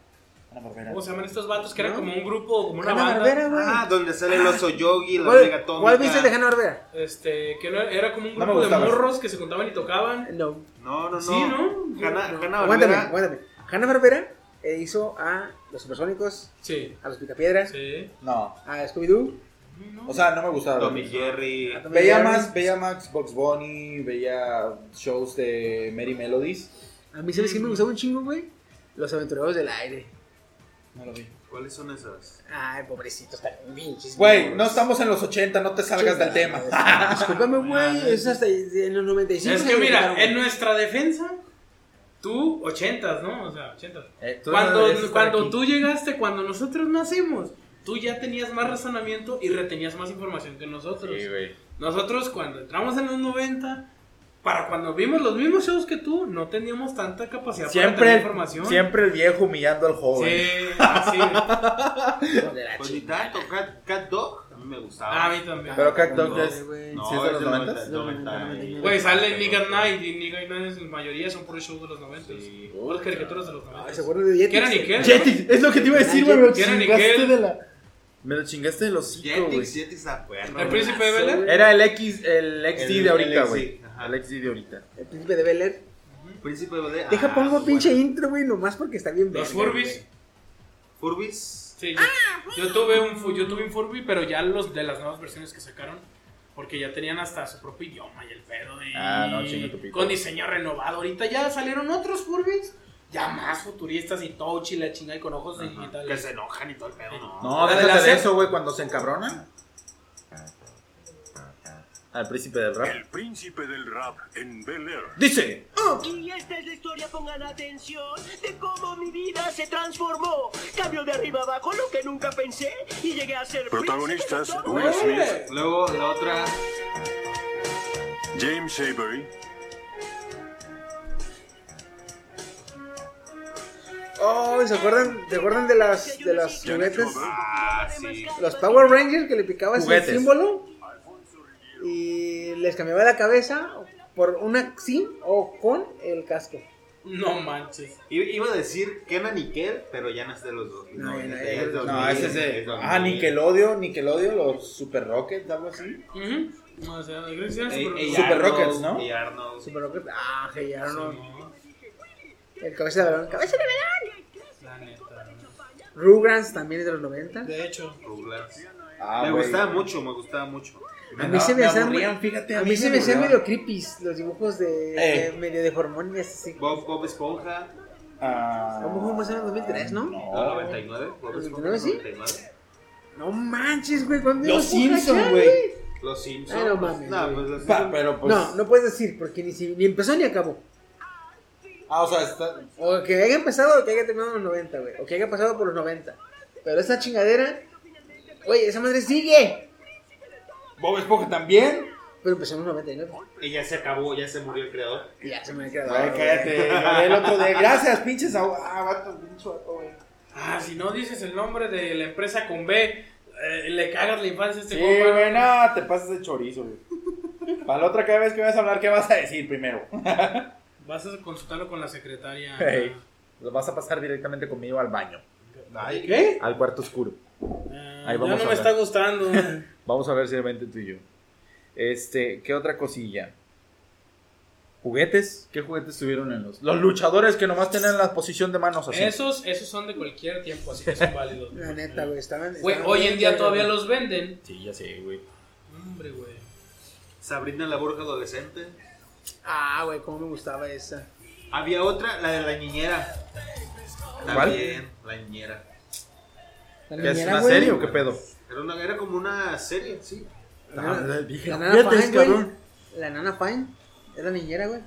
Hanna-Barbera. ¿Cómo se llaman estos vatos? Que eran como un grupo, como una Hanna banda. Barbera, güey. Ah, donde sale el oso yogi, la ¿Cuál, hormiga atómica. cuál viste de Hanna Barbera? Este, que no- era como un No me grupo de gustaba. morros que se contaban y tocaban. No. No, no, no. Sí, ¿no? Hanna, Hanna Aguántame, Barbera. aguántame. Hanna Barbera eh, hizo a los supersónicos, Sí. a los picapiedras, Sí. No. a Scooby-Doo, No. O sea, no me gustaba. Tommy Jerry. a Tom Veía Jerry. más, veía Max Box Bunny, veía shows de Mary Melodies. A mí, ¿sabes qué me gustaba un chingo, güey? Los aventureros del aire. No lo vi. ¿Cuáles son esas? Ay, pobrecitos, tan pinches. Güey, no estamos en los 80, no te salgas del tema. Discúlpame, güey. Es hasta en los 95. es se que mira, inventaron, en güey. nuestra defensa, tú, ochentas, ¿no? O sea, ochentas. Eh, tú no Cuando, deberías estar cuando aquí. tú llegaste, cuando nosotros nacimos, tú ya tenías más razonamiento y retenías más información que nosotros. Sí, güey. Nosotros cuando entramos en los 90, para cuando vimos los mismos shows que tú, no teníamos tanta capacidad para tener Siempre, información. siempre el viejo humillando al joven. Sí, así. Hijo de la Pues chi- ni tanto, Cat, Cat Dog. A mí me gustaba. Ah, a mí también. Pero Cat Dog No, ya es, güey. ¿sí es de los 90. Güey, sale Nigga Night y Nigga Night en su mayoría son puros shows de los 90. Sí. Puras caricaturas de los Ah, 90. Ay, ¿Se acuerdan de Yeti? Ah, ¿Qué era ni qué? Jetix, es lo que te iba a decir, güey. Me lo ¿Quién era chingaste Nickel? de la. Me lo chingaste de los cinco, güey. Jetix, Jetix está bueno. ¿El príncipe de Belén? Era el X, el El- XD el de ahorita, XD, güey. ajá. El XD de ahorita. El príncipe de Bel Air. Príncipe de Belén. Deja ah, pongo bueno. pinche intro, güey, nomás porque está bien Los verga, Furbies. Furbis. Sí, yo, yo tuve un, fu- yo tuve un Furby, pero ya los de las nuevas versiones que sacaron. Porque ya tenían hasta su propio idioma y el pedo de. Ah, no, chinga tu pito. Con diseño renovado. Ahorita ya salieron otros Furbies. Ya más futuristas y touch y la chinga y con ojos Que digitales. se enojan y todo el pedo. No. No, La de la déjate Ah, de serie. eso, güey, cuando se encabronan. Al príncipe del rap. El príncipe del rap en Bel Air. Dice. Y esta es la historia, pongan atención, de cómo mi vida se transformó. Cambio de arriba abajo lo que nunca pensé y llegué a ser Protagonistas príncipe de todo. Will Smith, Luego la otra. James Avery, Oh, ¿se acuerdan, ¿se acuerdan de las de los Janet juguetes? Robert, Ah, sí. Los Power Rangers que le picabas el Juguetes. símbolo y les cambiaba la cabeza por una sin o con el casco. No manches. I- Iba a decir Kenan y Kel, pero ya no es de los dos. No, es no, de- es no, dos No, mil, ese es es de. dos Ah, mil. Nickelodeon, Nickelodeon, los Super Rockets, algo así. Ujú. No, o sea, creo que sí era Ey, super- ey, Super Arnold, Rockets, ¿no? ey, Arnold. Super Rocket. Ah, que ya no. No, El cabeza de balón. Cabeza de balón. la neta. Rugrats también es de los 90. De hecho. Rugrats. Ah, me güey. gustaba mucho, me gustaba mucho. A mí se me hacían- aburrían, fíjate, A mí se me hacían aburrían. medio creepy los dibujos de, de- medio de hormonas así. Bob, Bob Esponja, Ah. ¿Cómo fue más en el 2003, no? no, 99. Bob Esponja, 99, sí. 99. No manches, güey. ¿cuándo Los ibas a jugar Simpson, acá, güey. Los Simpsons. Ay, Ah, no mames, No, güey. pues los Pa- Simpsons. pero pues. No, no puedes decir porque ni, si- ni empezó ni acabó. Ah, o sea, está. O que haya empezado o que haya terminado en los 90, güey. O que haya pasado por los 90. Pero esa chingadera, güey, esa madre sigue. Bob Esponja también. Pero empezó en los 99. Y ya se acabó, ya se murió el creador. Y ya se me ha quedado. Ay, cállate. Eh, El otro de. Gracias, pinches. agu- Ah, vato, pinche vato, güey. Ah, si no dices el nombre de la empresa con B, eh, le cagas la infancia a este Sí, compa. güey, no, te pasas de chorizo, güey. Para la otra cada vez que vas a hablar, ¿qué vas a decir primero? Vas a consultarlo con la secretaria. Hey, lo vas a pasar directamente conmigo al baño, Ay, ¿Qué? al cuarto oscuro. Ah, Ahí ya vamos no a me hablar. está gustando. Vamos a ver si realmente tú y yo. Este, ¿qué otra cosilla? ¿Juguetes? ¿Qué juguetes tuvieron en los? Los luchadores que nomás tenían la posición de manos así. esos, esos son de cualquier tiempo, así que son válidos. La neta, güey, estaban. Güey, estaban hoy bien en día verga, todavía güey. los venden. Sí, ya sé, güey. Hombre, güey. Sabrina la burja adolescente. Ah, güey, cómo me gustaba esa. Había otra, la de la niñera. También, la niñera. La ¿Ya es niñera, una güey. serie o qué pedo? Era, una, era como una serie, sí. La nana, la nana Fíjate, Fine, güey. cabrón. La nana Fine. Es la niñera, güey.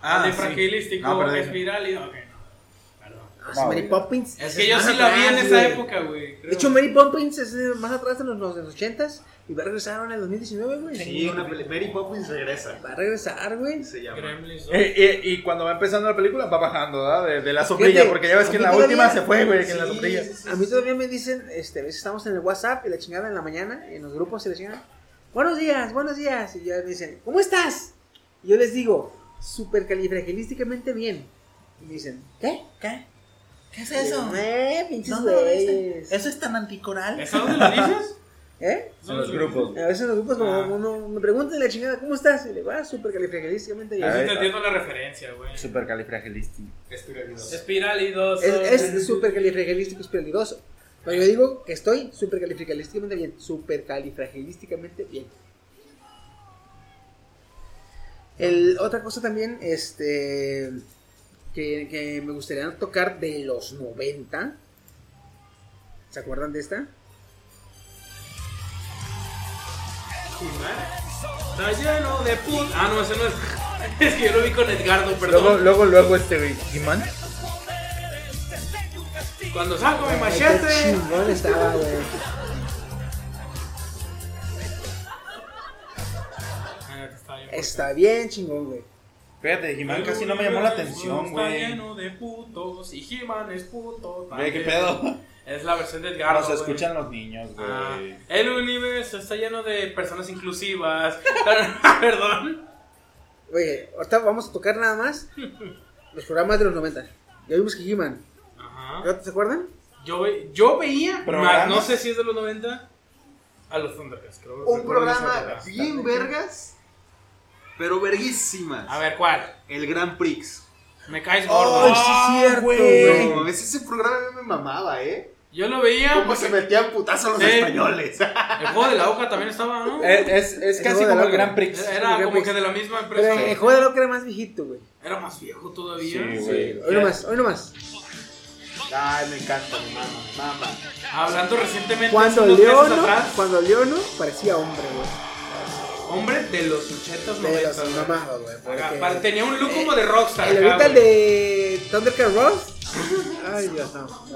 Ah, de sí. fragilístico, No, pero de- espiral y. Ok, no. Perdón. Ah, No, Mary güey. Poppins. Es que yo más sí la vi en atrás, esa güey. época, güey. creo. De hecho, Mary Poppins es eh, más atrás de los, los, 80s. Y va a regresar ahora en el 2019, güey. Sí, una peli- Mary Poppins regresa. Va a regresar, güey. Se llama. Gremlins. ¿no? Eh, y, y cuando va empezando la película va bajando, ¿verdad? De, de la sombrilla, Fíjate, porque ya ves a que en mí la todavía- última se fue, güey, que en la Sí, sombrilla. sí, sí, A mí todavía me dicen, este, a veces estamos en el WhatsApp y la chingada en la mañana, y en los grupos y la chingada. Buenos días, buenos días. Y ya me dicen, ¿cómo estás? Y yo les digo, supercalifragilísticamente bien. Y me dicen, ¿qué? ¿Qué? ¿Qué es eso? Eh, pinches güeyes. es tan anticoral. ¿Eso dónde lo dices? ¿Eh? Son los grupos. A veces en los grupos como Ah. uno me pregunta y la chingada, ¿cómo estás? Y le va, supercalifragilísticamente Yo A sí ver. bien. te entiendo la referencia, güey. Super califragilístico. Espiral. Espiral y dos. Es, es supercalifragilístico espiralidoso. Pero yo digo que estoy supercalifragilísticamente bien. Supercalifragilísticamente bien. El, otra cosa también, este. Que, que me gustaría tocar de los 90. ¿Se acuerdan de esta? Está lleno de put. Ah, no, ese no es. Es que yo lo vi con Edgardo, Luego, perdón. luego, luego este, güey. ¿He-Man? Cuando saco mi Ay, qué machete. chingón estaba, güey. Ah, está bien, Está bien chingón, güey. Fíjate, He-Man casi no me llamó la atención, Está güey. lleno de putos y He-Man es puto. Güey, ¿qué también. pedo? Es la versión de Edgardo. Nos güey. escuchan los niños, güey. Ah, el universo está lleno de personas inclusivas. Perdón. Oye, ahorita vamos a tocar nada más los programas de los 90. Ya vimos que He-Man. Ajá. ¿Ya ¿Se acuerdan? Yo, ve- yo veía, Programas. más no sé si es de los 90, a los Thundercats. creo. Un programa Thundercats. bien vergas, pero verguísimas. A ver, ¿cuál? El Gran Prix. Me caes gordo. Ah, sí, cierto, No, mames, ese programa a mí me mamaba, ¿eh? Yo lo veía. Cómo se metían putazos los Sí. españoles. El juego de la Oca también estaba, ¿no? Es, es- es El casi juego de como el la Gran oca. Prix. Era Gran como Prix. que de la misma Pero empresa. el juego de loco era más viejito, güey. Era más viejo Sí, todavía. güey. Hoy nomás, hoy nomás. Ay, me encanta, mi mamá. Mamá. Hablando recientemente. Cuando hace unos meses Leono, atrás, cuando Leono parecía hombre, güey. Hombre de los 80s, De los 90s. güey. mamados, güey. Acá, porque- pa- Tenía un look como de rockstar. El acá, ahorita el güey. de Thundercat Ross. Ay, Dios, no.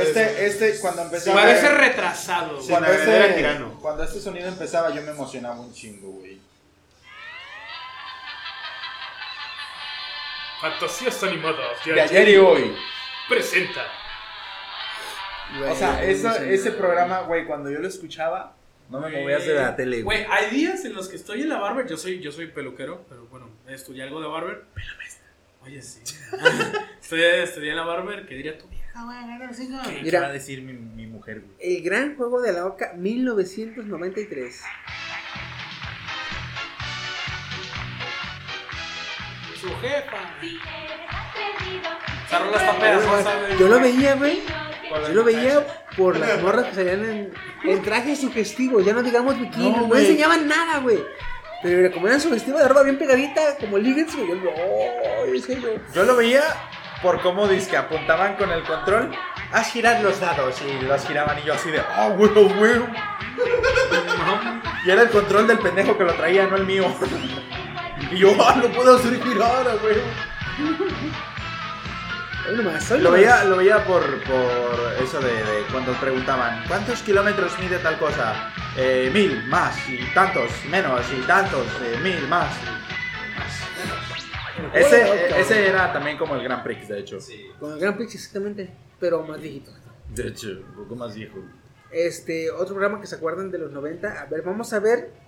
Este, este, cuando empezó a Parece ver- retrasado. güey. cuando, Saavedra este, Tirano. cuando este sonido empezaba, yo me emocionaba un chingo, güey. Fantasías animadas De ayer y hoy. presenta. O sea, esa- ese programa, güey, cuando yo lo escuchaba, no me movías de la tele, güey. Güey, hay días en los que estoy en la barber. Yo soy, yo soy peluquero, pero bueno, estudié algo de barber. Oye, sí. estudié, estudié en la barber. ¿Qué diría tu vieja, güey? Agarra así, ¿no? ¿Qué Mira. va a decir mi, mi mujer, güey? El gran juego de la Oca 1993. Su jefa. Esa rola está pegajosa, güey. Yo lo veía, güey. Yo lo Con veía por las morras que salían en, en trajes sugestivos, ya no digamos bikini, No, no, güey. enseñaban nada, güey. Pero era como eran sugestivos de ropa bien pegadita, como Liggins, güey. Yo, no, es que yo. Yo lo veía por cómo disque apuntaban con el control a girar los dados y los giraban y yo así de, ah, güey, güey. Y era el control del pendejo que lo traía, no el mío. Y yo, ah, no puedo hacer girar, güey. Hoy nomás, hoy Lo nomás. veía, lo veía por, por eso de, de cuando preguntaban, ¿cuántos kilómetros mide tal cosa? Eh, mil, más, y tantos, menos, y tantos, eh, mil, más. y más. Ese, eh, ese era también como el Gran Prix, de hecho. Con el Gran Prix, exactamente, pero más viejito. De hecho, un poco más viejo. Este, otro programa que se acuerdan de los 90. A ver, vamos a ver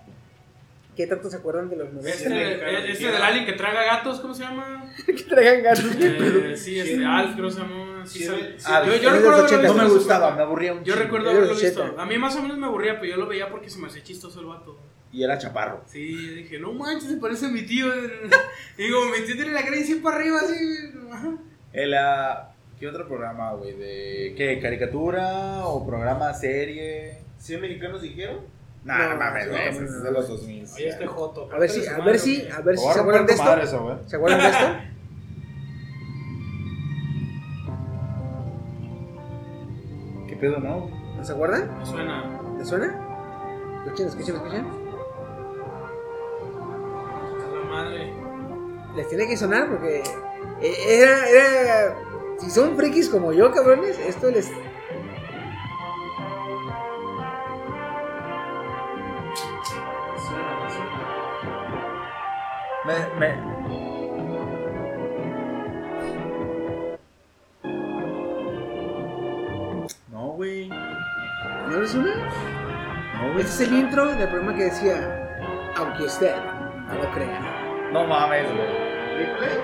qué tanto se acuerdan de los 90. Este, eh, este del alien que traga gatos, ¿cómo se llama? que traigan ganas. Eh, sí, este Alf, creo que se llama. Sí, sale- sí, Alf. yo, yo Es de recuerdo los 80s. haberlo No visto me en su gustaba, época. me aburría un Yo chingo. recuerdo Yo era haberlo los visto. 80. A mí más o menos me aburría, pero yo lo veía porque se me hacía chistoso el vato. Y era chaparro. Sí, yo dije, no manches, se parece a mi tío. Y digo, mi tío tiene la cara así para arriba, así. ajá. El, ah, ¿Qué otro programa, güey? ¿De qué? ¿Caricatura o programa, serie? ¿Cien mexicanos dijeron? Nah, no, No, mames, sí, güey, no, ese es de los 2000. Oye, este joto. A ver si, a ver si, a ver si Voy a se romper acuerdan de tu madre esto. eso, güey. ¿Se acuerdan de esto? ¿Qué pedo, no? ¿No se acuerdan? Me suena. ¿Les suena? Escuchen, escuchen, escuchen. A la madre. Les tiene que sonar porque eh, era, era. Si son frikis como yo, cabrones, esto les. me suena, me suena. Me, me... No, güey. ¿No les suena? No, güey. Este es el intro del programa que decía. Aunque usted no lo crea. No mames, güey.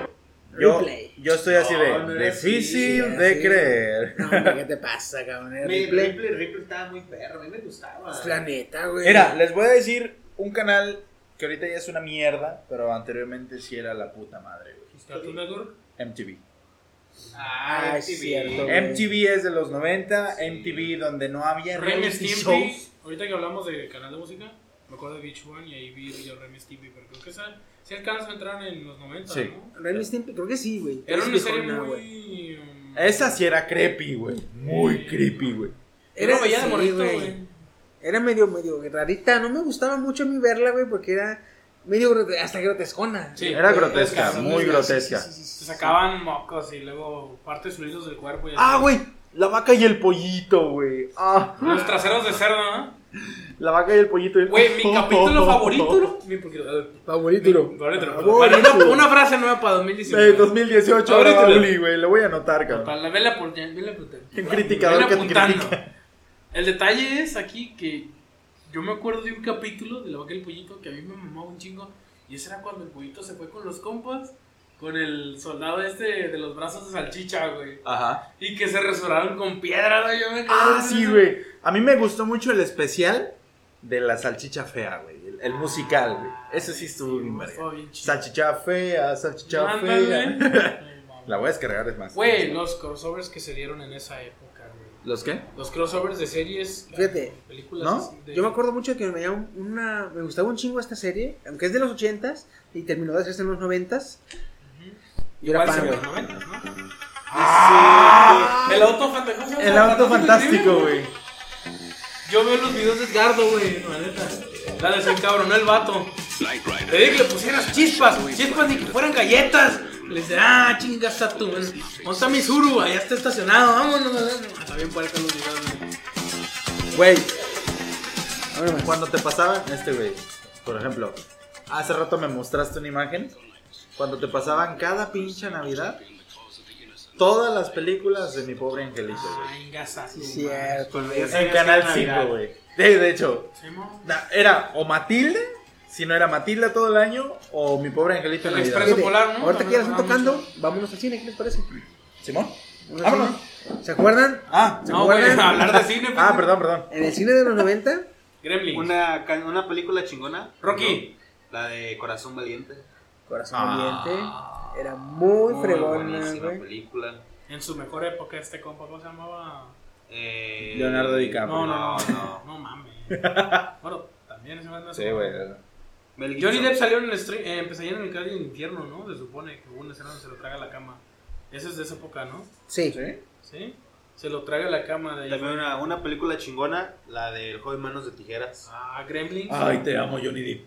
Yo, Replay. yo estoy así de... No, no era así, difícil era de así. creer. No, hombre, ¿qué te pasa, cabrón? Era Replay. Ripley, Ripley estaba muy perro, a mí me gustaba. Pues Es la neta, güey. Mira, les voy a decir un canal que ahorita ya es una mierda, pero anteriormente sí era la puta madre, güey. ¿Cartoon Network? MTV. Ah, Ah, MTV. es cierto. güey. MTV es de los 90, MTV donde no había Remy reality Stimpy. shows. Ahorita que hablamos del canal de música, me acuerdo de Beach One y ahí vi yo Remy Stimpy, pero creo que esa, si alcanza a entrar en los 90, Sí. ¿no? Remy Stimpy, creo que sí, güey. Era Es una serie viejona, güey. muy. um, Esa sí era creepy, güey. Muy creepy, güey. Yo lo Era- veía de sí, morrito, güey. güey. Era medio, medio rarita. No me gustaba mucho a mí verla, güey, porque era medio grote- hasta grotescona. Sí. Era Era grotesca, grotesca, muy sí, grotesca. sí, sí, sí, Se sí. sacaban mocos y luego partes unidos del cuerpo. Y Ah, güey, la vaca y el pollito, güey. Ah, Los traseros de cerdo, ¿no? La vaca y el pollito. Eh, y el- Güey, mi capítulo favorito. Mi poquito- Favorito. Mi favorito. Bueno, una, una frase nueva para 2019. Eh, 2018, ahora Ahorita. Raúl, güey, lo voy a anotar, cabrón. Para la vela por vela apunta- Un criticador vela que te apuntando. critica. El detalle es aquí que yo me acuerdo de un capítulo de la vaca y el pollito que a mí me mamaba un chingo. Y ese era cuando el pollito se fue con los compas, con el soldado este de los brazos de salchicha, güey. Ajá. Y que se resonaron con piedra, güey. Yo me acuerdo Ah, de sí, eso. güey. A mí me gustó mucho el especial de la salchicha fea, güey. El, el musical, güey. Ese sí estuvo bien, verga. Estaba bien chido. Salchicha fea, salchicha Ándale. fea. Ay, mamá. La voy a descargar, es más. Güey, los crossovers que se dieron en esa época, güey. ¿Los qué? Los crossovers de series, Fíjate, películas. ¿no? así de- Yo me acuerdo mucho que me, había un- una, me gustaba un chingo esta serie, aunque es de los 80s y terminó de hacerse en los 90s. Yo era fan, ¿Cuál se güey. ve? El auto fantástico. El auto fantástico, güey. Yo veo los videos de Edgardo, güey, la neta. La desencabronó el vato. Le dije que le pusieras chispas, chispas ni que fueran galletas. Le dice, ah, chingas a tu. ¿Dónde está mi suru? Allá está estacionado, vámonos. vámonos. Está bien puerca los videos, güey. Güey, Ahora, güey. cuando te pasaban, este güey, por ejemplo, hace rato me mostraste una imagen, cuando te pasaban cada pinche Navidad, todas las películas de mi pobre angelito, güey. Ay, gasas. Cierto, güey. En Canal 5, güey. De, de hecho, El na- era o Matilde, si no era Matilde todo el año, o mi pobre angelito en Navidad. Expreso Fíjate, Polar, ¿no? Ah, Ahorita que ya la están También me tocando, vámonos al cine, ¿qué les parece? ¿Simón? Vamos al Vámonos. cine. ¿Se acuerdan? Ah, ¿Se No, acuerdan? güey, hablar de cine. ah, perdón, perdón. En el cine de los 90, Gremlin. Una, ca- una película chingona. Rocky. ¿no? La de Corazón Valiente. Corazón Ah. Valiente, era muy, fregona, buenísima güey. película. En su mejor época, este compa, ¿cómo se llamaba? Eh, Leonardo DiCaprio. No, no, no, no, no. no mames. Bueno, también ese man no Sí, güey. Mel Johnny Gibson. Depp salió en el stream, eh, empezaría en el calle del infierno, ¿no? Se supone que hubo una escena donde se lo traga la cama. Ese es de esa época, ¿no? Sí. ¿Sí? Se lo traga la cama de ahí. También una, una película chingona, la del joven manos de tijeras. Ah, Gremlin. Ay, te amo, Johnny Depp.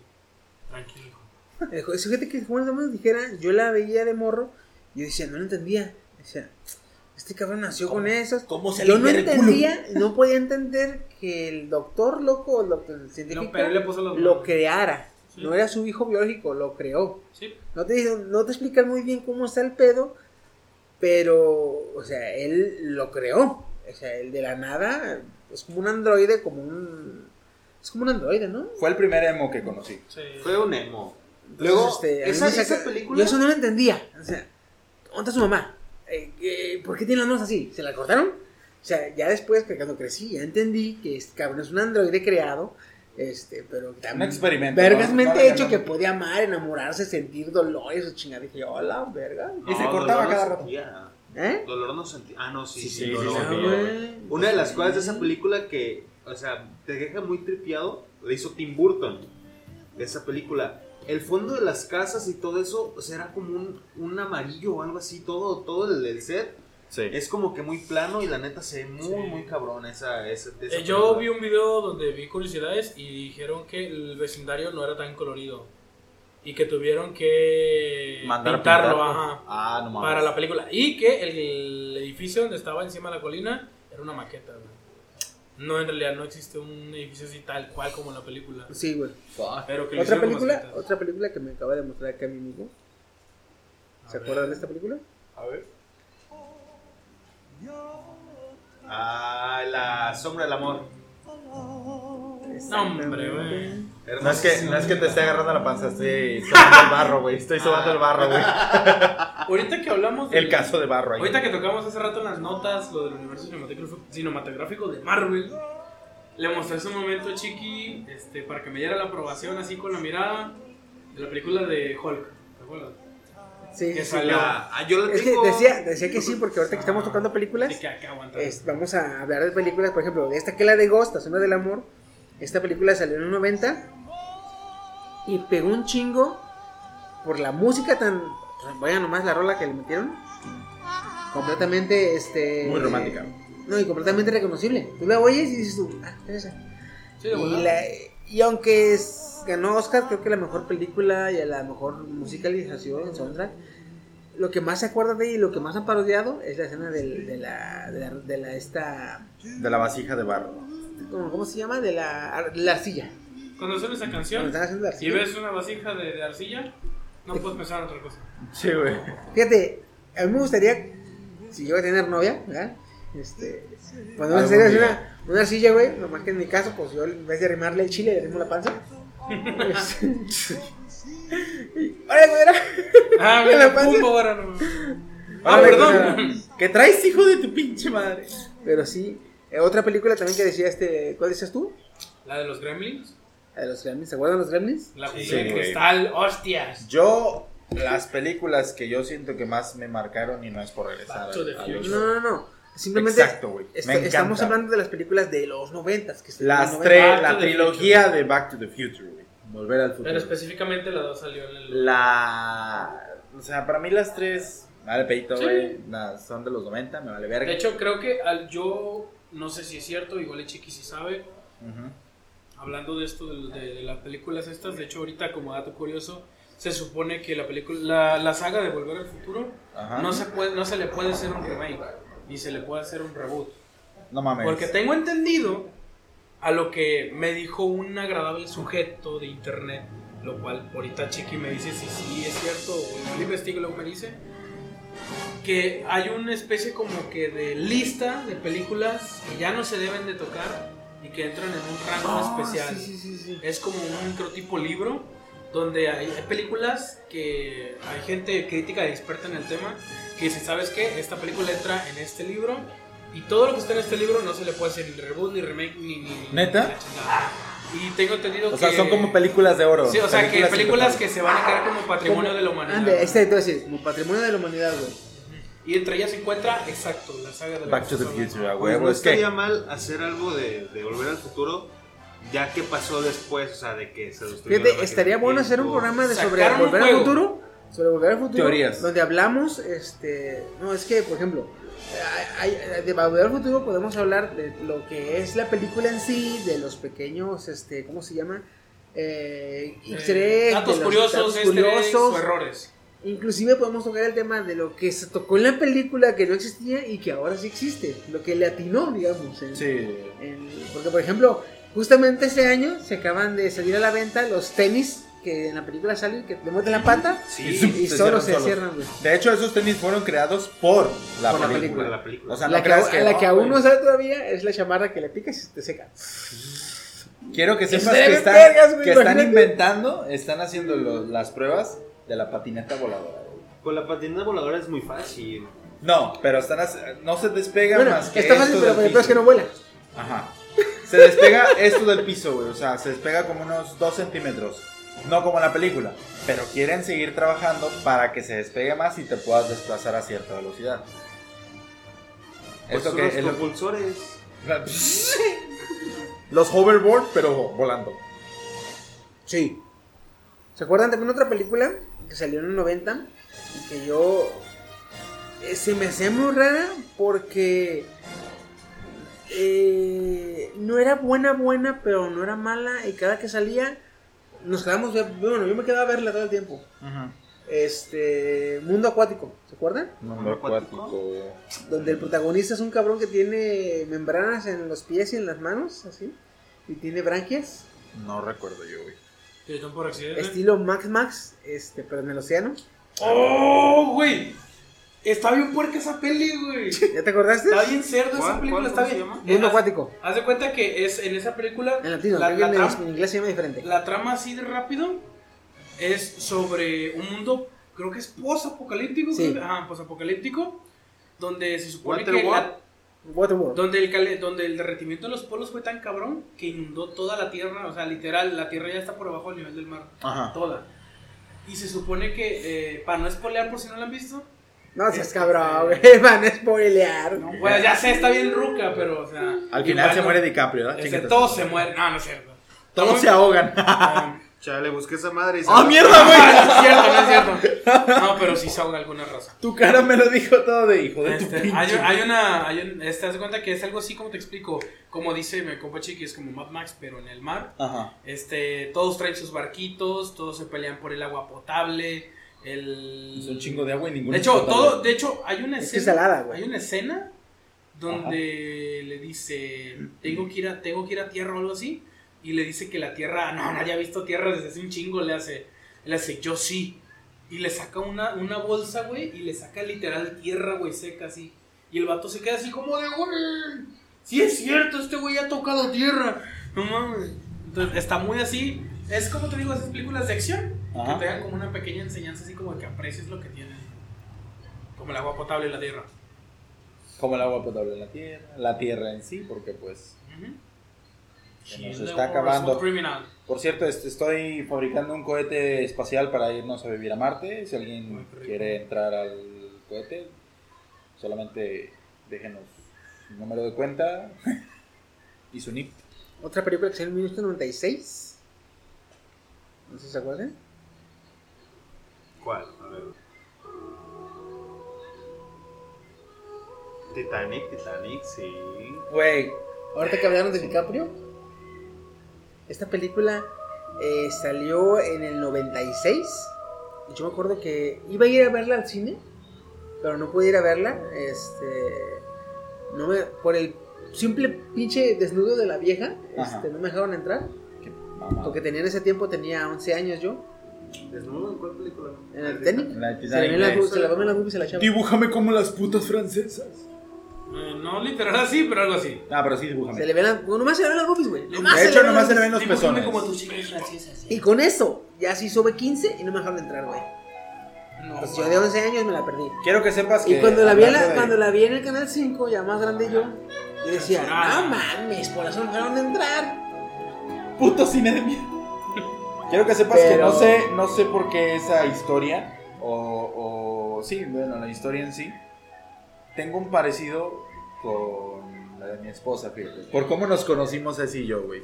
Tranquilo. Eh, jo- Fíjate que Juan Ramos dijera, yo la veía de morro, yo decía, no la entendía. Decía, este cabrón nació con esas. ¿Cómo se yo no limpia el culo? entendía, no podía entender que el doctor loco, o el doctor el científico, No, pero él le puso los lo manos. creara. Sí. No era su hijo biológico, lo creó. Sí. No te, dicen- no te explican muy bien cómo está el pedo, pero, o sea, él lo creó. O sea, él de la nada es como un androide, como un... Es como un androide, ¿no? Fue el primer emo que conocí. Sí. Fue un emo. Entonces, Luego, este, a mí esa, me saca- esa película. Yo eso no lo entendía. O sea, ¿dónde está su mamá? Eh, eh, ¿Por qué tiene las manos así? ¿Se la cortaron? O sea, ya después, que cuando crecí, ya entendí que este cabrón es un androide creado. Este, pero tan Un experimento, Vergasmente ¿no? No le hecho llaman- que podía amar, enamorarse, sentir dolores o chingada. Dije, hola, verga. Y se No, cortaba dolor cada no rato. sentía. ¿Eh? Dolor no sentía. Ah, no, sí, sí, sí, dolor. sí, Ah, sí. güey. Una de las cosas de esa película que, o sea, te deja muy tripeado, lo hizo Tim Burton. De esa película. El fondo de las casas y todo eso, o sea, era como un, un amarillo o algo así, todo, todo el, el set. Sí. Es como que muy plano y la neta se ve muy, Sí. muy cabrón esa, esa, esa Eh, yo vi película. un video donde vi curiosidades y dijeron que el vecindario no era tan colorido. Y que tuvieron que Mandar a pintarlo, pintarlo. ajá. Ah, no mames. para la película. Y que el, el edificio donde estaba encima de la colina era una maqueta, güey. No, en realidad no existe un edificio así tal cual como en la película. Sí, güey. Pero que lo Otra hicieron con película, maquetas. otra película que me acaba de mostrar acá mi amigo. ¿Se acuerdan de esta película? A ver. Ah, la sombra del amor. No, hombre, güey. No es, que, no es que te esté agarrando la panza, estoy sobando el barro, güey. Estoy sobando el barro, güey. Ahorita que hablamos. del- El caso de barro ahí. Ahorita que tocamos hace rato en las notas lo del universo cinematográfico, cinematográfico de Marvel, le mostré hace un momento a Chiqui este, para que me diera la aprobación así con la mirada de la película de Hulk. ¿Te acuerdas? Sí, Que sí, salió. Ah, ah, yo la Es que tengo. decía, decía que sí, porque ahorita que estamos tocando películas, Sí, que acá aguanta. es- vamos a hablar de películas, por ejemplo, de esta que es la de Ghost, la zona del amor. Esta película salió en los 90 y pegó un chingo por la música tan. Vaya nomás la rola que le metieron. Completamente, este. Muy romántica. No, y completamente reconocible. Tú la oyes y dices tú, ah, es esa. Sí, de volada. Y, la- y aunque es- ganó Oscar, creo que la mejor película y a la mejor musicalización, soundtrack, lo que más se acuerda de ella y lo que más han parodiado es la escena del- de, la, de, la, de la- esta De la vasija de barro. ¿cómo, cómo se llama? De la, la arcilla. Cuando suena esa Cuando canción están haciendo la y arcilla. ves una vasija de, de arcilla, no puedes pensar en otra cosa. Sí, güey. Fíjate, a mí me gustaría, si yo voy a tener novia, ¿verdad? Este, cuando vas a hacer Algún así día. una, una arcilla, güey, nomás que en mi caso, pues yo en vez de arrimarle el chile, le arrimo la panza. Y, ¡Órale, güera! Ah, Que la mira, panza. pumbo ahora no. Ah, Órale, perdón. güera. ¿Qué traes, hijo de tu pinche madre? Pero sí, eh, otra película también que decía este, ¿cuál decías tú? La de los gremlins, La de los Gremlins, ¿se acuerdan los Gremlins? la Sí, jungla de güey. cristal, hostias. Yo, las películas que yo siento que más me marcaron y no es por regresar. Back to the a- a los- Future. No, no, no. Simplemente Exacto, güey. est- Me encanta. estamos hablando de las películas de los noventas. Que se- Las los tres, Back to la the trilogía de Back to the Future, güey. Volver al futuro. Pero específicamente la 2 salió en el. La. O sea, para mí las tres. Vale, peito, Sí. güey. Nah, son de los 90, me vale verga. De hecho, creo que al yo, no sé si es cierto, igual el chiqui si sabe, Ujú. hablando de esto, de, de- de las películas estas, de hecho ahorita como dato curioso, se supone que la película, la, la saga de Volver al Futuro, Ajá. no se, puede, no se le puede hacer un remake, ni se le puede hacer un reboot. No mames. Porque tengo entendido a lo que me dijo un agradable sujeto de internet, lo cual ahorita Chiqui me dice si sí es cierto o yo investigo lo que me dice, que hay una especie como que de lista de películas que ya no se deben de tocar y que entran en un rango Ah, especial. Sí, sí, sí, sí. Es como un microtipo libro donde hay, hay películas que hay gente crítica y experta en el tema que dice, ¿sabes qué? Esta película entra en este libro y todo lo que está en este libro no se le puede hacer ni reboot, ni remake, ni... ni- ni- ¿Neta? ni la chingada. Y tengo entendido O sea, que- son como películas de oro. Sí, o sea, que películas intocables. que se van a quedar como patrimonio de la humanidad. Ande, este entonces, como patrimonio de la humanidad, güey. Y entre ellas se encuentra, exacto, la saga de la Back to the Rosa Blanca. Future, a Pues huevo. no es que. estaría mal hacer algo de, de Volver al Futuro, ya que pasó después, o sea, de que se destruyó la Fíjate, máquina estaría del bueno hacer un tiempo. programa de Sacar sobre un volver al juego. futuro. Sobre volver al futuro. Teorías. Donde hablamos, este. No, es que, por ejemplo, hay- hay- de volver al futuro podemos hablar de lo que es la película en sí, de los pequeños, este, ¿cómo se llama? Eh, easter Eh, egg, datos de los curiosos, datos easter eggs o curiosos. errores. Inclusive podemos tocar el tema de lo que se tocó en la película que no existía y que ahora sí existe. Lo que le atinó, digamos. en- Sí. en- porque, por ejemplo, justamente ese año se acaban de salir a la venta los tenis que en la película salen, que le muerden la pata Sí, y se solo cierran se solos. cierran, güey. De hecho, esos tenis fueron creados por la Por la película. la película. O sea, la no que, creas a- que. la que aún güey. no sale todavía es la chamarra que le picas y se te seca. Quiero que sepas estaría que bien están, vergas, güey, que están imagínate. inventando, están haciendo lo- las pruebas de la patineta voladora. güey. Con la patineta voladora es muy fácil. No, pero están hace- no se despega Bueno, más que está fácil, esto pero, del pero es que no piso. vuela. Ajá. Se despega esto del piso, güey. O sea, se despega como unos 2 centímetros. No como en la película. Pero quieren seguir trabajando para que se despegue más y te puedas desplazar a cierta velocidad. Pues Esto son que los es lo- propulsores. Los hoverboard, pero volando. Sí. ¿Se acuerdan también otra película que salió en el 90? Y que yo. eh, se me hacía muy rara porque. eh, no era buena, buena, pero no era mala. Y cada que salía, nos quedábamos. ver- Bueno, yo me quedaba a verla todo el tiempo. Este. Mundo Acuático, ¿se acuerdan? Mundo acuático. acuático. Donde el protagonista es un cabrón que tiene membranas en los pies y en las manos, así. Y tiene branquias. No recuerdo yo, güey. Que son por accidente. Estilo Max Max, este, pero en el océano. ¡Oh, güey! Está bien puerca esa peli, güey. ¿Ya te acordaste? Está bien cerdo esa ¿Cuál- película, cuál- está cómo se bien. llama? Eh, Mundo haz- acuático. Haz de cuenta que es en esa película En latino, la, creo la que en, tram- en inglés se llama diferente. la trama así de rápido es sobre un mundo, creo que es posapocalíptico, Sí. creo que- ajá, posapocalíptico, donde se supone que Waterworld. la- Waterworld. donde el cale- donde el derretimiento de los polos fue tan cabrón que inundó toda la tierra, o sea, literal la tierra ya está por abajo del nivel del mar, Ajá. toda. Y se supone que eh, para no spoilear por si no la han visto, No seas cabrón, güey. Van a spoilear. eh, no, bueno, ya sé, está bien ruca, pero o sea, Al final se igual- muere DiCaprio, ¿verdad? Este, Chinga tu todos madre. se mueren. No, no es cierto. Todos Todos- se ahogan. Ah, Chale, busqué esa madre y ¡Ah, mierda, no, güey! es cierto, no es cierto. No, pero sí se ahoga alguna raza. Tu cara me lo dijo todo de hijo de tu Este, pinche. hay, hay una. Hay un, este, haz de cuenta que es algo así como te explico. Como dice mi compa Chiqui, es como Mad Max, pero en el mar. Ajá. Este, todos traen sus barquitos, todos se pelean por el agua potable. El... Es un chingo de agua y ninguno. De es hecho, potable. todo, de hecho, hay una Es escena. que es salada, güey. Hay una escena donde le dice, tengo que, ir a, tengo que ir a tierra o algo así, y le dice que la tierra, no, no haya visto tierra desde hace un chingo, le hace, le hace, yo sí, y le saca una, una bolsa, güey, y le saca literal tierra, güey, seca así, y el vato se queda así como de, güey, sí es cierto, este güey ha tocado tierra, no mames, entonces está muy así, es como te digo, esas películas de acción, Ajá. que te dan como una pequeña enseñanza así como de que aprecies lo que tienes, como el agua potable y la tierra. Como el agua potable en la tierra, la tierra en sí, porque pues Ujú. Se nos She's the está acabando. worst criminal. Por cierto, este, estoy fabricando un cohete espacial para irnos a vivir a Marte. Si alguien Muy rico. quiere entrar al cohete, solamente déjenos su número de cuenta y su nick. Otra película que salió en 1996. No sé si se acuerdan. ¿Cuál? A ver. Titanic, Titanic, sí. Güey, ahorita que hablaron de DiCaprio, esta película eh, salió en el 96. Y yo me acuerdo que iba a ir a verla al cine, pero no pude ir a verla. Este. No me, por el simple pinche desnudo de la vieja, Ajá. este, no me dejaron entrar. Qué mamada. Porque tenía en ese tiempo, tenía 11 años yo. ¿Desnudo en cuál película? En el Titanic. La de Se la ve en la Titanic. bu- se la ve en la boobies a la chava. Dibújame como las putas francesas. Eh, no literal así, pero algo así. Ah, pero sí, Se dibújame. le ven las. Nomás se le ven las boobies, güey. Nomás De se hecho, le ven nomás se las le ven los Dibújame pezones. pues, como tus chicas francesas. Y con eso, ya sí sube 15 y no me dejaron entrar, güey. No, Pues yo de 11 años me la perdí. Quiero que sepas que. Y cuando la, vi en la- hablando de- cuando la vi en el canal 5, ya más grande yo, yo decía, Censurada. no mames, por eso me dejaron entrar. Puto cine de mierda. Quiero que sepas que Pero- no sé, no sé por qué esa historia, o, o- sí, bueno, la historia en sí, tengo un parecido con la de mi esposa, fíjate. Por cómo nos conocimos así yo, güey.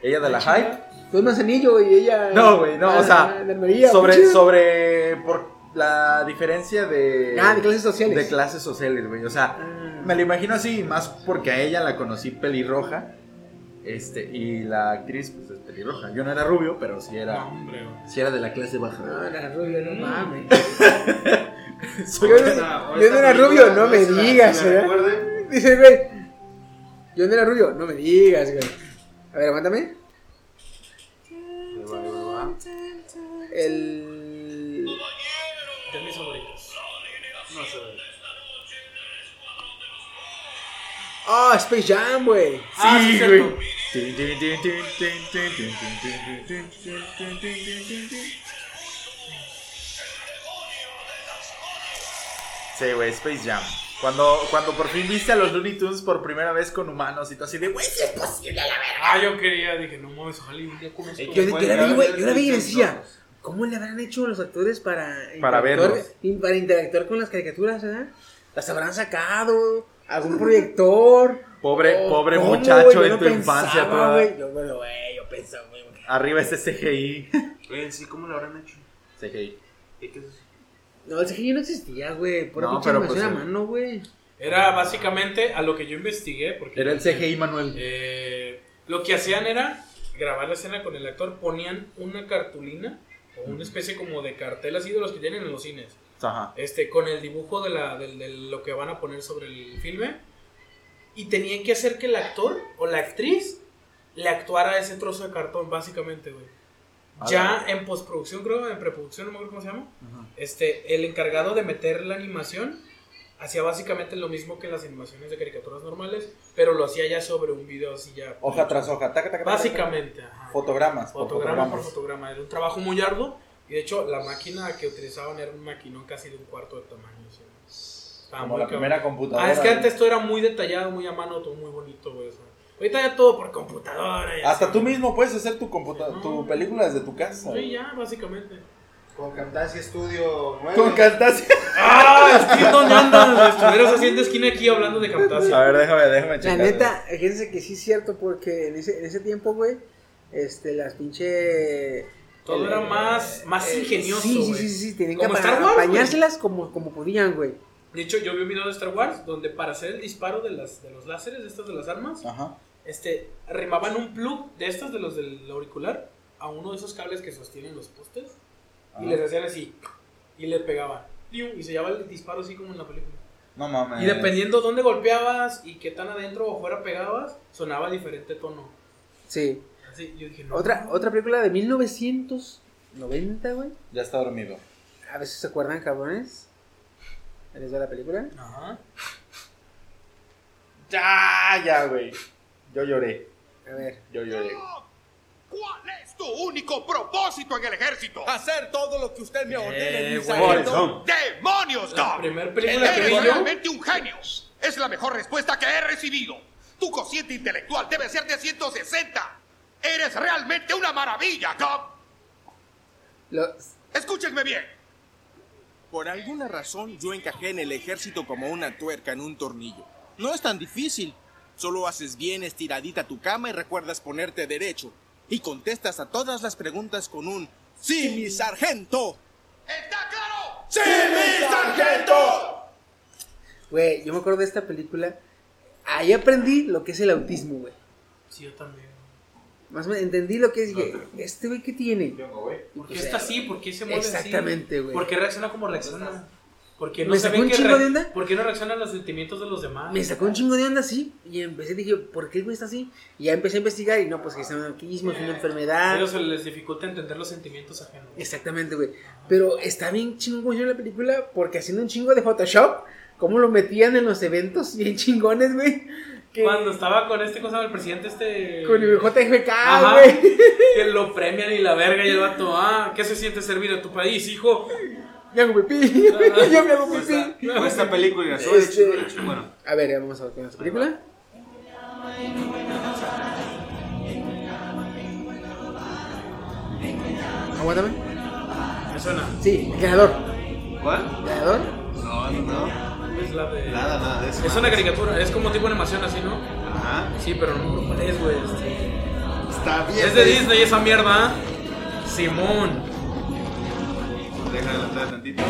Ella de la hype. Fue Manzanillo y ella. No, güey, no, Ah, o sea, de Almería, sobre, pinche. sobre por la diferencia de... Ah, de clases sociales. De clases sociales, güey. O sea, Ah. me lo imagino así, más porque a ella la conocí pelirroja. Este, y la actriz, pues es pelirroja. Yo no era rubio, pero sí no, Ah, era, hombre. güey. sí era de la clase baja. No, era rubio, no mames. Soy- Yo Ah, no, yo no era rubio, no me digas, ¿eh? ¿verdad? Recuerde, Dice, güey. Yo no era rubio, no me digas, güey. A ver, aguántame. Ahí va, ahí va, ahí El. De mis favoritos. No sé. Ah, Space Jam, güey. Ah, sí, güey. cierto. Sí, güey, Space Jam. Cuando, cuando por fin viste a los Looney Tunes por primera vez con humanos y tú así de, güey, sí es posible, la verdad. Ah, yo quería, dije, no mames, ojalá y un día conozco. Eh, Yo, yo Igual, la vi, ya güey, ves, yo la vi y ves, decía, ves. ¿cómo le habrán hecho los actores para Para interactuar- verlos. in- para interactuar con las caricaturas, ¿verdad? ¿Las habrán sacado? ¿Algún proyector? Pobre- ¿O pobre cómo, muchacho güey? Yo en no tu infancia, pensaba, toda- güey. Yo, bueno, güey, yo pensaba, güey. Arriba este CGI. va. Oye, sí, ¿cómo lo habrán hecho? CGI. ¿Y qué es eso? No, el CGI no existía, güey. Pura No, pinche pero animación pues, a mano, güey. Era básicamente a lo que yo investigué. Porque Era el CGI Manuel. Eh, lo que hacían era grabar la escena con el actor, ponían una cartulina o una especie como de cartel así de los que tienen en los cines. Ajá. este, con el dibujo de, la, del- del- lo que van a poner sobre el filme. Y tenían que hacer que el actor o la actriz le actuara ese trozo de cartón, básicamente, güey. Ah, Ya en postproducción, creo, en preproducción, no me acuerdo cómo se llama. Ajá. Este, el encargado de meter la animación hacía básicamente lo mismo que en las animaciones de caricaturas normales, pero lo hacía ya sobre un video así ya. Hoja tras hoja. taca, taca, taca, Básicamente. ajá. taca. Fotogramas. por Fotograma por fotogramas. fotograma. Era un trabajo muy arduo. Y de hecho, la máquina que utilizaban era un maquinón casi de un cuarto de tamaño. o sea, estaba Como muy la cabrón. primera computadora. Ah, es que antes todo era muy detallado, muy a mano, todo muy bonito, güey. o sea. Ahorita ya todo por computadora. y Hasta así. tú mismo puedes hacer tu, computa- tu película desde tu casa. Sí, ya, básicamente. Con Camtasia Studio 9. Con Camtasia. ¡Ah! Steve, ¿dónde andas? Estuvieras haciendo esquina aquí hablando de A Camtasia. ver, déjame, déjame La checar. neta, fíjense que sí es cierto, porque en ese, en ese tiempo, güey, este, las pinche. Todo el- era más, más eh, Ah, ingenioso, Sí, sí, güey. sí, sí, tenían que Como Star apa- Wars, güey. apañárselas como, como podían, güey. De hecho, yo vi un video de Star Wars donde para hacer el disparo de, las, de los láseres, de estas de las armas, Ajá. este, arrimaban un plug de estos, de los del auricular, a uno de esos cables que sostienen los postes y les hacían así y le pegaban. ¡Piu! Y se llevaba el disparo así como en la película. No mames. Y dependiendo dónde golpeabas y qué tan adentro o fuera pegabas, sonaba diferente tono. Sí. Así, yo dije, no. Otra, otra película de 1990, güey. Ya está dormido. A ver si se acuerdan, cabrones. Ahí ¿Les va la película? Ajá. Ya, ya, güey. Yo lloré. A ver. Yo lloré. Eh, ¿Cuál es tu único propósito en el ejército? Hacer todo lo que usted me ordene, Eh, mi güey. sargento. ¡Demonios, La Doc! primera película que Eres vi yo. realmente un genio. Es la mejor respuesta que he recibido. Tu cociente intelectual debe ser de 160. Eres realmente una maravilla, Doc. Lo- Escúchenme bien. Por alguna razón yo encajé en el ejército como una tuerca en un tornillo. No es tan difícil. Solo haces bien estiradita tu cama y recuerdas ponerte derecho. Y contestas a todas las preguntas con un ¡Sí, mi sargento! ¿Está claro? ¡Sí, mi sargento! Güey, yo me acuerdo de esta película. Ahí aprendí lo que es el autismo, güey. Sí, yo también. Más o menos entendí lo que es. dije, ¿Este güey qué tiene? ¿Por qué O sea, está así? ¿Por qué se mueve exactamente, así? güey. ¿Por qué reacciona como reacciona? ¿Por qué no Me se sacó ve un que chingo re- de onda. ¿Por qué no reaccionan los sentimientos de los demás? Me sacó un chingo de onda así. Y empecé, dije, ¿por qué el güey está así? Y ya empecé a investigar. Y no, pues que es un autismo, es una enfermedad. Pero se les dificulta entender los sentimientos ajenos. Exactamente, güey. Pero está bien chingón la película porque haciendo un chingo de Photoshop, cómo lo metían en los eventos bien chingones, güey. Que- Cuando estaba con este, cosa del presidente este... Con el JFK, Ajá, güey. que lo premian y la verga y el vato, ah, ¿qué se siente servir a tu país, hijo? Me hago pipí. Yo me hago pipí. Fue esta película. soy Este- de chico, de chico, Bueno, A ver, vamos a ver con esta película. Aguántame. Me suena. Sí, el ganador. ¿cuál? Ganador. No, no, no. Es la de... Nada, nada de eso. Es una caricatura, es como tipo animación así, ¿no? Ajá. Sí, pero no me acuerdo cuál es, güey. este. Está bien. Es de Disney esa mierda, ¿ah? Simón. Déjalo atrás tantito.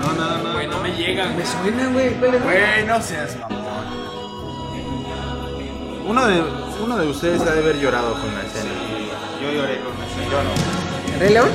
No, no, no. Güey, no me llegan. Me suena, güey. ¿Cuál es? Güey, no seas mamón. Uno de, uno de ustedes ha de haber llorado con la escena. yo lloré con la escena. Yo no. ¿El Rey León?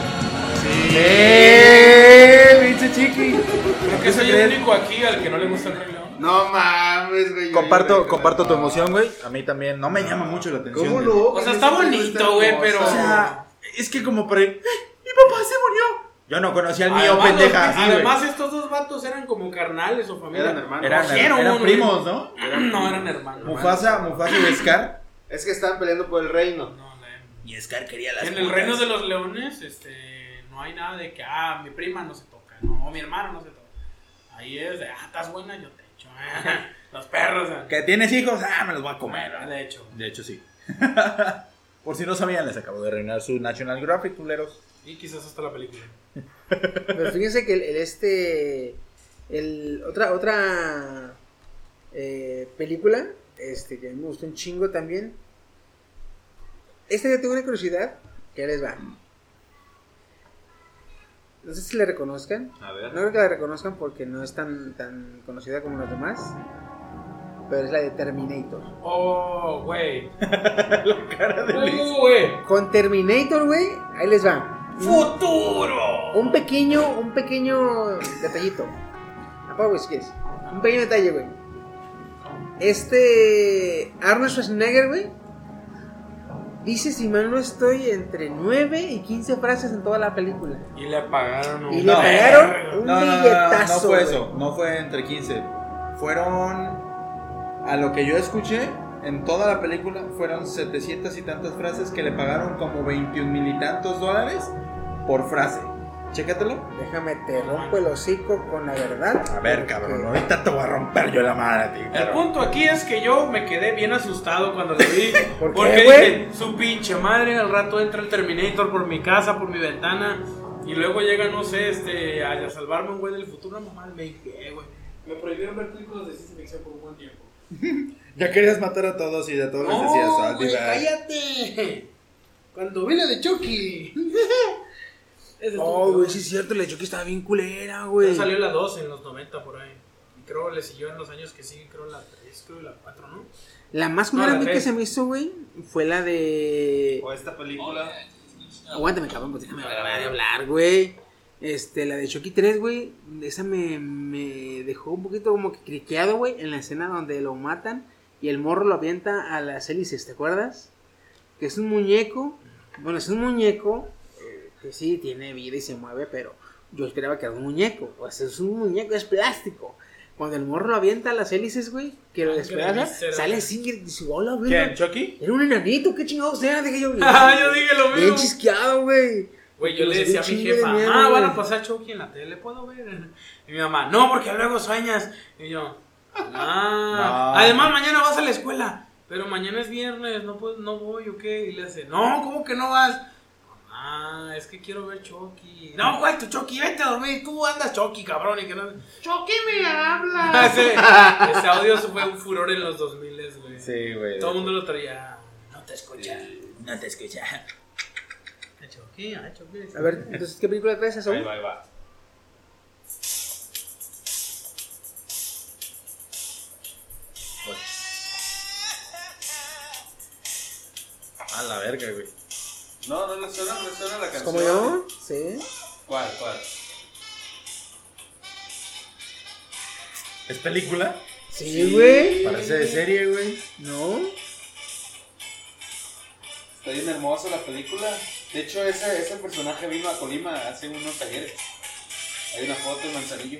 Creo que soy el único aquí al que no le gusta el Rey León. No mames, güey. yo lloré Comparto, con comparto la- tu emoción, güey. A mí también. No me llama mucho la atención. ¿Cómo güey. no? O sea, está bonito, güey, pero... O sea, es que como para ir, "Ay, mi papá se murió. Yo no conocía al mío, Además, los- pendeja. Ah, Sí, güey. además, estos dos vatos eran como carnales o familia. Eran hermanos. eran, Cogieron, eran güey. primos, ¿no? No, eran hermanos. Mufasa, Mufasa y Scar. Es que estaban peleando por el reino. No, la- Y Scar quería En el reino de los leones, este, no hay nada de que, ah, mi prima no se toca, no, mi hermano no se toca. Ahí es de, ah, estás buena, yo te echo. los perros. ah. Que tienes hijos, ah, me los voy a comer. Bueno, de hecho. De hecho, sí. Por si no sabían, les acabo de reinar su National Graphic, culeros. Y quizás hasta la película. Pero fíjense que el, el este. El, otra otra eh, película este, que a mí me gustó un chingo también. Esta yo tengo una curiosidad que ahí les va. No sé si la reconozcan. A No ver. creo que la reconozcan porque no es tan, tan conocida como las demás. Pero es la de Terminator. Oh, güey. La cara de Liz. Uh, güey. Con Terminator, güey, ahí les va. ¡Futuro! Un pequeño, un pequeño detallito. Apaga, güey, si quieres. Un pequeño detalle, güey. Este. Arnold Schwarzenegger, güey. Dice, si mal no estoy, entre 9 y 15 frases en toda la película. Y le pagaron un... Y le No. pagaron un No, no, no, no, billetazo. no fue güey. eso. No fue entre 15. Fueron. A lo que yo escuché, en toda la película, fueron 700 y tantas frases que le pagaron como 21 mil y tantos dólares por frase. Chécatelo. Déjame, te rompo el hocico con la verdad. A ver, cabrón, ahorita te voy a romper yo la madre a ti. El cabrón. punto aquí es que yo me quedé bien asustado cuando lo vi. ¿Por qué, porque güey? dije, su pinche madre, al rato entra el Terminator por mi casa, por mi ventana. Y luego llega, no sé, este, a, a salvarme un güey del futuro. Una mamá me dije, güey. Me prohibieron ver películas de ciencia ficción por un buen tiempo. Ya querías matar a todos y a todos les decías, "Ah, güey, diva". cállate. Cuando vi la de Chucky. Ese No, güey, sí es cierto, la que estaba bien culera, güey. Salió la 2 en los 90 por ahí. Y creo le siguió en los años que siguen, creo la 3, creo la 4, ¿no? La más No, culera, la güey, que tres. se me hizo, güey, fue la de. O esta película. Aguántame, cabrón, pues déjame acabar de hablar, güey. Este, la de Chucky 3, güey, esa me, me dejó un poquito como que criqueado, güey, en la escena donde lo matan y el morro lo avienta a las hélices, ¿te acuerdas? Que es un muñeco, bueno, es un muñeco eh, que sí tiene vida y se mueve, pero yo esperaba que era un muñeco, pues es un muñeco, es plástico. Cuando el morro lo avienta a las hélices, güey, que lo Ah, despedaza, qué misera. sale así y dice, hola, güey. ¿Quién? ¿Chucky? Era un enanito, qué chingados era, dije yo. Ah, yo dije lo Bien mismo. chisqueado, güey. Güey, yo Nos le dio decía a un mi chingo de jefa, miedo, ah, van güey". a pasar Chucky en la tele, ¿puedo ver? Y mi mamá, no, porque luego sueñas. Y yo, ah. No. Además, mañana vas a la escuela. Pero mañana es viernes, no, puedo, no voy, ¿o qué? Y le hace, no, ¿cómo que no vas? Mamá, es que quiero ver Chucky. No, güey, tu Chucky, vete a dormir. Tú andas Chucky, cabrón. Y que no... Chucky me habla. ese, ese audio fue un furor en los 2000, güey. Sí, güey. Todo el mundo lo traía. No te escucha. No te escucha. Chucky, ay, Chucky. A ver, entonces, ¿qué película traes a Ahí va, ahí va. Oye. A la verga, güey. No, no le suena, no le suena la canción. ¿Como yo? Sí. ¿Cuál, cuál? ¿Es película? Sí, güey. Parece de serie, güey. No. Está bien hermosa la película. De hecho, ese, ese personaje vino a Colima hace unos talleres. Hay una foto en Manzanillo.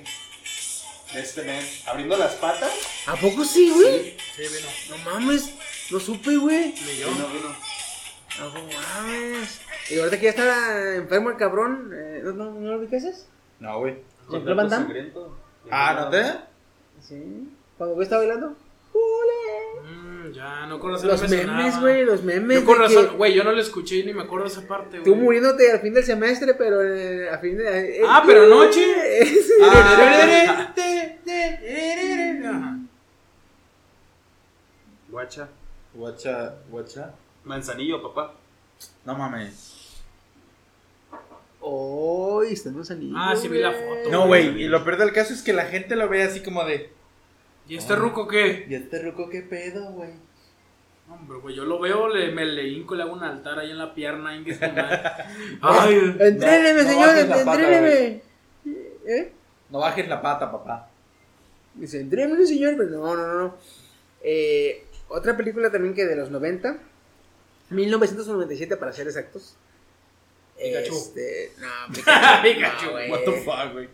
De este men. Abriendo las patas. ¿A poco sí, güey? Sí, vino. No mames. No supe, güey. Ni yo. Vino, vino. No mames. Y ahorita que ya está enfermo el cabrón, eh, ¿no, no, no lo ubicas? No, güey. ¿Jean-Claude Van Damme? Sangriento. Ah, ¿no te? Sí. Cuando güey está bailando. ¡Ole! Mm, ya, no conocen Los no me memes, sonaba. güey, los memes. Yo con de razón, que güey, yo no lo escuché ni me acuerdo esa parte, Tú güey. muriéndote al fin del semestre, pero eh, a fin de. eh, Ah, pero anoche. Sí. Ah. Guacha. Guacha, guacha. Manzanillo, papá. No mames. Oh, estamos saliendo. Ah, sí vi la güey. foto. No, güey. Y lo peor del caso es que la gente lo ve así como de. ¿Y este ruco qué? ¿Y este ruco qué pedo, güey? Hombre, güey, yo lo veo, le, me le hinco, le hago un altar ahí en la pierna. ingue su madre. Ay, Entréneme, No, no señor, bajes la pata, entréneme. ¿Eh? No bajes la pata, papá. Dice, entréneme, señor, pero no, no, no. Eh, otra película también que de los 90, 1997 para ser exactos. Pikachu. Este, no, Pikachu. Pikachu, no, güey. What the fuck, güey.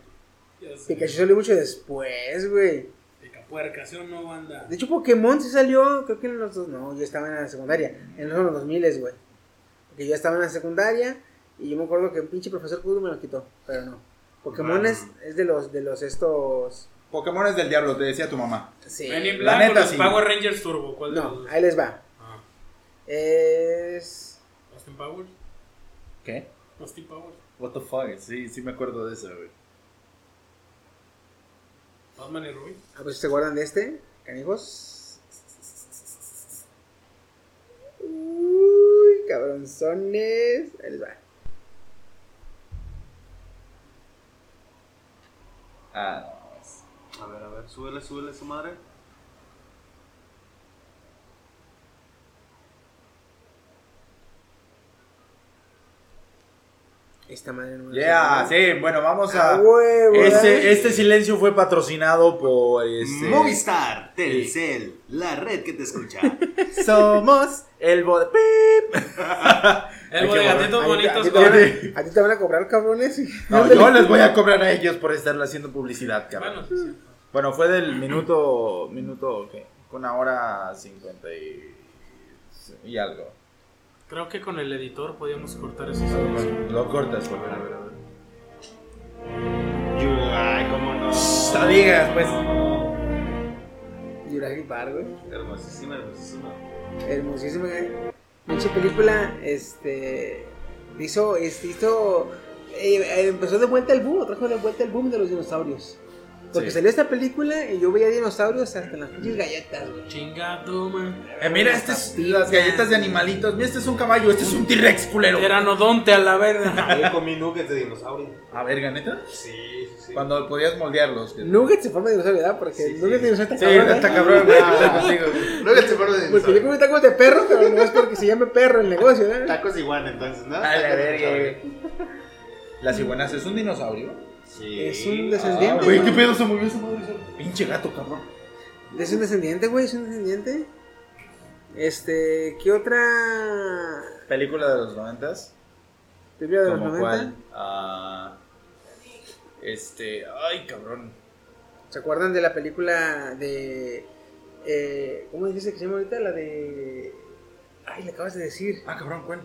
ya sé. Pikachu salió mucho después, güey. Pica puerca, ¿sí o no, banda? De hecho, Pokémon sí salió, creo que en los dos, no, yo estaba en la secundaria, en los 2000, güey. Porque yo estaba en la secundaria y yo me acuerdo que un pinche profesor Kudo me lo quitó, pero no. Pokémon Ah. es, es de los de los estos Pokémon es del diablo, te decía tu mamá. sí. Ven en la blanco, neta, los sí. Power Rangers Turbo. ¿Cuál de los No, dos? ahí les va. Ah, Es Austin Powers. ¿Qué? Austin Powers. What the fuck. Sí, sí me acuerdo de eso, güey. Batman y Robin. a ver si se guardan de este, canijos. Uy, cabronzones. Ahí les va. Ah, A ver, a ver, súbele, súbele su madre. Esta madre no me la Yeah, sé, sí, bueno, vamos ¿no? a. A huevo. Este, este silencio fue patrocinado por este. Movistar, Telcel, la red que te escucha. Somos el bod. ¡Pip! El Hay que Ahí bodegatito borrar. te- bonito. a ti es te van con- güey. a- A ti te van a cobrar, cabrones. No, yo les voy a cobrar a ellos por estarle haciendo publicidad, cabrón. Bueno, sí, sí. Bueno, fue del minuto. Minuto, ¿qué? Una hora cincuenta y. y algo. Creo que con el editor podíamos cortar esos audios. Lo cortas, por favor. Ay, cómo no. No digas, pues. Jurassic Park, güey. Hermosísima, hermosísima. Hermosísima. Mucha película, este. Hizo. Este, hizo eh, eh, empezó de vuelta el boom, trajo de vuelta el boom de los dinosaurios. Porque Sí. salió esta película y yo veía dinosaurios hasta en las pinches galletas, güey. Chingado, man. Eh, mira, este es las galletas de animalitos. Mira, este es un caballo, este es un T-Rex culero. Teranodonte a la verga. Yo comí nuggets de dinosaurio. A verga, neta. Sí, sí, sí. Cuando podías moldearlos. que- Nuggets se forma de dinosaurio, ¿verdad? Porque Nuggets de dinosaurio Sí, está cabrón, está ¿eh? cabrón, güey, está contigo, güey. Nuggets de forma de Porque yo dinosaurio. comí tacos de perro, pero no es porque se llame perro el negocio, ¿eh? Tacos igual, entonces, ¿no? A la Tacos de verga, dinosaurio. La ciguanaza es un dinosaurio. Sí. Es un descendiente. Ah, Güey, ¿no? qué pedo se movió esa madre. Pinche gato, cabrón. Es un descendiente, güey, es un descendiente. Este, ¿qué otra Película de los noventas. película de los Como 90? cuál. Ah, este. Ay, cabrón. ¿Se acuerdan de la película de. Eh, ¿Cómo dijiste que se llama ahorita? La de. Ay, le acabas de decir. Ah, cabrón, ¿cuál?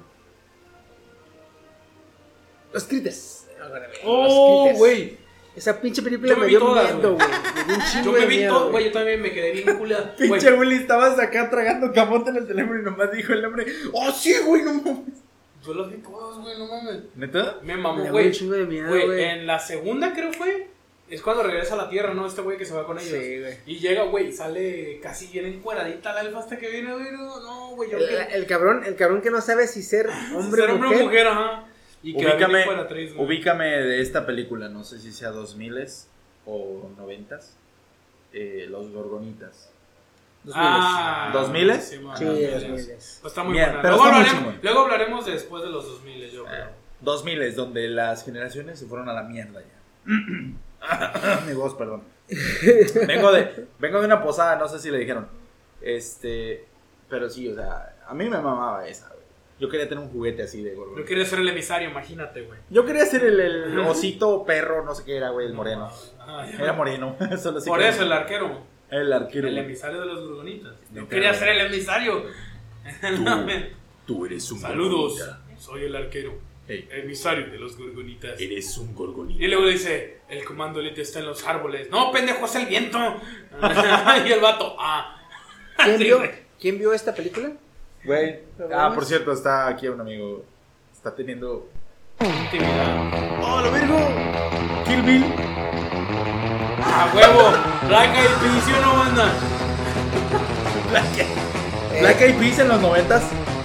Los Crites. Acuérdame, Oh, Los Crites. güey. Esa pinche película Yo me, me vi dio todas, miedo, güey. güey. Me dio un chingo Yo me de vi miedo, todo, güey. Yo también me quedé bien culada. güey. Pinche Willy, estabas acá tragando camote en el teléfono y nomás dijo el hombre. ¡Oh, sí, güey! No mames. Yo los vi todos, güey, no mames. ¿Neta? Me Me mamó, dio güey. un chingo de miedo, Güey, güey. en la segunda creo fue. Es cuando regresa a la tierra, ¿no? Este güey que se va con ellos. Sí, güey. Y llega, güey, sale casi bien encueradita la elfa hasta que viene, güey. No, no, güey, yo El, que- el cabrón, el cabrón que no sabe si ser hombre Ah, ser o hombre mujer. o mujer, ajá. Y que bien Ubícame, encueratriz, güey. ubícame de esta película, no sé si sea 2000 o 90 eh, Los Gorgonitas. Ah, 2000. ¿2000? Sí, man. Sí, Ah, es ya muy sé. bien. Pues está muy Bien, buena. pero luego, está muy hablaremos, chingón. luego hablaremos después de los 2000, yo creo. 2000 es donde las generaciones se fueron a la mierda ya. Mi voz, perdón. Vengo de, vengo de una posada, no sé si le dijeron. Este, pero sí, o sea, a mí me mamaba esa. güey. Yo quería tener un juguete así de gorgón. Yo quería ser el emisario, imagínate, güey. Yo quería ser el, el osito perro, no sé qué era, güey, el moreno. Ajá, ya. Era moreno. solo así Por que- eso el arquero. El arquero. El güey. emisario de los gorgonitas. Yo Literal. quería ser el emisario. Tú eres un Saludos, gorgonita. soy el arquero. Ey. Emisario de los gorgonitas. Eres un Y gorgonita. luego dice, el comando elite está en los árboles. No, pendejo, es el viento. y el vato, ah. ¿Quién, Sí, vio, güey. ¿Quién vio esta película? Güey. Pero Ah, vamos. por cierto, está aquí un amigo. Está teniendo. Intimidad. ¡Oh, lo vergo! Kill Bill. A huevo. Black Eyed Peas, ¿sí o no, banda? Black Eyed Peas en los noventas.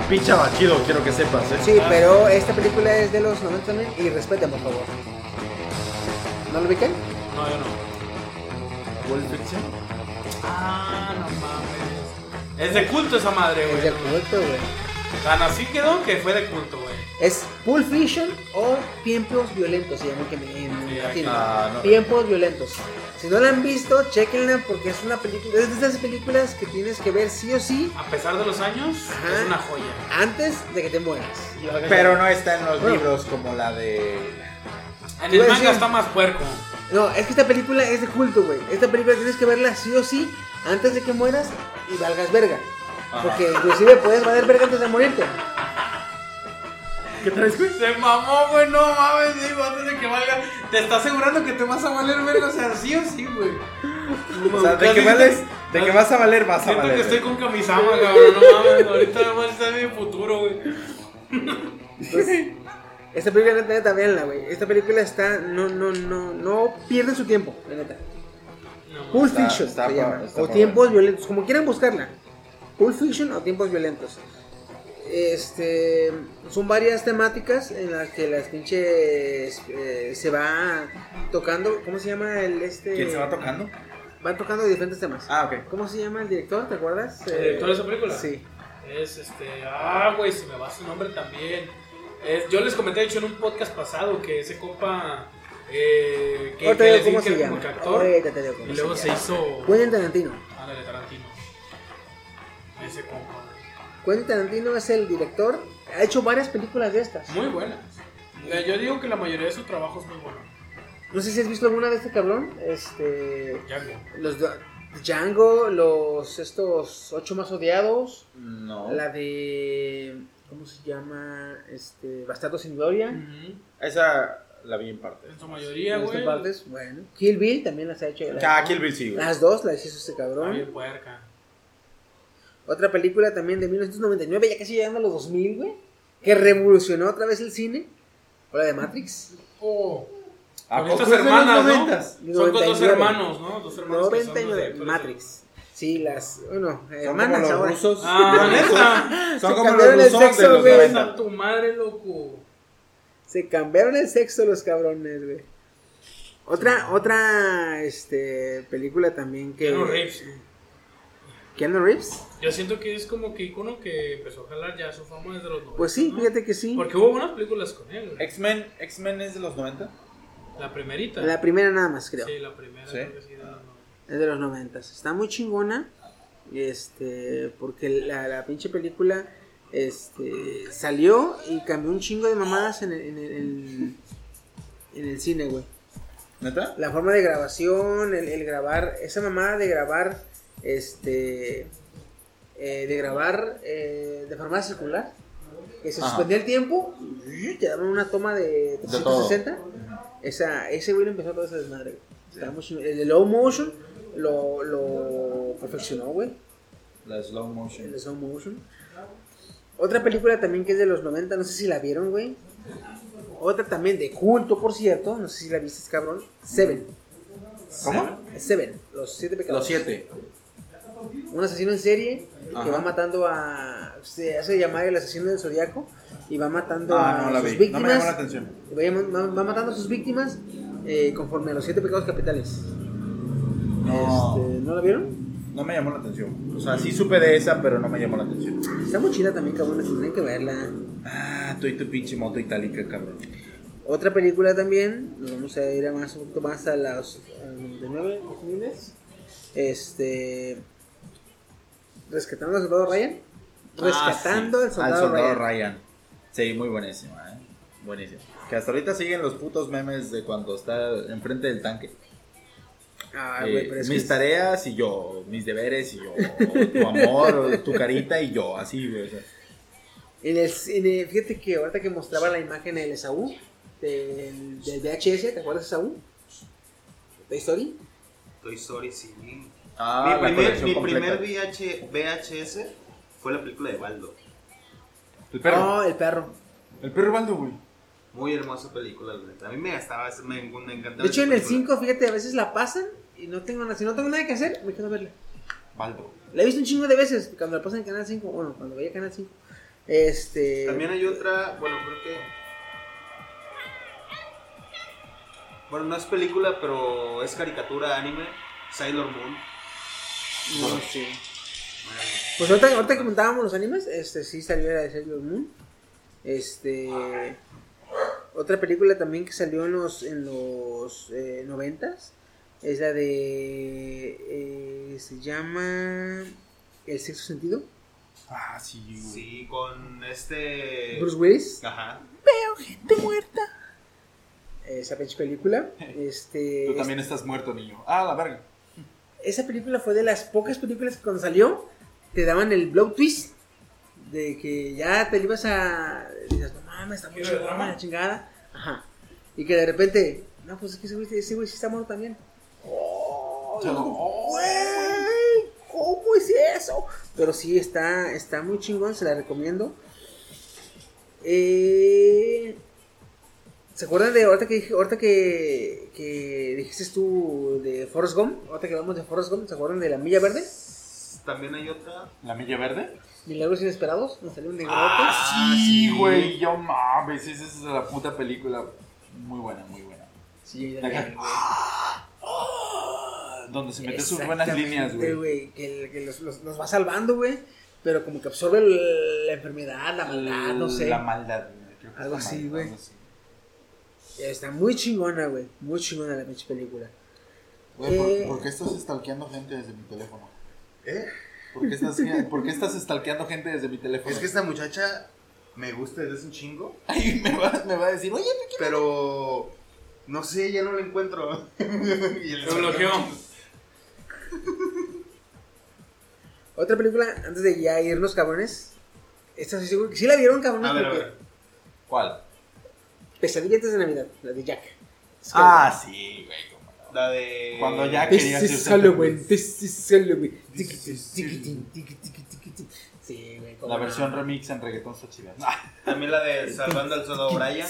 Pinchaba chido, quiero que sepas. ¿eh? Sí, pero esta película es de los 90 también y respeten, por favor. ¿No lo ubican? No, yo no. Pulp Fiction. Ah, no mames. Es de culto esa madre, Es güey. de culto, güey. Tan así quedó que fue de culto, güey. Es Pulp Fiction o Tiempos Violentos, se llama que me- en Sí, latino. ah, no. Tiempos Violentos. Si no la han visto, chequenla porque es una película, es de esas películas que tienes que ver sí o sí A pesar de los años, Ajá. es una joya. antes de que te mueras. Pero no está en los Bueno. libros como la de. En Te iba el a manga decir- está más puerco. No, es que esta película es de culto, güey. Esta película tienes que verla sí o sí antes de que mueras y valgas verga. Porque inclusive puedes valer verga antes de morirte. ¿Qué traes, güey? Se mamó, güey, no mames, digo, antes de que valga. Te está asegurando que te vas a valer verga, o sea, sí o sí, güey. O sea, de Casi que, vales, siento- de que vas a valer, vas a Pues, Siento que valer. estoy güey. con Kamisama, cabrón, no mames, ahorita nada más está mi futuro, güey. Esta película neta, neta, véanla, güey. Esta película está, no, no, no, no pierden su tiempo, la neta. No, Pulp Está- Fiction está se por- llama, está o por Tiempos ver. Violentos, como quieran buscarla. Pulp Fiction o Tiempos Violentos. Este, son varias temáticas en las que las pinches eh, se va tocando, ¿cómo se llama el este? ¿Quién se va tocando? Van tocando diferentes temas. Ah, ok. ¿Cómo se llama el director? ¿Te acuerdas? ¿El director de esa película? Sí. Es este. Ah, güey, se me va su nombre también. Es- yo les comenté, de hecho, en un podcast pasado que ese compa. Eh, que, Ahorita que digo les cómo se dije que era llama. como que actor. Ahorita te digo cómo y se luego se, llama. hizo. Quentin Tarantino. Ándale, Tarantino. Ese compa. Quentin Tarantino es el director. Ha hecho varias películas de estas. Muy buena. Eh, Yo digo que la mayoría de su trabajo es muy bueno. No sé si has visto alguna de este cabrón. Este. Django. Los do- Django, los estos ocho más odiados, No. la de ¿cómo se llama? Este Bastardos sin Gloria. Ujú. Esa la vi en parte. En su mayoría, Las dos Mm. güey. partes, bueno. Kill Bill también las ha hecho. las- Ah, Kill Bill sí, güey. Las dos las hizo este Está cabrón. bien puerca. Otra película también de 1999, ya casi llegando a los 2000, güey, que revolucionó otra vez el cine. Fue la de Matrix. Oh, ¿A Con estas poco es de los hermanas, ¿no? noventas? Son con dos 99. hermanos, ¿no? Dos hermanos. que son los 99, actores. Matrix. Sí, las. Bueno, como hermanas los ahora. rusos. Ah, Los neta. rusos. Son Se como los cambiaron el rusos de los sexo, güey. 90. tu madre, loco. Se cambiaron el sexo los cabrones, güey. Otra, otra este, película también que. Keanu Reeves, güey. Keanu Reeves. Yo siento que es como que icono que empezó a jalar ya su fama desde los 90. Pues sí, fíjate que sí. Porque hubo buenas películas con él. güey. X-Men, X-Men es de los 90. La primerita. La primera nada más, creo. Sí, la primera. creo que sí, nada más. Es de los noventas. Está muy chingona. Este, porque la, la pinche película este, salió y cambió un chingo de mamadas en el, en el, en- en el cine, güey. ¿Neta? La forma de grabación, el, el grabar, esa mamada de grabar, este, eh, de grabar eh, de forma circular, que se Ajá. suspendía el tiempo, y te daban una toma de De todo. 360. Esa, ese güey lo empezó todo ese desmadre. güey. Estaba muy chingón. El de slow motion lo, lo perfeccionó, güey. La slow motion. El de slow motion. Otra película también que es de los 90, no sé si la vieron, güey. Otra también de culto, por cierto. No sé si la viste, cabrón. Seven. ¿Cómo? Seven. Los siete pecados. Los 7. Un asesino en serie que Ajá. va matando a. Se hace llamar el asesino del zodiaco y va matando Ah, a no la sus vi. No me víctimas. llamó la atención. Va, llam- va- va matando a sus víctimas eh, conforme a los siete pecados capitales. No. Este, ¿No la vieron? No me llamó la atención. O sea, sí supe de esa, pero no me llamó la atención. Está muy chida también, cabrón. Tienen que verla. Ah, tú y tu pinche moto itálica, cabrón. Otra película también, nos vamos a ir a más, un poquito más a los a los 99, 2000. Este. Rescatando al soldado Ryan. Rescatando Ah, sí, al soldado, Ryan. Sí, muy buenísima, ¿eh? Buenísima. Que hasta ahorita siguen los putos memes de cuando está enfrente del tanque. Ah, Eh, güey, pero es que mis es- tareas y yo, mis deberes y yo, tu amor, o tu carita y yo, así, güey. o sea. en el, en el- fíjate que ahorita que mostraba la imagen del Esaú, del, del VHS, ¿te acuerdas de Esaú? ¿Toy Story? Toy Story, sí. Ah, la mi primer, colección mi completa. primer VH, VHS fue la película de Baldo. El No, el perro. El perro Baldo, güey. Muy hermosa película, la neta. A mí me gastaba, me, me encantaba. De hecho, esa en el 5, película. fíjate, a veces la pasan y no tengo nada, si no tengo nada que hacer, me quedo a verla. Baldo. La he visto un chingo de veces cuando la pasan en Canal 5. Bueno, cuando veía Canal 5. Este. También hay otra, bueno, creo que. Bueno, no es película, pero es caricatura anime. Sailor Moon. No, sí. Pues ahorita, ahorita que comentábamos los animes, este sí salió la de Sailor Moon. Este. Otra película también que salió en los en los eh, noventas es la de eh, se llama El sexto sentido. Ah, sí, güey. Sí, con este. Bruce Willis. Ajá. Veo gente muerta. Esa pinche película. Este. Tú también estás muerto, niño. Ah, la verga. Esa película fue de las pocas películas que cuando salió te daban el blow twist de que ya te ibas a dices, no mames, está muy ¿Era chingona, drama? la chingada. Ajá. Y que de repente, no, pues es que ese güey, ese güey sí está muerto también. ¡Oh! Yo no, güey! ¿Cómo es eso? Pero sí está está muy chingón, se la recomiendo. Eh, ¿Se acuerdan de ahorita que dije, ahorita que, que dijiste tú de Forrest Gump? Ahorita que hablamos de Forrest Gump, ¿se acuerdan de la Milla Verde? También hay otra. ¿La milla verde? Milagros Inesperados, nos salió un negrote. Ah, sí, güey. Yo mames, esa es la puta película. Muy buena, muy buena. Sí, La que- Donde se mete sus buenas Exactamente, líneas, güey. Que, el- que los, los- los va salvando, güey. Pero como que absorbe el- la enfermedad, la maldad, Ah, no sé. La maldad, güey. Creo que Algo es la así, maldad, güey. algo así. Está muy chingona, güey. Muy chingona la pinche película. Güey, ¿por- Eh. ¿por qué estás stalkeando gente desde mi teléfono? ¿Eh? ¿Por qué estás, por qué estás stalkeando gente desde mi teléfono? Es que esta muchacha me gusta desde hace un chingo, Ay, me, va, me va a decir, oye, ¿qué pero no sé, ya no la encuentro. Y el- Lo bloqueó. Otra película, antes de ya irnos, cabrones. Esta estoy seguro que sí la vieron, cabrones. A ver, a porque- ver. ¿Cuál? Pesadilla antes de Navidad, la de Jack. Ah, sí, güey. La de. Cuando ya This quería is ser Halloween, this is Halloween. Tiquitín, tiquitín, tiquitín, tiquitín. Sí, güey. cómo La no. versión remix en reggaetón está chida. También la de Salvando al Soldado Brian.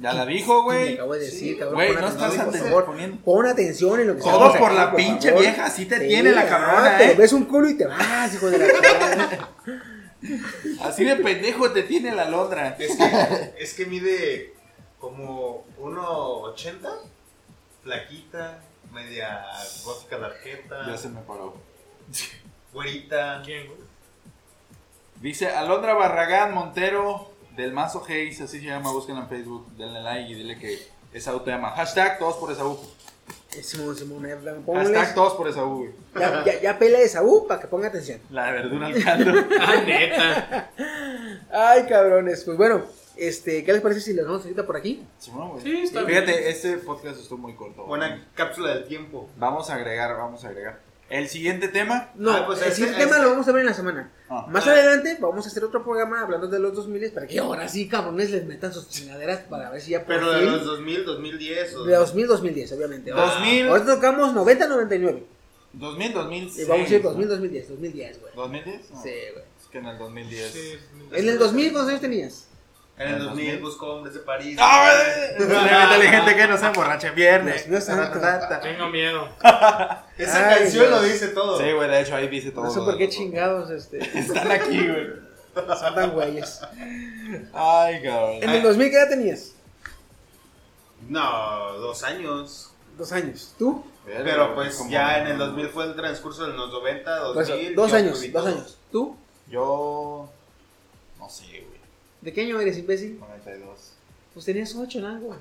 Ya la dijo, güey. Me acabo de decir, cabrón. Güey, pon no atención, estás por aten- favor. poniendo- Pon atención en lo que Todo estamos por aquí, la pinche favor. vieja, así te tiene la ah, cabrona, Te eh. ves un culo y te vas, hijo de la Así de pendejo te tiene la londra. Es que, es que mide como 1.80, flaquita, media gótica tarjeta. Ya se me paró. Güerita. Dice Alondra Barragán Montero del Mazo Hayes, así se llama, búsquenla en Facebook, denle like y dile que Esaú te ama. Hashtag todos por Esaú. Simón, Simón, eh, ponles- Hashtag todos por Esaú, güey. Ya, ya, ya pela de Saúl para que ponga atención. La verdura al caldo. ah, neta. Ay, cabrones. Pues bueno, este, ¿qué les parece si les damos ahorita por aquí? Sí, está Fíjate, bien. este podcast estuvo muy corto. Buena cápsula del tiempo. Vamos a agregar, vamos a agregar. El siguiente tema. No, el siguiente tema lo vamos a ver en la semana. Ah. Más adelante vamos a hacer otro programa hablando de los 2000 para que ahora sí, cabrones, les metan sus chingaderas para ver si ya por Pero de fin- los 2000, 2010. o- de 2000, 2010, obviamente. 2000. Ahorita tocamos 90, 99. 2000, 2000. Y vamos a ir 2000, 2010, 2010, güey. ¿2010? Sí, güey. Es que en el 2010. En el 2000, ¿cuántos años tenías? En el 2000 buscó hombres de París. Dale, gente que no se emborracha en viernes. Dios santo. Tengo miedo. Esa Ay, canción Dios. lo dice todo. Sí, güey, de hecho ahí dice todo. No sé por qué chingados este, Están aquí, güey. son tan güeyes. Ay, cabrón. En el 2000, ¿qué edad tenías? No, dos años. Dos años. ¿Tú? Pero pues ya en el 2000 fue el transcurso de los 90, 2000. Pues, yo dos fui años, todo. dos años. ¿Tú? Yo. No sé, güey. ¿De qué año eres, imbécil? 92. Pues tenías ocho en algo.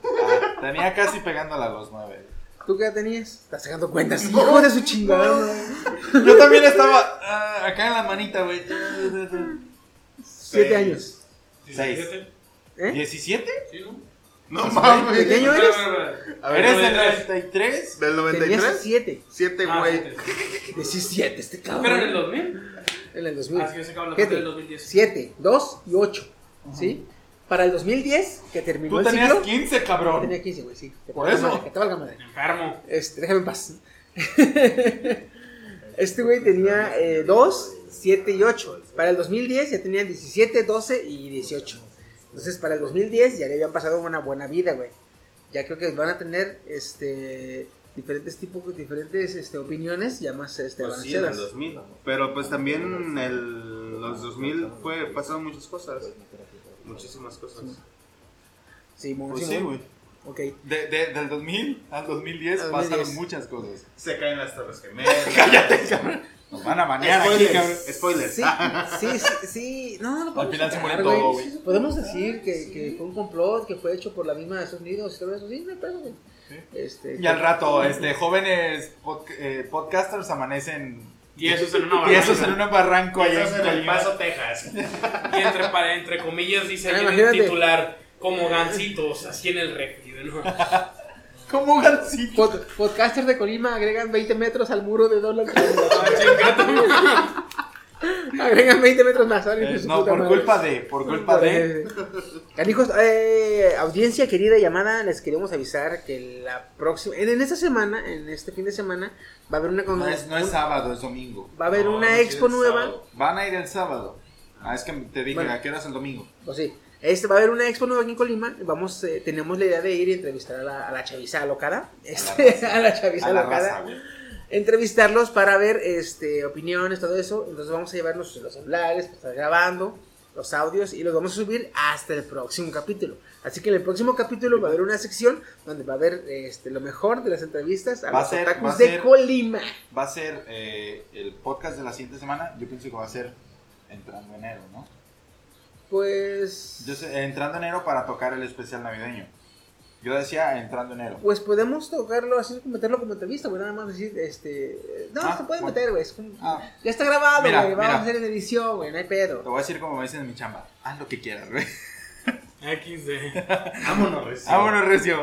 Tenía casi pegándola a los 9. ¿Tú qué edad tenías? Estás sacando cuentas. Hijo de su chingada. madre. Yo también estaba ah, acá en la manita, güey. Siete años. 6. ¿Eh? ¿17? No mames. ¿De qué año eres? A ver, ¿Eres del 93. 93? ¿Del Tenías 93? siete. 7, Ah, güey. siete. Diecisiete, este cabrón. Pero en el 2000. En el 2000. Ah, sí, yo sacaba la cuenta Fíjate, del 2010. 7, 2 y 8. ¿Sí? Para el 2010, que terminó Tú el tenías ciclo. 15, Yo cabrón. Tenía 15, güey, sí. Que te Por valga eso. madre, que te valga madre. Enfermo. Este, déjame en paz. este güey tenía 2, 7 y 8. Para el 2010 ya tenía 17, 12 y 18. Entonces, para el 2010 ya le habían pasado una buena vida, güey. Ya creo que van a tener este diferentes tipos, diferentes este, opiniones ya más este, Pues sí, en el balanceadas. 2000. Pero pues también el, los 2000 fue, pasaron muchas cosas. Muchísimas cosas. Sí, muy Pues bien, sí, güey. güey. Ok. De, de- del 2000 al 2010 Al pasaron 2010. muchas cosas. Se caen las Torres Gemelas. Nos van a banear aquí, cabrón. Spoilers. Spoilers. Sí, sí, sí, sí. No, no lo podemos final se sacar, muere todo, güey. Podemos decir que, que fue un complot que fue hecho por la misma de Estados Unidos y todo eso. Sí, no hay pedo, güey. Este, Y al rato, este, jóvenes podca- eh, podcasters amanecen Tiesos en una barranca. tiesos en un barranco allá Cosas en en El Colima. Paso, Texas. Y entre, para- entre comillas dice Ah, ahí en el imagínate. titular como gancitos, así en el refri. ¿no? Como un gancito. Pod- podcasters de Colima agregan 20 metros al muro de Donald Ah, Trump. chinga tu madre. agregan 20 metros más. salen Eh, de su no, puta por madre. culpa de, por culpa Eh, de. Canijos, eh, audiencia querida y llamada, les queremos avisar que la próxima, en, en esta semana, en este fin de semana, va a haber una con- No es, no es sábado, es domingo. va a haber no, no una es expo el nueva. sábado. Van a ir el sábado. Ah, es que te dije, Bueno. ¿a qué hora es el domingo? Pues sí. Este, va a haber una expo nueva aquí en Colima. Vamos, eh, tenemos la idea de ir y entrevistar a la, a la chaviza alocada. Este, a la chaviza A la alocada. raza, güey. Entrevistarlos para ver este, opiniones, todo eso. Entonces vamos a llevarnos los celulares, para estar grabando los audios y los vamos a subir hasta el próximo capítulo. Así que en el próximo capítulo va a haber una sección donde va a haber este, lo mejor de las entrevistas a Va a los ser- va a otakus ser- de Colima. Va a ser eh, el podcast de la siguiente semana. Yo pienso que va a ser entrando enero, ¿no? Pues... Yo sé, entrando enero para tocar el especial navideño. Yo decía entrando enero. Pues podemos tocarlo así, meterlo como entrevista, güey. Nada más decir, este. No, Ah, se puede bueno. meter, güey. es como- Ah. Ya está grabado, Mira, güey. Vamos mira. a hacer en edición, güey. No hay Te pedo. voy a decir como me dicen en mi chamba. Haz lo que quieras, güey. XD. Vámonos, recién. Vámonos, Recio.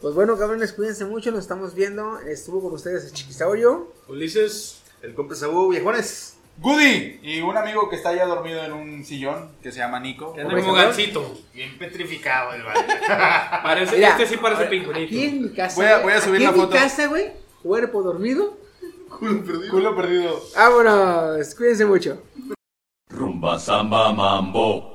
Pues bueno, cabrones, cuídense mucho. Nos estamos viendo. Estuvo con ustedes el Chiquisaurio. Ulises. El compa Saúl, viejones. Goody y un amigo que está allá dormido en un sillón que se llama Nico. Anda como gancito. Bien petrificado el vale. Parece, Mira, este sí parece Aquí pingüinito. en mi casa. Voy a- güey, voy a subir aquí la en foto. mi casa, güey. Cuerpo dormido. Culo perdido. Vámonos. Cuídense mucho. Rumba samba mambo.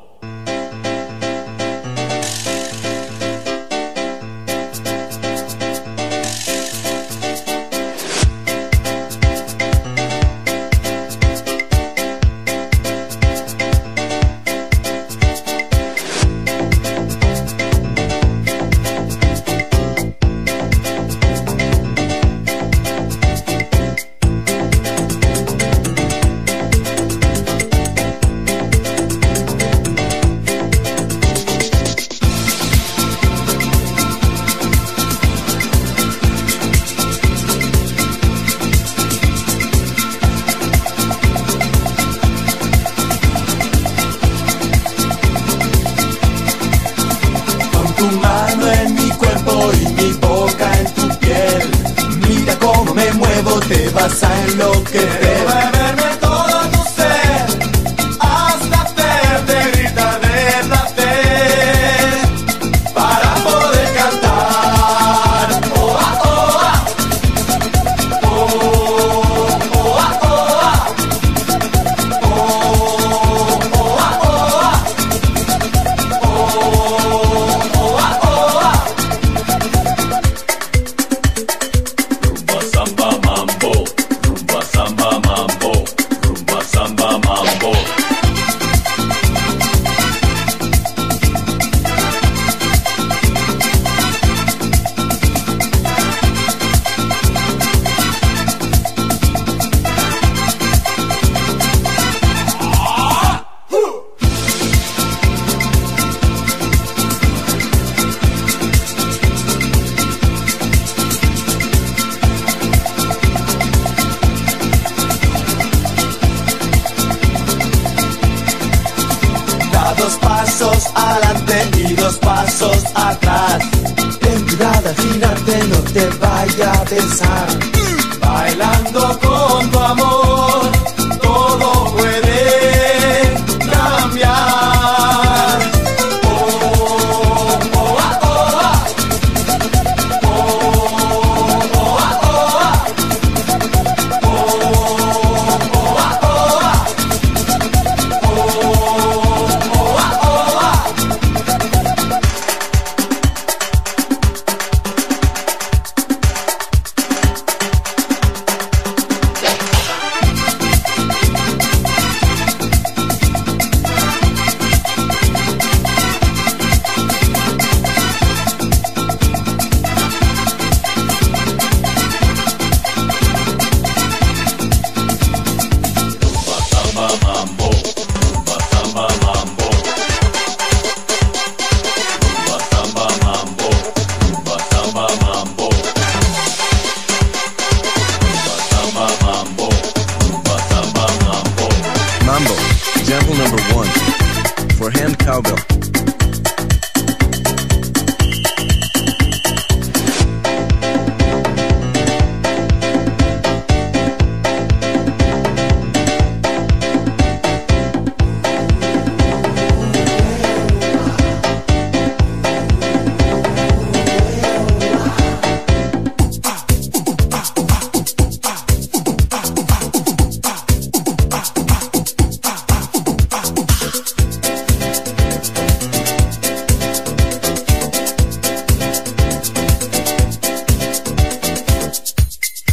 nuevo te vas a enloquecer. Beberme todo tu ser, hasta hacerte gritar de placer, para poder cantar. Oa, oa. Oh, oa, oa. Oh, oa, oa. Oh, oa, oa. Rumba samba mambo, rumba samba mambo, rumba samba mambo. Da dos pasos adelante y dos pasos atrás. Ten cuidado, gírate, no te vaya a besar. Bailando con tu amor, todo puede cambiar. Oh, oh, ah, oh, ah. Oh, oh, ah, oh, ah. Oh, oh, ah, oh, ah. Samba mambo, rumba samba mambo. Rumba samba mambo, rumba samba mambo. Rumba samba mambo, rumba samba mambo. Mambo, example number one. For hand cowbell.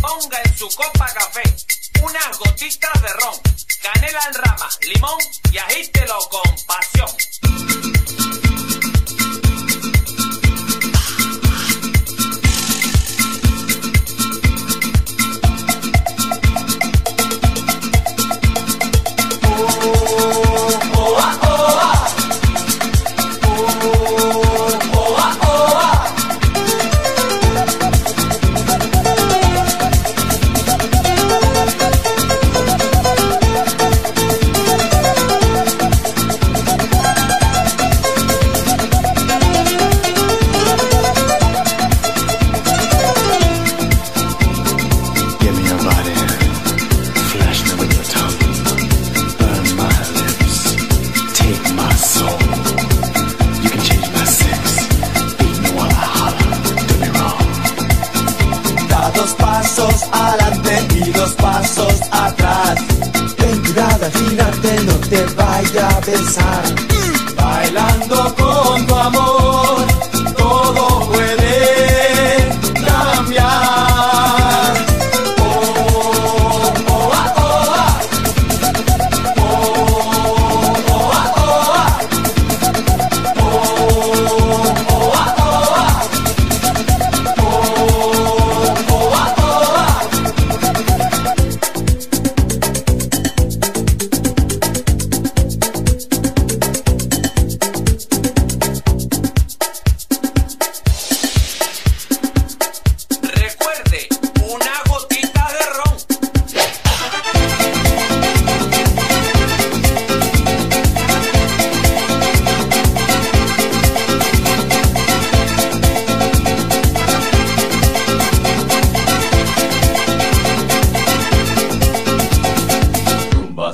Ponga en su copa café unas gotitas de ron, canela en rama, limón y agítelo con pasión. Oh, ah, oh, ah. Oh, oh, ah, oh, ah. Give me your body. Flash me with your tongue. Burn my lips. Take my soul. You can change my sex. Beat me while I holler. Do me wrong. Da dos pasos adelante y dos pasos atrás. Ten cuidado, gírate, no te vaya a besar. Bailando con tu amor, todo puede cambiar. Oh, oh, ah, oh, ah. Oh, oh, ah, oh, ah. Oh, oh, ah, oh, ah.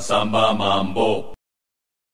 Samba Mambo.